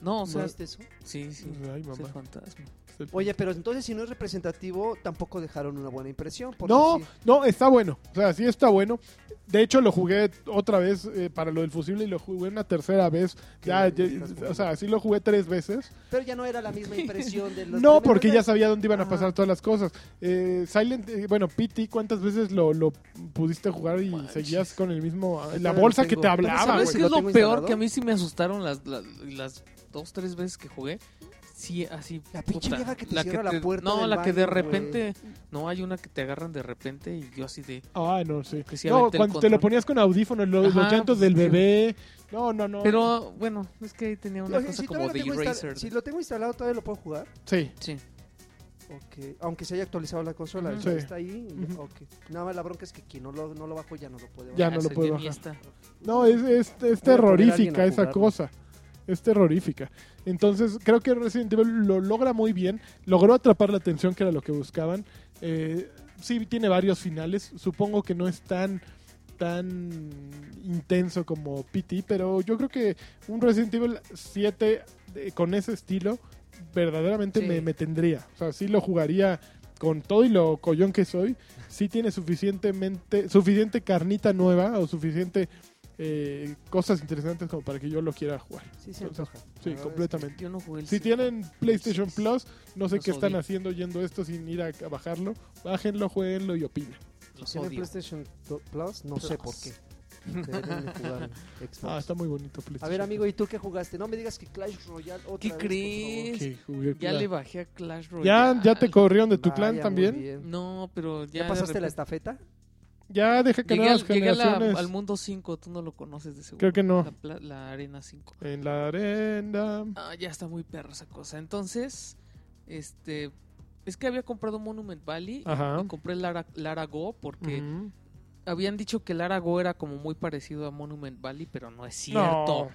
C: No,
B: ¿no
C: o sea,
B: viste eso?
C: sí, sí,
A: Ay,
C: es el
A: mamá.
C: fantasma.
B: Oye, pero entonces si no es representativo, tampoco dejaron una buena impresión. porque
A: No,
B: sí-
A: no, está bueno. O sea, sí está bueno. De hecho, lo jugué otra vez eh, para lo del fusible y lo jugué una tercera vez.
B: Qué
A: Ya,
B: bien,
A: ya-
B: estás jugando.
A: o sea, sí lo jugué tres veces.
B: Pero ya no era la misma impresión de los
A: No,
B: primeros
A: porque ya
B: días.
A: sabía dónde iban a
B: Ajá.
A: pasar todas las cosas. Eh, Silent, eh, bueno, PT, ¿cuántas veces lo, lo pudiste jugar y
C: Manches.
A: seguías con el mismo...
B: todavía
A: la
B: lo
A: bolsa que
B: tengo.
A: te
B: ¿Tú no
A: hablaba,
B: sabes
A: Ah, güey.
B: si
C: ¿Sabes qué
B: lo
C: es lo
B: tengo
C: peor?
B: instalado?
C: Que a mí sí me asustaron las, las, las dos, tres veces que jugué. Sí, así.
B: La pinche
C: puta,
B: vieja que te cierra la
C: te-
B: puerta
C: No,
B: del
C: la que de
B: baño, güey.
C: repente. No, hay una que te agarran de repente y yo así de.
A: Ah, no, sí.
C: Que sí
A: no,
C: aventé el
A: cuando te lo
C: control.
A: ponías con audífonos, lo- los,
C: Ajá,
A: llantos
C: pues,
A: del
C: sí.
A: bebé. No, no, no.
C: Pero bueno, es que ahí tenía una
B: Oye,
C: cosa
B: si
C: como
B: todavía
C: de
B: lo tengo insta-
C: Eraser.
B: Si lo tengo instalado, todavía lo puedo jugar.
A: Sí.
C: Sí.
B: Ok, Aunque se haya actualizado la consola,
C: Ujú.
B: o sea,
A: Sí.
B: está ahí.
A: Ujú.
B: ok. Nada más la bronca es que quien no lo, no lo bajó ya no lo puede
A: Ya
B: bajar.
A: no lo
C: Hacer
A: puedo
C: de
A: bajar.
C: Miesta.
A: No, es, es, es
B: a poner a alguien
A: terrorífica
B: a
A: esa
B: jugarlo.
A: cosa. Es terrorífica. Entonces, creo que Resident Evil lo logra muy bien. Logró atrapar la atención, que era lo que buscaban. Eh, sí, tiene varios finales. Supongo que no es tan, tan intenso como PT, pero yo creo que un Resident Evil 7 de- con ese estilo verdaderamente
C: Sí.
A: me, me tendría. O sea, sí lo jugaría con todo y lo collón que soy. Sí tiene suficientemente, suficiente carnita nueva o suficiente eh, cosas interesantes como para que yo lo quiera jugar.
B: Sí, se
A: O sea,
B: antoja. La
A: Sí,
B: verdad
A: completamente.
C: Yo no jugué el
A: Si
C: cinco.
A: tienen PlayStation Plus, no sé
C: Los
A: qué están
C: odio.
A: haciendo yendo esto sin ir a, a bajarlo. Bájenlo, jueguenlo y opinen.
B: es
C: Los
B: que Tiene
C: odio.
B: PlayStation Pl- Plus, no sé por qué. Deberían de jugar en Xbox.
A: Ah, está muy bonito PlayStation.
B: A ver, amigo, ¿y tú qué jugaste? No me digas que Clash Royale otra
C: ¿Qué
B: vez, por
C: crees?
A: Ok, jugué-
C: Ya le bajé a Clash Royale. Ah,
A: ¿Ya, ya te corrieron de tu
B: favor.
A: clan
B: Vaya,
A: también.
B: muy bien.
C: No, pero Mm, ya.
B: ¿Ya
C: de
B: pasaste la
C: repente-
B: estafeta?
A: Ya deja que
C: Llegué, al,
A: nuevas
C: llegué a la-
A: generaciones.
C: al mundo 5, tú no lo conoces de seguro.
A: Creo que no.
C: La, pla- la arena 5.
A: En la arena.
C: Ah, ya está muy perro esa cosa. Entonces, este. Es que había comprado Monument Valley.
A: Ajá.
C: Y compré Lara, Lara Go porque
A: Ujú.
C: habían dicho que Lara Go era como muy parecido a Monument Valley, pero no es cierto.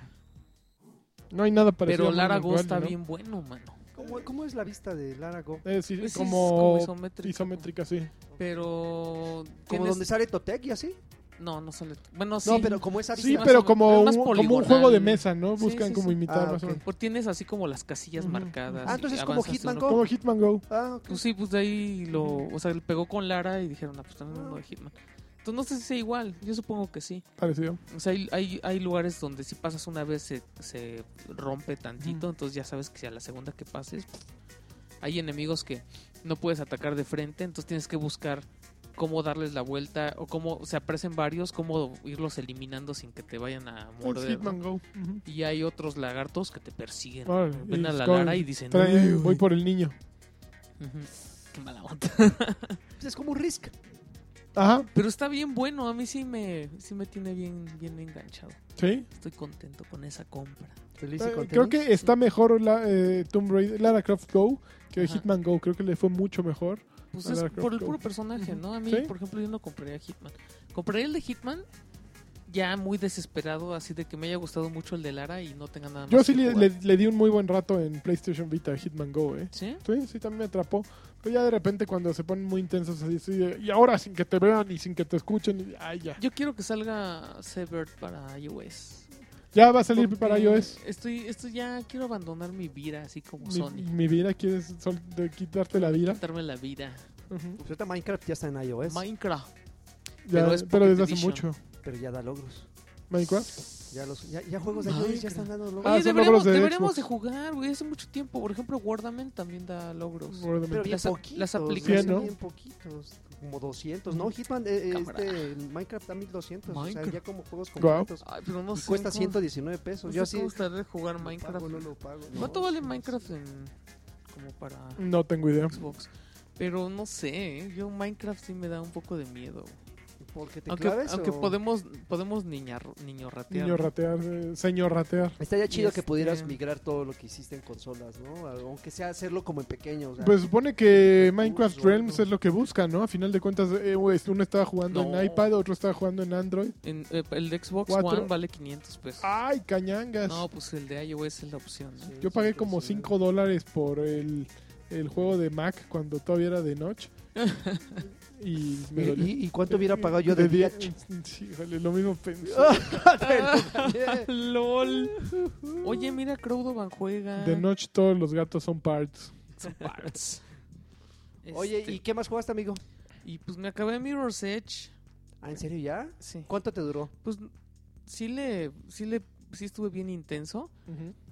A: No. No hay nada parecido.
C: pero
A: a
C: Lara
A: Monument
C: Go está
A: Valley,
C: bien bueno, mano.
B: ¿Cómo, ¿Cómo es la vista de Lara Go?
A: ¿no? Eh, sí,
C: Pues sí,
A: como,
C: es como isométrica.
A: isométrica, sí.
C: Pero.
B: ¿Como
C: tienes-
B: donde sale Totec y así?
C: No, no sale. Bueno, sí.
B: No, pero como esa
A: Sí,
B: vista.
C: más o
A: pero
C: menos.
A: como
C: Es
A: un,
C: más
A: como un
C: poligonal.
A: juego de mesa, ¿no?
C: Sí,
A: Buscan
C: sí,
A: como
C: sí.
A: imitar
B: Ah,
A: más o
B: ok.
A: menos.
C: Pues tienes así como las casillas
A: Ujú.
C: marcadas.
B: Ah,
C: y
B: entonces como
C: avanzas
B: Hitman
C: uno
B: Go.
A: Como Hitman Go.
B: Ah, ok.
C: Pues sí, pues de ahí lo. O sea, le pegó con Lara y dijeron, ah, pues también uno de Hitman. Entonces no sé si sea igual, yo supongo que sí.
A: Parecido.
C: O sea, hay, hay, hay lugares donde si pasas una vez se, se rompe tantito,
A: Ujú.
C: entonces ya sabes que si a la segunda que pases. Hay enemigos que no puedes atacar de frente, entonces tienes que buscar cómo darles la vuelta o cómo se aparecen varios, cómo irlos eliminando sin que te vayan a
A: Es
C: morder. ¿no?
A: Hitman Go. Ujú.
C: Y hay otros lagartos que te persiguen.
A: Órale,
C: Ven a la
A: Skull
C: Lara y dicen,
A: trae-
C: "Uy, uy".
A: voy por el niño.
C: Ujú. Qué mala onda.
B: Pues es como un Risk.
A: Ajá,
C: Pero está bien bueno, a mí sí me, sí me tiene bien, bien enganchado.
A: sí.
C: Estoy contento con esa compra.
B: Feliz
A: Eh, creo que está mejor la, eh, Tomb Raider, Lara Croft Go que
C: Ajá.
A: Hitman Go. Creo que le fue mucho mejor.
C: Pues
A: A
C: es
A: Lara Croft
C: por el
A: Go.
C: puro personaje, ¿no? A mí,
A: Sí.
C: por ejemplo, yo no compraría Hitman. Compraría el de Hitman ya muy desesperado, así de que me haya gustado mucho el de Lara y no tenga nada más.
A: Yo sí
C: que
A: le,
C: jugar.
A: le- le di un muy buen rato en PlayStation Vita a Hitman Go, ¿eh?
C: ¿Sí?
A: Sí, sí, también me atrapó. Pero ya de repente cuando se ponen muy intensos así, así de, y ahora sin que te vean y sin que te escuchen, y- ay, ya.
C: Yo quiero que salga Severed para iOS.
A: Ya va a salir
C: Porque
A: para iOS.
C: Estoy, estoy ya quiero abandonar mi vida, así como
A: Mi,
C: Sony.
A: mi vida, ¿quieres sol- de quitarte la vida?
C: Quitarme la vida.
A: Ujú.
B: Pues ahorita Minecraft ya está en
A: Pues.
B: iOS,
A: Ya,
C: Minecraft. Pero
A: pero,
C: es Pocket
A: desde hace
C: Edition.
A: mucho.
B: pero ya da logros.
A: Minecraft.
B: Ya, los, ya, ya juegos de iOS ya
C: Minecraft.
B: están dando logros.
A: Ah,
C: Oye,
A: son logros
C: deberíamos,
A: de
C: deberíamos de
A: Xbox.
C: jugar, güey. Hace mucho tiempo. Por ejemplo, Wardaman también da logros.
B: Pero bien
C: las a-
B: poquitos.
C: las
B: ¿no?
C: aplicaciones.
B: Sí,
A: ¿no?
B: bien poquitos. Como 200, ¿no? Hitman, eh, eh,
C: Mm, Cámara.
B: este, Minecraft también 200. O sea,
C: Minecraft.
B: ya como juegos
A: Guau.
B: completos.
C: Ay, pero no
B: Y
C: sé.
B: cuesta
C: cómo-
B: 119 pesos.
C: no sé
B: Yo así...
C: cómo estará de jugar
B: lo
C: Minecraft.
B: pago, no lo pago, no,
C: ¿Cuánto vale
B: no sé.
C: Minecraft en, como para
A: No tengo idea.
C: Xbox? Pero no sé, ¿eh? yo Minecraft sí me da un poco de miedo.
B: Porque te
C: Aunque,
B: claves
C: aunque
B: o-
C: podemos podemos niñar, niño ratear.
A: Niño ratear, eh, señor ratear.
B: Estaría chido que
C: este-
B: pudieras migrar todo lo que hiciste en consolas, ¿no? Aunque sea hacerlo como en pequeño. o sea,
A: Pues supone que Minecraft
B: Uso,
A: Realms
B: ¿no?
A: es lo que busca, ¿no? A final de cuentas, eh, pues, uno estaba jugando
C: No.
A: en iPad, otro estaba jugando en Android.
C: En- eh, el de Xbox
A: Cuatro. Ah,
C: One vale 500 pesos.
A: ¡Ay, cañangas!
C: no, pues el de iOS es la opción. ¿no?
B: sí,
A: Yo pagué
B: sí,
A: como
B: sí, sí.
A: 5 dólares por el el juego de Mac cuando todavía era de noche. y me
B: ¿Y,
A: dolió.
B: y- y cuánto hubiera pagado yo de Ah.
A: día?
B: día?
A: Sí, híjole, lo mismo pensé.
C: LOL. Oye, mira, Crowdoban juega.
A: De noche todos los gatos son parts.
B: Oye,
C: Este,
B: ¿y qué más jugaste, amigo?
C: y pues me acabé Mirror's Edge.
B: Ah, ¿en serio ya?
C: Sí.
B: ¿Cuánto te duró?
C: Pues sí le, sí le, sí estuve bien intenso.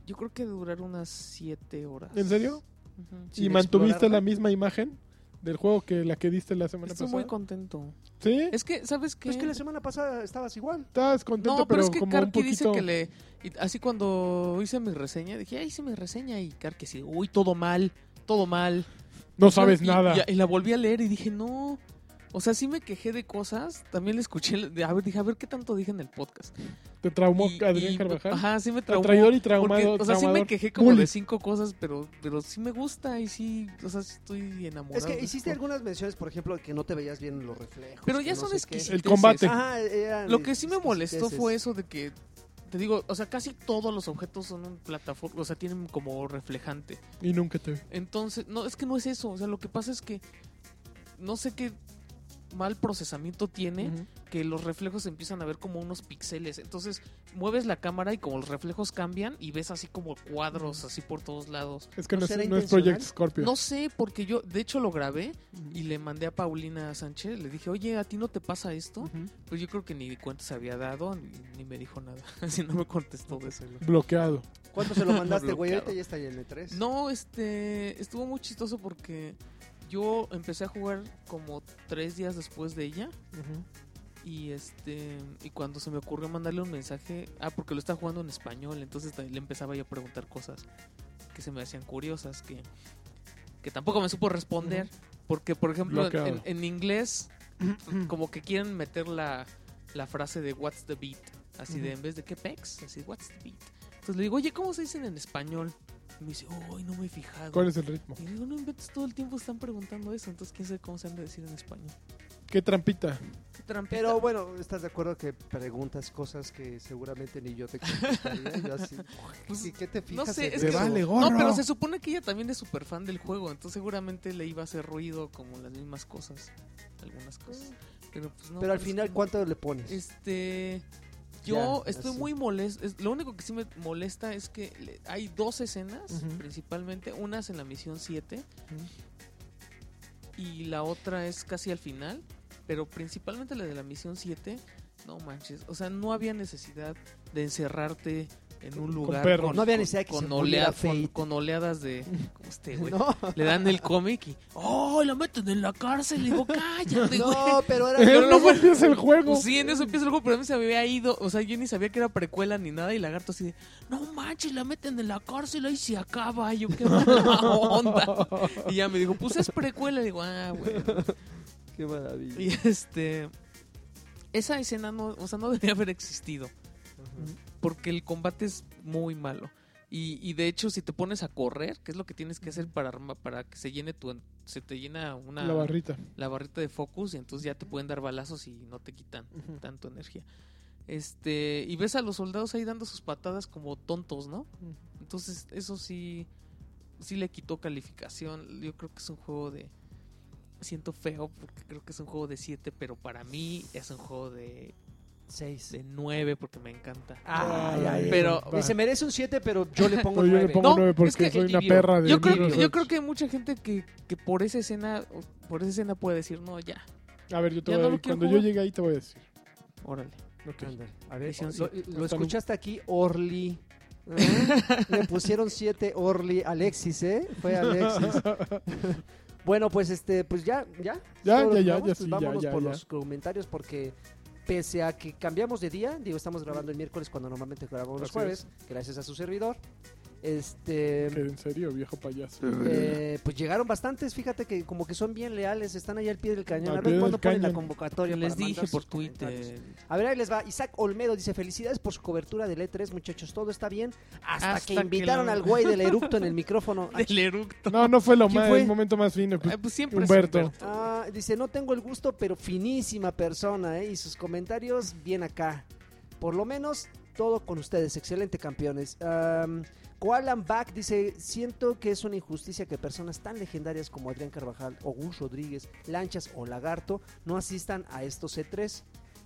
C: Yo creo que durar unas 7 horas.
A: ¿En serio?
C: Ujú.
B: Sin
A: ¿Y mantuviste
B: explorar,
A: la
B: ¿no?
A: misma imagen del juego que la que diste la semana
C: Estoy
A: pasada?
C: muy contento.
A: ¿Sí?
C: Es que, ¿sabes qué?
B: Pues que la semana pasada estabas igual.
A: Estabas contento,
C: no, pero,
A: pero,
C: es que
A: como un
C: Karki dice
A: poquito...
C: que le... y así cuando hice mi reseña, dije, "Ay, hice mi reseña. Y Karki así, uy, todo mal, todo mal.
A: No sabes
C: Y-
A: nada.
C: Y, y la volví a leer y dije, no. O sea, sí me quejé de cosas. También le escuché. de- A ver, dije, a ver qué tanto dije en el podcast.
A: Te traumó
C: Y-
A: Adrián
C: y- pues,
A: Carvajal.
C: Ajá, sí me traumó.
A: Traidor y
C: Porque,
A: traumado.
C: o sea, sí me
A: traumador.
C: quejé como
A: Bully.
C: de cinco cosas, pero, pero sí me gusta y sí, o sea, sí estoy enamorado.
B: Es que
C: de
B: hiciste
C: esto.
B: algunas menciones, por ejemplo, que no te veías bien en los reflejos.
C: Pero
B: que
C: ya
B: no
C: son
B: sé
C: exquisites.
A: El combate.
B: qué. Ajá, eran
C: Lo que sí me
B: exquisiteces.
C: molestó fue eso de que, te digo, o sea, casi todos los objetos son un plataforma, o sea, tienen como reflejante.
A: Y nunca
C: ¿eh?
A: te vi.
C: Entonces, no, es que no es eso. O sea, lo que pasa es que no sé qué mal procesamiento tiene
A: Ujú.
C: que los reflejos se empiezan a ver como unos píxeles. Entonces, mueves la cámara y como los reflejos cambian y ves así como cuadros así por todos lados.
A: Es que
B: ¿No
A: no, es,
B: será
A: no es
B: intencional?
A: Project Scorpio.
C: No sé, porque yo, de hecho, lo grabé y le mandé a Paulina Sánchez. Le dije, oye, ¿a ti no te pasa esto?
A: Ujú.
C: Pues yo creo que ni cuenta se había dado, ni, ni me dijo nada. Así no me contestó de celular.
A: Bloqueado.
B: ¿Cuánto se lo mandaste, güey?
C: Bloqueado.
B: Ahorita ya está ahí en el 3.
C: No, este, estuvo muy chistoso porque yo empecé a jugar como tres días después de ella. Y este y cuando se me ocurrió mandarle un mensaje, ah, porque lo estaba jugando en español, entonces también le empezaba yo a preguntar cosas que se me hacían curiosas, que, que tampoco me supo responder, porque por ejemplo en,
A: Bloqueado.
C: en- en inglés como que quieren meter la, la frase de what's the beat, así de
A: Ujú.
C: en vez de qué pex, así what's the beat. Entonces le digo, oye, ¿cómo se dicen en español? Y me dice, uy, no me he fijado.
A: ¿Cuál es el ritmo?
C: Y le digo, no inventes, todo el tiempo están preguntando eso, entonces quién sabe cómo se han de decir en español.
A: ¿Qué trampita?
C: Qué trampita.
B: Pero bueno, ¿estás de acuerdo que preguntas cosas que seguramente ni yo te contestaría? Yo así,
C: Pues,
B: ¿y qué te
C: no
B: fijas?
C: sé,
B: en
C: es
A: Te
C: que-
B: eso?
A: vale gorro.
C: No, pero se supone que ella también es súper fan del juego, entonces seguramente le iba a hacer ruido como las mismas cosas, algunas cosas. Pero pues no.
B: Mm. Pero al
C: parece
B: final,
C: que no.
B: ¿cuánto le pones?
C: Este, yo
B: Ya,
C: estoy
B: así.
C: muy molesto. Lo único que sí me molesta es que le- hay dos escenas,
A: Ujú.
C: principalmente, unas en la misión 7 y la otra es casi al final, pero principalmente la de la misión 7, no manches, o sea, no había necesidad de encerrarte en un
A: Con
C: lugar
A: perros.
B: No había necesidad que
C: con
B: se volviera
C: olea- con-
B: Fate.
C: con oleadas de como este güey.
B: No,
C: Le dan el cómic y ¡Oh! La meten en la cárcel. Le digo, cállate, güey.
B: no, pero era...
A: Pero no
C: no fue-
A: vendías el juego.
C: Pues sí, en eso empieza el juego, pero a mí se me había ido. O sea, yo ni sabía que era precuela ni nada. Y Lagarto así de, no manches, la meten en la cárcel, ahí se acaba. Y yo, qué mala onda. Y ya me dijo, pues es precuela. Le digo, ah, güey.
B: Qué maravilla.
C: Y este. Esa escena no, o sea, no debería haber existido. Porque el combate es muy malo. Y, y de hecho, si te pones a correr, que es lo que tienes que hacer para arma- para que se llene tu en- se te llena una
A: La barrita.
C: la barrita de focus y entonces ya te pueden dar balazos y no te quitan tanto energía. Este, y ves a los soldados ahí dando sus patadas como tontos, ¿no? Entonces, eso sí sí le quitó calificación. Yo creo que es un juego de siento feo porque creo que es un juego de 7, pero para mí es un juego de
B: Seis.
C: de 9 porque me encanta.
B: Ay, ay,
C: Pero-
B: ay. Se merece un 7, pero yo le pongo
A: Pero yo le
B: nueve.
A: pongo- nueve porque soy una perra de
C: yo creo,
A: Mirror's
C: yo
A: Edge.
C: creo que hay mucha gente que, que por esa escena por esa escena puede decir, "No, ya,
A: A ver, yo te
C: Ya
A: voy
C: no
A: a
C: lo quiero
A: Cuando yo
C: jugar.
A: llegue ahí te voy a decir.
C: órale."
A: Ok.
B: Ándale. A ver,
C: Misión
B: lo,
C: siete.
B: lo escuchaste aquí, Orly.
C: Ah.
B: Le pusieron 7 Orly, Alexis, ¿eh? Fue Alexis. bueno, pues este, pues ya, ya.
A: Ya, ya, ya,
B: Todos los programas,
A: ya,
B: pues
A: sí, ya,
B: vámonos
A: ya,
B: por
A: ya.
B: los comentarios porque pese a que cambiamos de día, digo, estamos grabando el miércoles cuando normalmente grabamos los
A: Así
B: jueves, gracias a su servidor. Este,
A: Que en serio, viejo payaso.
B: eh, pues llegaron bastantes, fíjate que como que son bien leales, están ahí al pie del cañón.
A: Al
B: a
A: pie
B: ver
A: del
B: cuándo ponen la
A: cañón.
B: convocatoria.
C: les
B: para mandar
C: dije por
B: sus comentarios.
C: Twitter.
B: A ver, ahí les va. Isaac Olmedo dice: Felicidades por su cobertura del E3, muchachos. Todo está bien. Hasta,
C: Hasta
B: que
C: que
B: invitaron
C: la-
B: al güey del eructo en el micrófono. Ah,
C: Del eructo.
A: No, no fue lo
B: ¿Quién
A: más,
B: fue?
A: el momento más fino. pues,
C: Ah, pues siempre es
A: Humberto.
B: ah, dice: No tengo el gusto, pero finísima persona, ¿eh? Y sus comentarios, bien acá. Por lo menos Todo con ustedes, excelente campeones. Am, Koalan Back dice, siento que es una injusticia que personas tan legendarias como Adrián Carvajal, Gus Rodríguez, Lanchas o Lagarto no asistan a estos C3,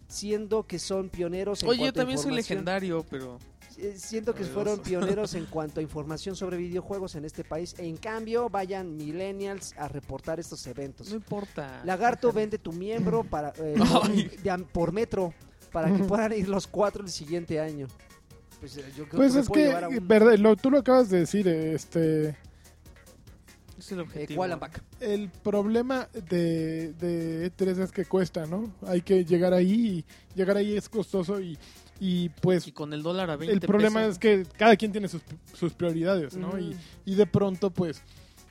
B: siendo que son pioneros en
C: Oye, yo
B: cuanto a
C: también soy
B: información.
C: legendario, pero.
B: Eh, Siento que
C: Novedoso.
B: fueron pioneros en cuanto a información sobre videojuegos en este país. En cambio, vayan millennials a reportar estos eventos.
C: No importa.
B: Lagarto vende tu miembro para eh,
C: Ay.
B: de am- por metro para que puedan ir los cuatro el siguiente año. Pues, eh, yo creo
A: Pues
B: me
A: es
B: puedo
A: que,
B: llevar a un-
A: verdad, lo- tú lo acabas de decir, eh, este,
C: Es el
B: eh,
C: objetivo.
B: Kualambac.
A: el problema de, de E3 es que cuesta, ¿no? Hay que llegar ahí y llegar ahí es costoso y, y pues
C: Y con el dólar a 20
A: el problema
C: pesos.
A: es que cada quien tiene sus, sus prioridades, ¿no?
B: Ujú.
A: Y, y de pronto pues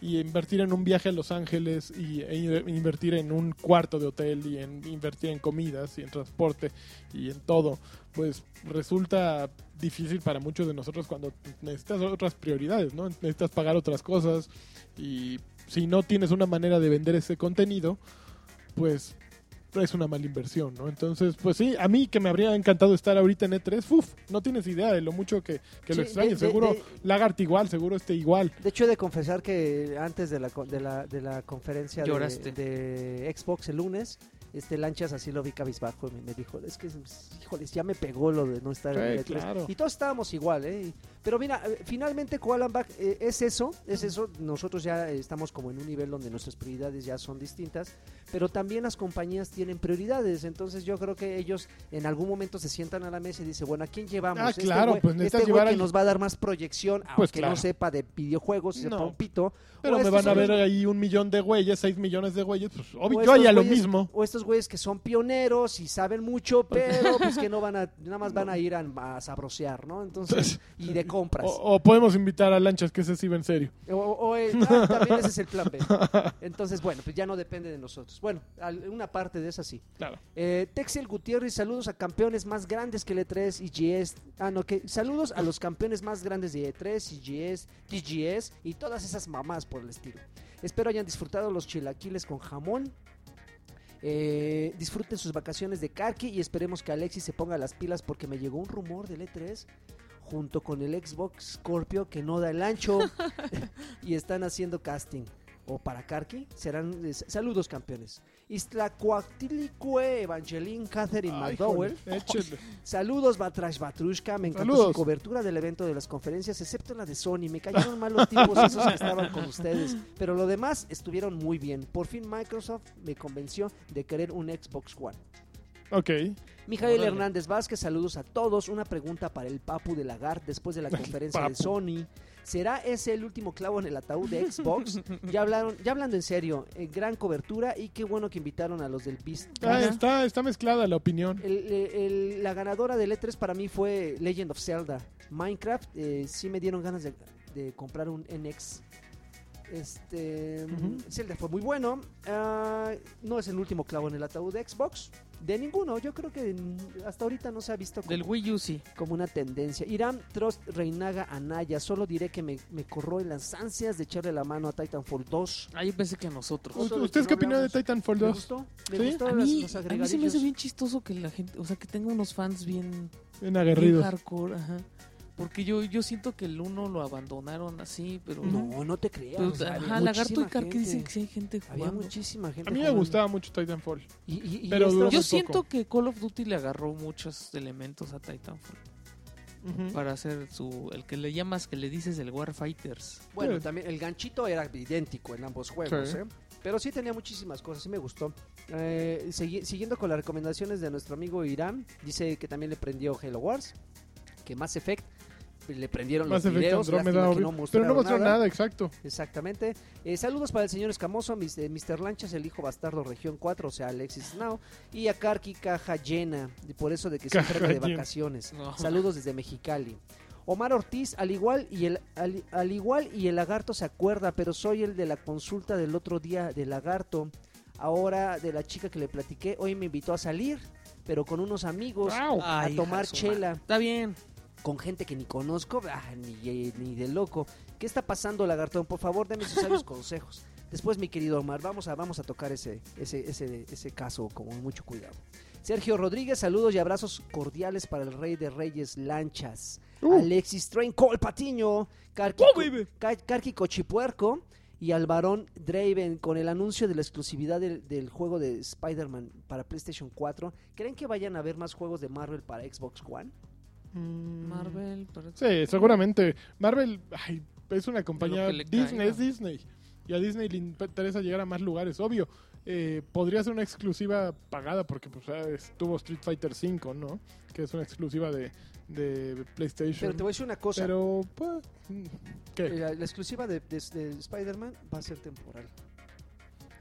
A: y invertir en un viaje a Los Ángeles y e in- invertir en un cuarto de hotel y en invertir en comidas y en transporte y en todo, pues resulta difícil para muchos de nosotros cuando necesitas otras prioridades, ¿no? Necesitas pagar otras cosas y si no tienes una manera de vender ese contenido, pues es una mala inversión, ¿no? Entonces, pues sí, a mí que me habría encantado estar ahorita en E3, uf, no tienes idea de lo mucho que, que
B: Sí,
A: lo extraño,
B: de- de-
A: seguro
B: de-
A: Lagart igual, seguro este igual.
B: De hecho, he de confesar que antes de la, co- de la, de la conferencia de,
C: Lloraste.
B: de Xbox el lunes, este Lanchas así lo vi cabizbajo y me, me dijo, es que, híjoles, ya me pegó lo de no estar
A: Sí,
B: en el E3".
A: claro.
B: Y todos estábamos igual, ¿eh? Y- Pero mira, eh, finalmente Koalan Back eh, es eso, es eso. Nosotros ya eh, estamos como en un nivel donde nuestras prioridades ya son distintas, pero también las compañías tienen prioridades. Entonces yo creo que ellos en algún momento se sientan a la mesa y dicen, bueno, ¿a quién llevamos?
A: Ah, claro,
B: güey-
A: pues necesitas
B: este güey
A: llevar
B: que
A: al- Pues
B: nos va a dar más proyección, aunque no
A: claro.
B: sepa de videojuegos, y sepa
A: No.
B: un pito.
A: Pero
B: O
A: me
B: estos
A: van a ver
B: güeyes-
A: ahí un millón de güeyes, seis millones de güeyes, pues obvio,
B: o
A: yo
B: estos
A: haría lo
B: güeyes-
A: mismo.
B: O estos güeyes que son pioneros y saben mucho, pero pues que no van a, nada más van a ir a, a sabrosear, ¿no? Entonces, y de compras.
A: O, o podemos invitar a Lanchas, que ese sí va en serio.
B: O, o- o, eh, ah, también ese es el plan B. Entonces, bueno, pues ya no depende de nosotros. Bueno, al- una parte de esa sí.
A: Claro.
B: Eh, Texel Gutiérrez, saludos a campeones más grandes que el E E3, IGS. Ah, no, que saludos a los campeones más grandes de E E3, IGS, TGS y todas esas mamás por el estilo. Espero hayan disfrutado los chilaquiles con jamón. Eh, disfruten sus vacaciones de Karki y esperemos que Alexis se ponga las pilas porque me llegó un rumor del E3 junto con el Xbox Scorpio que no da el ancho y están haciendo casting. O para Karki serán eh, saludos campeones. Iztlacuactilicue Evangeline Catherine
A: Ay,
B: McDowell.
A: joder, échenle.
B: Saludos, Batrash Batrushka. Me encantó
A: Saludos.
B: su cobertura del evento de las conferencias, excepto la de Sony. Me cayeron mal los tipos esos que estaban con ustedes. Pero lo demás estuvieron muy bien. Por fin Microsoft me convenció de querer un Xbox One.
A: Ok.
B: Mijael
C: Órale.
B: Hernández Vázquez, saludos a todos. Una pregunta para el Papu de Lagarde después de la conferencia de
A: Papu.
B: Sony. ¿Será ese el último clavo en el ataúd de Xbox? ya hablaron, ya hablando en serio, eh, gran cobertura y qué bueno que invitaron a los del Beast.
A: Ah, está, está mezclada la opinión.
B: El- el- el- la ganadora del E3 para mí fue Legend of Zelda. Minecraft, eh, sí me dieron ganas de, de comprar un NX. Este,
A: Ujú.
B: Zelda fue muy bueno. Ah, no es el último clavo en el ataúd de Xbox. De ninguno. Yo creo que mm, hasta ahorita no se ha visto como,
C: Del Wii U, sí.
B: como una tendencia. Irán Trost Reinaga Anaya. Solo diré que me, me corró en las ansias de echarle la mano a Titanfall 2.
C: Ah, yo pensé que a nosotros.
A: U-
B: justo de
A: ¿Ustedes
B: que
A: qué
B: no
A: opinan de
B: hablamos.
A: Titanfall
B: Me
A: 2?
B: gustó. Me
A: ¿Sí?
B: gustó
C: A
B: las- los
C: mí, a mí se me
B: agregadillos.
C: hace bien chistoso que la gente, o sea, que tenga unos fans bien,
A: Bien
C: bien
A: aguerrido.
C: hardcore, ajá. Porque yo, yo siento que el uno lo abandonaron así, pero...
B: No, no te creas.
C: pero
B: o sea, había
C: Pues, ajá, Lagarto y
B: muchísima
C: Karki dicen
B: gente.
C: que sí hay gente
B: Había
C: jugando.
B: muchísima gente.
A: A mí me
B: jugando.
A: gustaba mucho Titanfall.
B: Y- y- y
A: pero
B: esto-
A: duró
C: Yo
A: muy
C: siento
A: poco.
C: que Call of Duty le agarró muchos elementos a Titanfall para hacer su... El que le llamas, que le dices el Warfighters.
B: Bueno,
A: Sí.
B: también el ganchito era idéntico en ambos juegos,
A: Sí.
B: ¿eh? Pero sí tenía muchísimas cosas, sí me gustó. Eh, segui- siguiendo con las recomendaciones de nuestro amigo Irán, dice que también le prendió Halo Wars, que Mass Effect le prendieron
A: Más
B: los
A: efecto
B: videos,
A: Andrómeda,
B: lástima que
A: obvio.
B: no
A: Pero no
B: mostraron
A: mostró
B: nada.
A: nada, exacto.
B: Exactamente. Eh, saludos para el señor Escamoso, mis- eh, Mr. Lanchas, el hijo bastardo región 4, o sea, Alexis Now, y a Karki Caja Llena, y por eso de que se
A: Caja
B: trata de
A: Llena.
B: vacaciones.
C: No.
B: Saludos desde Mexicali. Omar Ortiz, al igual y el al, al igual y el lagarto se acuerda, pero soy el de la consulta del otro día del lagarto. Ahora de la chica que le platiqué, hoy me invitó a salir, pero con unos amigos
A: Wow.
C: Ay,
B: a tomar
C: hija de su madre.
B: chela
C: Está bien.
B: con gente que ni conozco, ah, ni, ni de loco. ¿Qué está pasando, lagartón? Por favor, deme sus sabios consejos. Después, mi querido Omar, vamos a, vamos a tocar ese, ese, ese, ese caso con mucho cuidado. Sergio Rodríguez, saludos y abrazos cordiales para el rey de reyes lanchas.
A: Uh.
B: Alexis Train, Col Patiño, Carqui,
A: Oh, baby.
B: Ca- Carqui Cochipuerco y al varón Draven con el anuncio de la exclusividad del, del juego de Spider-Man para PlayStation 4. ¿Creen que vayan a haber más juegos de Marvel para Xbox One? Mm.
C: Mm. Marvel, pero-
A: Sí, seguramente. Marvel ay, es una compañía.
C: que le
A: Disney
C: caiga.
A: es Disney. Y a Disney le interesa llegar a más lugares, obvio. Eh, podría ser una exclusiva pagada porque pues, ah, estuvo Street Fighter V, ¿no? Que es una exclusiva de, de PlayStation.
B: Pero te voy a decir una cosa.
A: Pero, pues, mm,
B: eh,
A: ¿qué?
B: La, la exclusiva de, de- de Spider-Man va a ser temporal.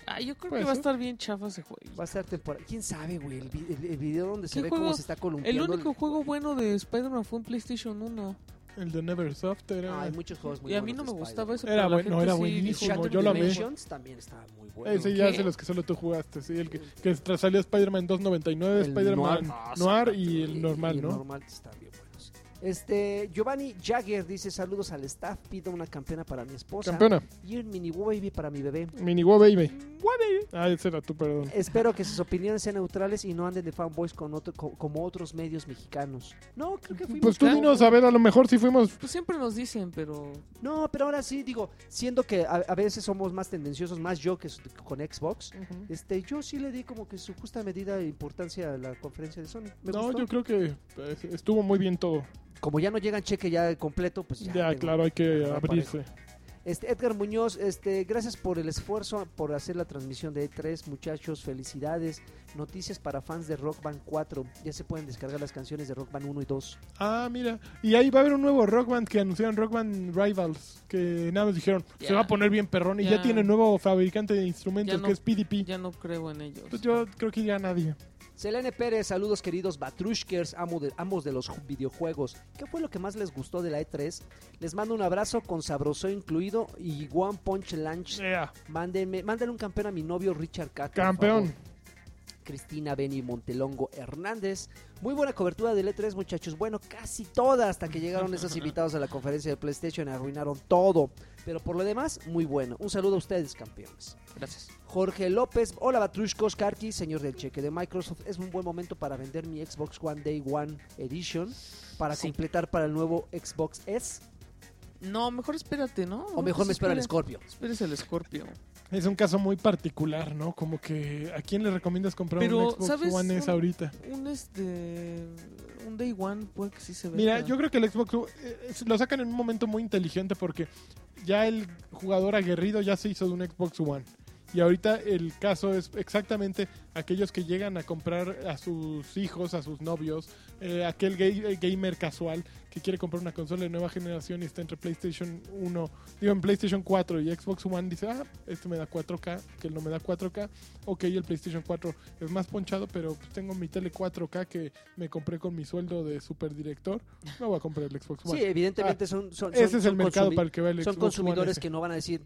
C: Ah, yo creo
A: Puede
C: que va a
A: ser.
C: estar bien chafa ese juego.
B: Va a ser temporal. ¿Quién sabe, güey? El, vi- el- el video donde se
C: ¿Qué
B: ve
C: juego?
B: cómo se está
C: El
B: columpiando.
C: único juego bueno de Spider-Man fue en PlayStation 1.
A: El de Neversoft
B: Ah,
A: era...
B: hay muchos juegos muy
C: y a mí no
B: buenos
C: me
B: de
C: gustaba
B: Spider-Man.
C: eso.
A: Era
C: pero la
A: bueno,
C: gente
A: era
C: sí
A: buenísimo,
C: dijo,
B: Shattered
A: yo lo amé.
B: Dimensions también estaba muy bueno.
A: Ese ya
C: ¿Qué?
A: es de los que solo tú jugaste, sí. El que, que tra- salió Spider-man 2.99,
B: El
A: Spider-Man
B: Ah, sí,
A: Noir
B: exacto,
A: y el normal,
B: el
A: ¿no?
B: normal están bien buenos. Este, Giovanni Jagger dice saludos al staff, pido una campeona para mi esposa
A: Campeona,
B: y un mini baby para mi bebé.
A: Mini Wo Baby. Ah, ese era tú, perdón.
C: Eh,
B: Espero que sus opiniones sean neutrales y no anden de fanboys con otro, co- como otros medios mexicanos. No, creo que fuimos
A: Pues tú
B: tan-
A: dinos, a ver, a lo mejor si fuimos
C: Pues siempre nos dicen, pero
B: No, pero ahora sí, digo, siendo que a, a veces somos más tendenciosos, más yo que s- con Xbox, este, yo sí le di como que su justa medida de importancia a la conferencia de Sony. Me
A: No,
B: gustó.
A: yo creo que eh, estuvo muy bien todo.
B: Como ya no llegan cheque ya completo, pues ya.
A: Ya,
B: tengo-
A: claro, hay que
B: Ajá,
A: abrirse.
B: Este, Edgar Muñoz, este, gracias por el esfuerzo por hacer la transmisión de E3, muchachos, felicidades. Noticias para fans de Rock Band 4. Ya se pueden descargar las canciones de Rock Band 1 y 2.
A: Ah, mira. Y ahí va a haber un nuevo Rock Band que anunciaron Rock Band Rivals. Que nada más dijeron,
C: Ya.
A: se va a poner bien perrón. Y ya
C: Ya.
A: tiene nuevo fabricante de instrumentos
C: Ya no.
A: que es PDP.
C: ya no creo en ellos.
A: Pues yo creo que ya nadie.
B: Selene Pérez, saludos queridos Batrushkers, amo de- amos de los ju- videojuegos. ¿Qué fue lo que más les gustó de la E3? Les mando un abrazo con sabroso incluido y One Punch Lunch.
A: Ea,
B: Mándenme, mándenle un campeón a mi novio Richard Cat. por
A: campeón.
B: favor. Cristina Beni Montelongo Hernández. Muy buena cobertura del E3, muchachos. Bueno, casi toda hasta que llegaron esos invitados a la conferencia de PlayStation y arruinaron todo. Pero por lo demás, muy bueno. Un saludo a ustedes, campeones.
C: Gracias.
B: Jorge López, hola Batrushkos Karki, señor del cheque de Microsoft. Es un buen momento para vender mi Xbox One Day One Edition para
C: Sí.
B: completar para el nuevo Xbox S.
C: No, mejor espérate, ¿no?
B: O mejor
A: pues
B: me espero el
C: Scorpio.
B: Scorpio.
C: Espérese el Scorpio.
A: Es un caso muy particular, ¿no? Como que, ¿a quién le recomiendas comprar
C: Pero,
A: un Xbox
C: ¿sabes?
A: One S
C: Un-
A: ahorita?
C: Un este. Un Day One, puede que sí se vea.
A: Mira, yo creo que el Xbox eh, es- lo sacan en un momento muy inteligente porque ya el jugador aguerrido ya se hizo de un Xbox One. Y ahorita el caso es exactamente aquellos que llegan a comprar a sus hijos, a sus novios, eh, aquel gay- eh, gamer casual que quiere comprar una consola de nueva generación y está entre PlayStation 1, digo en PlayStation 4 y Xbox One, dice, ah, este me da 4K, que no me da 4K, ok, el PlayStation 4 es más ponchado, pero pues, tengo mi tele 4K que me compré con mi sueldo de superdirector, no voy a comprar el Xbox One.
B: Sí, evidentemente son, son, son-
A: Ah, Ese es el
B: son
A: mercado
B: consumi-
A: para el que va el
B: son
A: Xbox One
B: consumidores
A: S.
B: que no van a decir,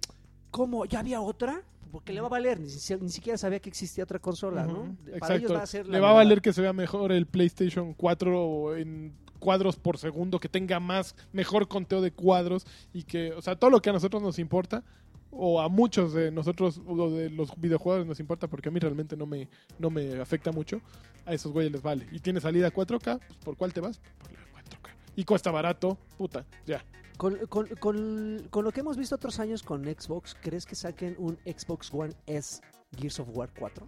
B: ¿cómo? ¿Ya había otra? Porque le va a valer, ni, si- ni siquiera sabía que existía otra consola,
A: Ujú,
B: ¿no? Para
A: Exacto.
B: ellos va a ser la
A: Le va a valer
B: novedad.
A: que se vea mejor el PlayStation 4 en cuadros por segundo, que tenga más, mejor conteo de cuadros y que, o sea, todo lo que a nosotros nos importa o a muchos de nosotros o de los videojuegos nos importa porque a mí realmente no me no me afecta mucho, a esos güeyes les vale. Y tiene salida 4K, pues, ¿por cuál te vas? Por la 4K. Y cuesta barato, puta, ya.
B: Con, con- con- con lo que hemos visto otros años con Xbox, ¿crees que saquen un Xbox One S Gears of War 4?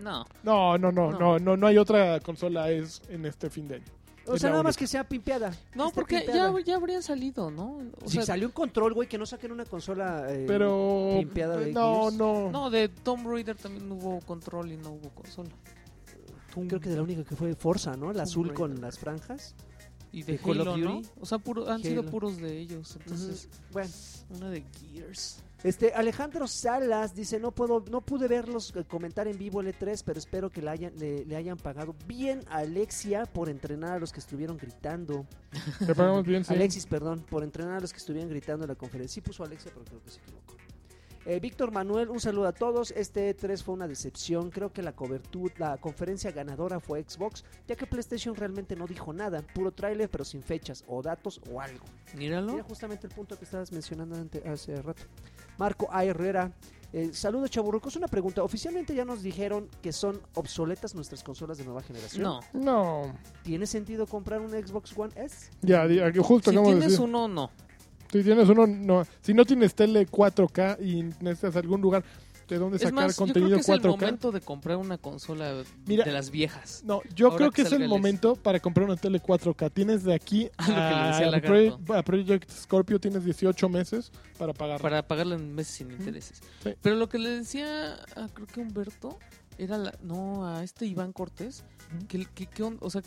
C: No.
A: No, no, no,
C: No.
A: no, no, no hay otra consola es en este fin de año.
B: O
A: Es
B: sea,
A: la
B: nada más
A: única.
B: que sea pimpeada.
C: No,
B: Está
C: porque ya,
B: pimpeada.
C: ya habrían salido, ¿no? O
B: si
C: sea,
B: salió un control, güey, que no saquen una consola. eh,
A: Pero
B: Limpiada de
A: no,
B: Gears.
A: no,
B: Mm.
C: No, de Tomb Raider también hubo control y no hubo consola.
B: Creo que de la única que fue Forza, ¿no? La azul
C: Tomb
B: con
C: Raider.
B: las franjas.
C: Y de,
B: ¿De Call of
C: Halo, ¿no?
B: Duty?
C: O sea, puro- han sido
B: Halo.
C: puros de ellos. Entonces,
B: Bueno.
C: una de Gears.
B: Este, Alejandro Salas dice, no puedo, no pude verlos eh, comentar en vivo el E3, pero espero que le hayan, le, le hayan pagado bien a Alexia por entrenar a los que estuvieron gritando.
A: Te pagamos bien, sí.
B: Alexis, perdón, por entrenar a los que estuvieron gritando en la conferencia. Sí puso Alexia, pero creo que se equivocó. Eh, Víctor Manuel, un saludo a todos. Este E3 fue una decepción. Creo que la cobertura, la conferencia ganadora fue Xbox, ya que PlayStation realmente no dijo nada. Puro tráiler, pero sin fechas, o datos, o algo.
C: Míralo.
B: Era justamente el punto que estabas mencionando ante- hace rato. Marco A. Herrera. Eh, saludos, chaburrucos. Una pregunta. Oficialmente ya nos dijeron que son obsoletas nuestras consolas de nueva generación.
C: No.
E: No,
B: ¿Tiene sentido comprar un Xbox One S?
E: ya, di- aquí justo
C: Si
E: acabo de
C: tienes
E: decir.
C: uno, no.
E: Si tienes uno, no. Si no tienes tele 4K y necesitas algún lugar de donde
C: Es
E: sacar
C: más, yo creo
E: contenido
C: que es
E: 4K.
C: el momento de comprar una consola
E: Mira.
C: de las viejas.
E: No, yo
C: Ahora
E: creo
C: que
E: que es el
C: salga el
E: momento para comprar una tele 4K. Tienes de aquí
C: Ah, lo que le decía
E: al
C: Lagarto.
E: Proye- a Project Scorpio, tienes 18 meses para pagar.
C: Para pagarla en meses sin intereses.
E: Sí.
C: Pero lo que le decía, a, creo que Humberto, era la, no, a este Iván Cortés,
E: Ujú.
C: que, que- que on- o sea,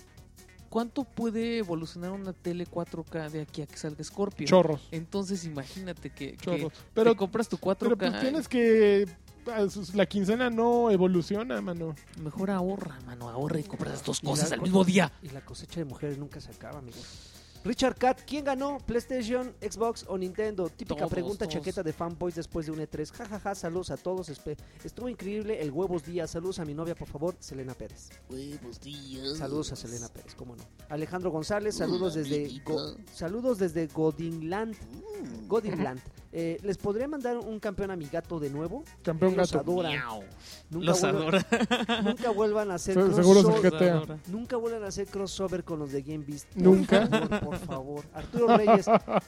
C: ¿cuánto puede evolucionar una tele 4K de aquí a que salga Scorpio?
E: Chorros, Entonces,
C: Entonces imagínate que, que
E: chorros. Pero,
C: te compras tu 4K,
E: pero pues tienes que... ah, sus- La quincena no evoluciona, mano.
C: mejor ahorra, mano, ahorra y compra las dos cosas
B: la
C: al
B: co-
C: mismo día.
B: Y la cosecha de mujeres nunca se acaba, amigos. Richard Cat, ¿quién ganó? ¿PlayStation, Xbox o Nintendo? Típica
C: Todos,
B: pregunta
C: todos.
B: chaqueta de fanboys después de un E3. Ja, ja, ja, saludos a todos. espe- Estuvo increíble el huevos día. Saludos a mi novia, por favor, Selena Pérez.
D: Huevos, tíos.
B: Saludos a Selena Pérez, cómo no. Alejandro González,
D: Mm,
B: saludos desde,
D: amiguito.
B: Go- saludos desde Godinland.
D: Mm.
B: Godinland. Eh, ¿Les podría mandar un campeón a mi gato de nuevo?
E: Campeón
B: Los
E: gato.
B: adoran.
C: Miau.
B: Nunca,
C: Los
B: vuelvan,
C: adora.
B: nunca vuelvan a hacer
E: Se- seguro se
B: crossover-
E: GTA.
C: adora.
B: Nunca vuelvan a hacer crossover con los de Game Beast. Por
E: Nunca.
B: favor, por favor. Arturo Reyes,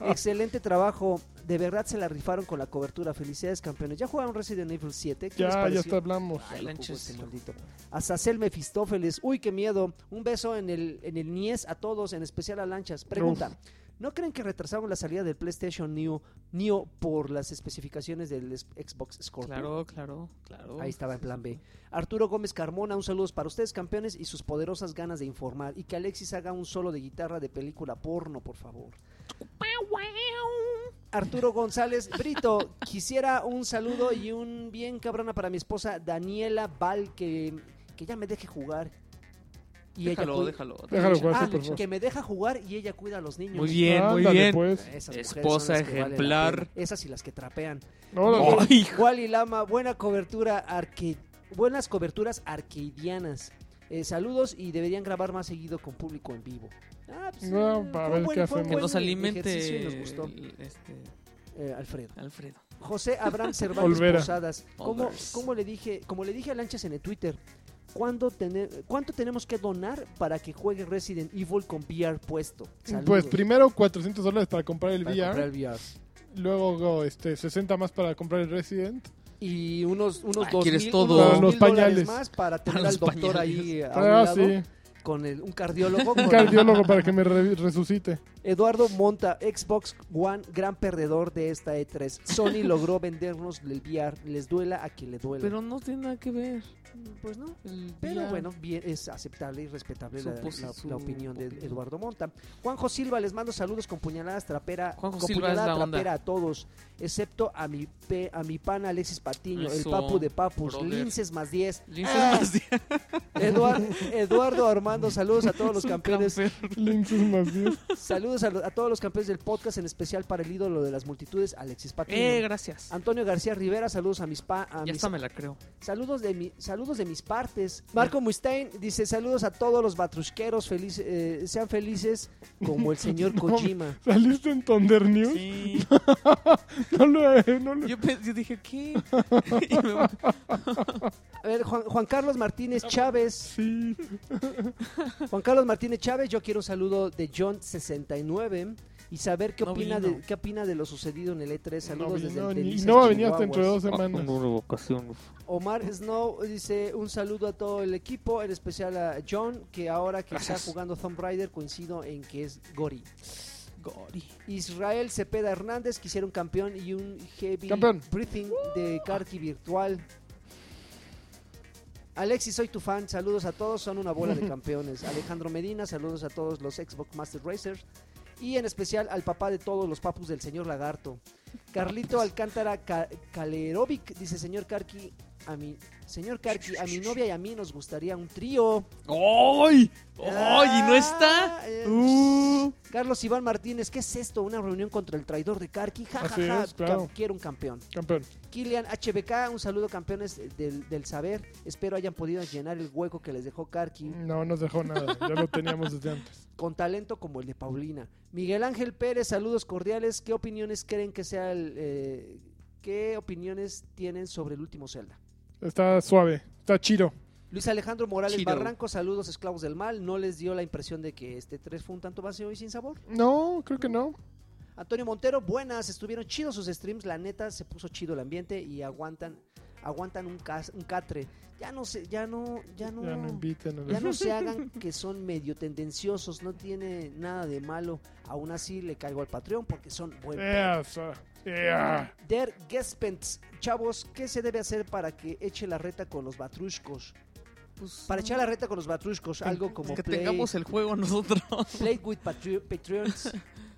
B: excelente trabajo. De verdad se la rifaron con la cobertura. Felicidades, campeones. ¿Ya jugaron Resident Evil 7? ¿Qué
E: Ya,
B: les
E: ya
B: pareció?
E: está, hablamos.
B: Ay, lo jugó
C: Lanches,
B: ese
C: lo
B: maldito. Azazel Mefistófeles. Uy, qué miedo. Un beso en el, en el Nies a todos, en especial a Lanchas. Pregunta. ¿No creen que retrasaron la salida del PlayStation Neo, Neo por las especificaciones del es- Xbox Scorpio?
C: Claro, claro, claro.
E: Oh,
B: Ahí estaba en plan B. Arturo Gómez Carmona, un saludo para ustedes, campeones, y sus poderosas ganas de informar. Y que Alexis haga un solo de guitarra de película porno, por favor. Arturo González Brito, quisiera un saludo y un bien cabrona para mi esposa Daniela Val, que, que ya me deje jugar. Y
C: Déjalo,
B: cuida-
C: déjalo.
E: Déjalo jugar,
B: Ah,
E: sí, por favor.
B: que me deja jugar y ella cuida a los niños.
C: Muy bien, muy
E: Ándale,
C: bien.
E: pues.
B: Esas mujeres son
C: Esposa
B: las que valen la
C: ejemplar.
B: pena. Esas y las que trapean.
E: Órale.
C: No.
B: Miguel, Wally Lama, buena cobertura arque- buenas coberturas arcadianas. Eh, saludos y deberían grabar más seguido con público en vivo. Ah, pues,
E: No,
B: eh,
E: para
B: fue un
E: ver qué
B: fue un
E: hacemos.
C: Que nos
B: buen
C: alimente
B: ejercicio y nos gustó,
C: el- este,
B: eh, Alfredo.
C: Alfredo.
B: José Abraham Cervantes
E: Olvera.
B: Posadas. ¿Cómo,
C: Others.
B: cómo le dije, como le dije a Lanchas en el Twitter, ¿cuándo tener, ¿cuánto tenemos que donar para que juegue Resident Evil con VR puesto? Saludos.
E: Pues primero 400 dólares para comprar el
B: Para
E: VR,
B: comprar el VR.
E: luego este 60 más para comprar el Resident,
B: Y unos, unos
C: Ah,
B: dos
C: ¿quieres
B: mil,
C: todo?
B: unos
E: Para
B: dos
E: los
B: mil dólares
E: pañales.
B: más para tener
C: Para
B: al
C: los
B: doctor
C: pañales.
B: ahí a un
E: Ah,
B: lado.
E: sí.
B: con el- un cardiólogo. con-
E: un cardiólogo para que me re- resucite.
B: Eduardo Monta, Xbox One, gran perdedor de esta E3. Sony logró vendernos el VR, les duela a quien le duela.
C: Pero no tiene nada que ver.
B: pues no.
C: el
B: Pero
C: día.
B: bueno, bien, es aceptable y respetable la,
C: Su posi-
B: la-
C: su
B: la opinión de
C: opinión.
B: Eduardo Monta. Juanjo Silva, les mando saludos con puñaladas trapera,
C: Juanjo
B: con
C: Silva es
B: puñalada
C: la onda.
B: trapera a todos, excepto a mi pe- a mi pana Alexis Patiño, el
C: Eso,
B: papu de papus,
C: brother.
B: linces más 10.
C: Lince
B: Ah,
C: más diez,
B: Eduard- Eduardo Armando, saludos a todos los
C: un
B: campeones
C: campeón.
E: Links es más 10.
B: Saludos a, lo- a todos los campeones del podcast, en especial para el ídolo de las multitudes, Alexis Patiño.
C: Eh, gracias.
B: Antonio García Rivera, saludos a mis pa, a
C: Ya
B: mis-
C: está, me la creo.
B: saludos de mi, saludos de mis partes. Marco Mustaine dice saludos a todos los batrusqueros, feliz, eh, sean felices como el señor Kojima.
E: ¿Saliste en Thunder
B: ¿Eh?
E: News? No lo he, no lo he.
C: Yo, pe- yo dije, ¿qué? Y me-
B: A ver, Juan, Juan Carlos Martínez Chávez,
E: Sí.
B: Juan Carlos Martínez Chávez, yo quiero un saludo de John 69 y saber qué
C: No
B: opina
C: vino.
B: de qué opina de lo sucedido en el E3.
E: No,
B: Saludos
E: vi-
B: desde
E: no, ni-
B: Delicias,
E: no va a venir hasta
B: Chihuahuas.
E: dentro de dos semanas.
D: vocación.
B: Omar Snow dice un saludo a todo el equipo, en especial a John, que ahora que
C: Gracias.
B: está jugando Tomb Raider coincido en que es Gori.
C: Gori.
B: Israel Cepeda Hernández quisiera un campeón y un heavy
E: Campeón.
B: breathing de Karki Virtual. Alexis, soy tu fan, saludos a todos, son una bola de campeones. Alejandro Medina, saludos a todos los Xbox Master Racers. Y en especial al papá de todos los papus del señor Lagarto. Carlito Alcántara Ca- Calerovic dice, señor Karki, a mi, señor Karki, a mi novia y a mí nos gustaría un trío.
C: ¡Ay! ¡Ay! ¿Y no está?
B: Ah, eh,
C: Uh.
B: Carlos Iván Martínez, ¿qué es esto? ¿Una reunión contra el traidor de Karki? Ja, ja,
E: Así
B: ja,
E: es, claro.
B: cam- quiero un campeón.
E: Campeón.
B: Kilian HBK, un saludo campeones del, del saber. Espero hayan podido llenar el hueco que les dejó Karki
C: Mm.
E: No nos dejó nada. Ya lo teníamos desde antes.
B: con talento como el de Paulina. Miguel Ángel Pérez, saludos cordiales. ¿Qué opiniones creen que sea el... eh, ¿Qué opiniones tienen sobre el último Zelda?
A: Está suave, está chido.
B: Luis Alejandro Morales
C: Chido.
B: Barranco, saludos esclavos del mal. ¿No les dio la impresión de que este 3 fue un tanto vacío y sin sabor?
A: No, creo que no.
B: Antonio Montero, buenas, estuvieron chidos sus streams, la neta se puso chido el ambiente y aguantan aguantan un, cas- un catre. Ya no sé, ya no ya no
A: Ya no invitan a los-
B: ya no se hagan que son medio tendenciosos, no tiene nada de malo. Aún así le caigo al Patreon porque son buenos.
A: Eh, Eso, yeah.
B: Der Gespens, chavos, ¿qué se debe hacer para que eche la reta con los batruscos?
C: Pues,
B: Para echar la reta con los batruscos, algo como
C: que
B: Play,
C: tengamos el juego nosotros.
B: Play with Patri- Patreons,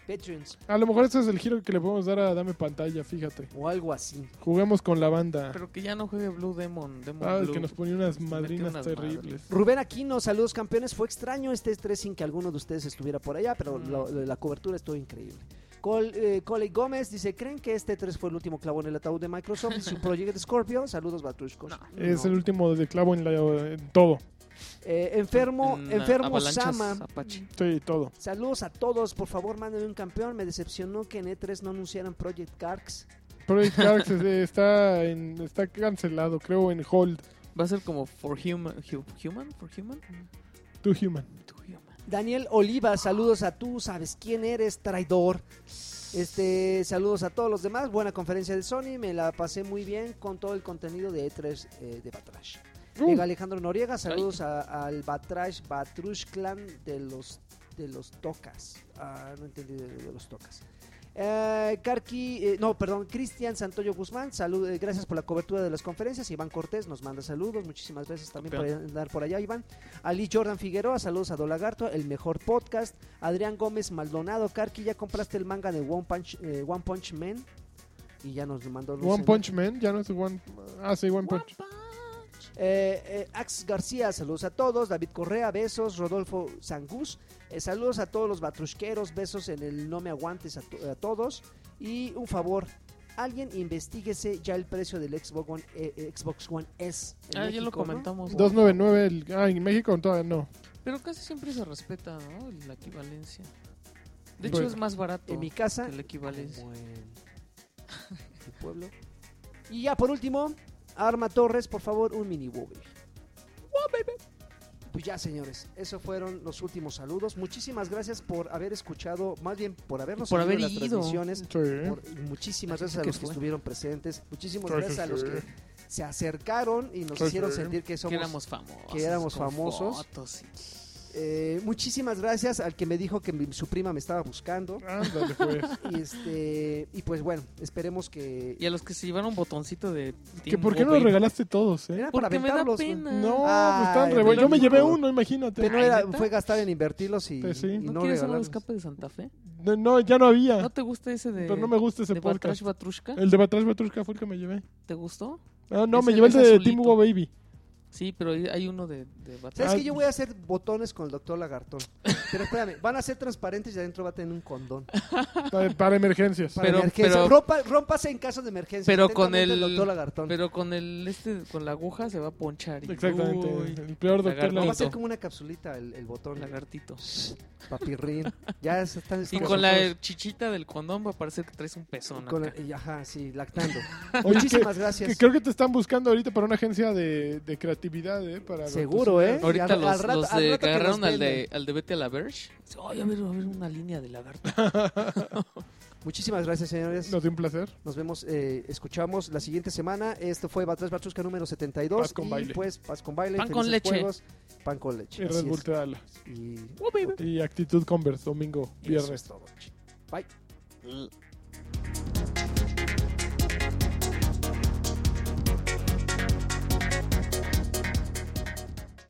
B: Patreons
A: A lo mejor ese es el giro que le podemos dar a Dame Pantalla, fíjate.
B: o algo así.
A: Juguemos con la banda.
C: Pero que ya no juegue Blue Demon. Demon
A: Ah, es
C: Blue.
A: que nos ponía unas
C: metió
A: madrinas
C: unas
A: terribles.
B: Rubén Aquino, saludos campeones. Fue extraño este estrés sin que alguno de ustedes estuviera por allá, pero
C: Mm.
B: lo- lo- la cobertura estuvo increíble. Col, eh, Coley Gómez dice, ¿creen que este 3 fue el último clavo en el ataúd de Microsoft y su Project Scorpio? Saludos, Batruscos.
C: No.
A: Es
B: No.
A: el último de clavo en, la- en todo.
B: Eh, enfermo,
C: En, ah,
B: enfermo
C: avalanchas
B: Sama.
C: Apache.
A: Sí, todo.
B: Saludos a todos, por favor, mándenme un campeón. Me decepcionó que en E3 no anunciaran Project Carx.
A: Project Arx es- está, en- está cancelado, creo, en Hold.
C: Va a ser como For Human. Hu- Human? For Human?
A: To Human.
C: To Human.
B: Daniel Oliva, saludos a tú, sabes quién eres, traidor. Este, saludos a todos los demás. Buena conferencia de Sony, me la pasé muy bien con todo el contenido de E3 eh, de Batrash.
A: Uh.
B: Llega Alejandro Noriega, saludos a- al Batrash Batrush Clan de los de los Tocas. Ah, no entendí de, de los Tocas. Eh, Karki, eh, no, perdón, Cristian Santoyo Guzmán, salud, eh, gracias por la cobertura de las conferencias. Iván Cortés nos manda saludos, muchísimas gracias también por andar por allá, Iván. Ali Jordan Figueroa, saludos a Dolagarto, el mejor podcast. Adrián Gómez Maldonado, Karki, ¿ya compraste el manga de One Punch, eh, One Punch Man? Y ya nos mandó Luis
A: One
B: en-
A: Punch Man, ya no es One. Ah, sí, One Punch.
B: Eh, eh, Ax García, saludos a todos. David Correa, besos. Rodolfo Sangús, eh, saludos a todos los batrusqueros. Besos en el No Me Aguantes a, to- a todos. Y un favor, alguien investiguese ya el precio del Xbox One, eh, eh, Xbox One S. en
C: Ah, ya lo
B: México, ¿no?
C: comentamos.
A: 299, el- ah, en México todavía no.
C: Pero casi siempre se respeta, ¿no? La equivalencia. De hecho,
A: Bueno.
C: es más barato
B: En mi casa.
C: que la equivalencia.
B: como en mi pueblo. Y ya por último, Arma Torres, por favor, un mini Wobble. Pues ya, señores, esos fueron los últimos saludos. Muchísimas gracias por haber escuchado, más bien por habernos
C: Por
B: seguido en
C: haber
B: las
C: ido. ¿Eh?
B: transmisiones.
A: Sí.
B: Por- y muchísimas gracias a
C: que
B: los que
C: fue.
B: estuvieron presentes. Muchísimas
A: Sí,
B: gracias
A: sí,
B: a los
A: sí.
B: que se acercaron y nos
A: Sí,
B: hicieron
A: sí.
B: sentir que
C: que
B: somos
C: éramos famosos.
B: que éramos
C: con
B: famosos.
C: fotos y-
B: Eh, muchísimas gracias al que me dijo que mi- su prima me estaba buscando.
A: Ándale, pues.
B: Y, este, y pues bueno, esperemos que...
C: Y a los que se llevaron botoncito de.
A: ¿Que
C: Team
A: ¿Por qué no
C: Wolverine.
A: los regalaste todos, eh?
B: Era para
C: Porque me da
B: aventarlos.
C: pena.
A: No,
B: Ay,
A: pues están re
B: pero
A: buenos. Yo me
B: no.
A: llevé uno,
B: Pero
A: imagínate.
B: no era,
C: ¿Ah, ¿neta?
B: fue gastar en invertirlos y,
A: Pues sí.
B: y
A: ¿No
B: no,
C: ¿No, quieres un
B: regalarlos.
C: escape de Santa Fe?
A: No, no, ya no había.
C: ¿No te gusta ese de.
A: Ah, pero no me gusta ese
C: de
A: podcast.
C: Batrash Batrushka?
A: El de Batrash Batrushka fue el que me llevé.
C: ¿Te gustó?
A: Ah, no,
C: Ese-
A: me llevé el
C: ese
A: de
C: azulito.
A: Team Hugo Baby.
C: Sí, pero hay- hay uno de, de Batrash.
B: ¿Sabes
A: Ah.
B: que Yo voy a hacer botones con el doctor Lagartón. Pero espérame, van a ser transparentes y adentro va a tener un condón.
A: Para, para emergencias.
B: Para
C: Pero-
B: emergencia.
C: pero-
B: Rompa- rómpase en caso de emergencia.
C: pero con
B: Atentamente,
C: el-
B: doctor Lagartón.
C: Pero con el este, con la aguja se va a ponchar. y-
A: Exactamente.
C: Uy,
A: el peor doctor
C: lagarto.
B: Va a ser
A: lagarto.
B: como una capsulita el, el botón.
C: lagartito.
B: Papirrín. Ya se están
C: Y
B: estamos
C: con la
B: nosotros-
C: chichita del condón va a parecer que traes un pezón.
B: con
C: acá.
B: la- y Ajá, sí, lactando.
A: Oye,
B: Muchísimas
A: que-
B: gracias.
A: que creo que te están buscando ahorita para una agencia de, de creatividad, ¿eh? Para
B: Seguro, ¿eh? Y
C: Ahorita
B: al- al
C: los,
B: rato-
C: los
B: al
C: de,
B: rato que
C: que
B: nos
C: agarraron al de,
B: venden.
C: al de Vete a la Verge. dice, Ay, a ver, a ver una línea de lagarto.
B: Muchísimas gracias, señores.
A: Nos dio un placer.
B: Nos vemos, eh, escuchamos la siguiente semana. Esto fue Batrás Batrusca número 72.
A: Paz con
B: y
A: baile.
B: pues, paz con baile.
C: Pan con
B: felices
C: leche.
B: juegos, pan con
A: Y
B: leche.
A: Red
B: Así
A: Bull
B: es.
A: te da alas.
B: Y
A: Y Actitud Converse, domingo,
B: eso
A: viernes.
B: es todo.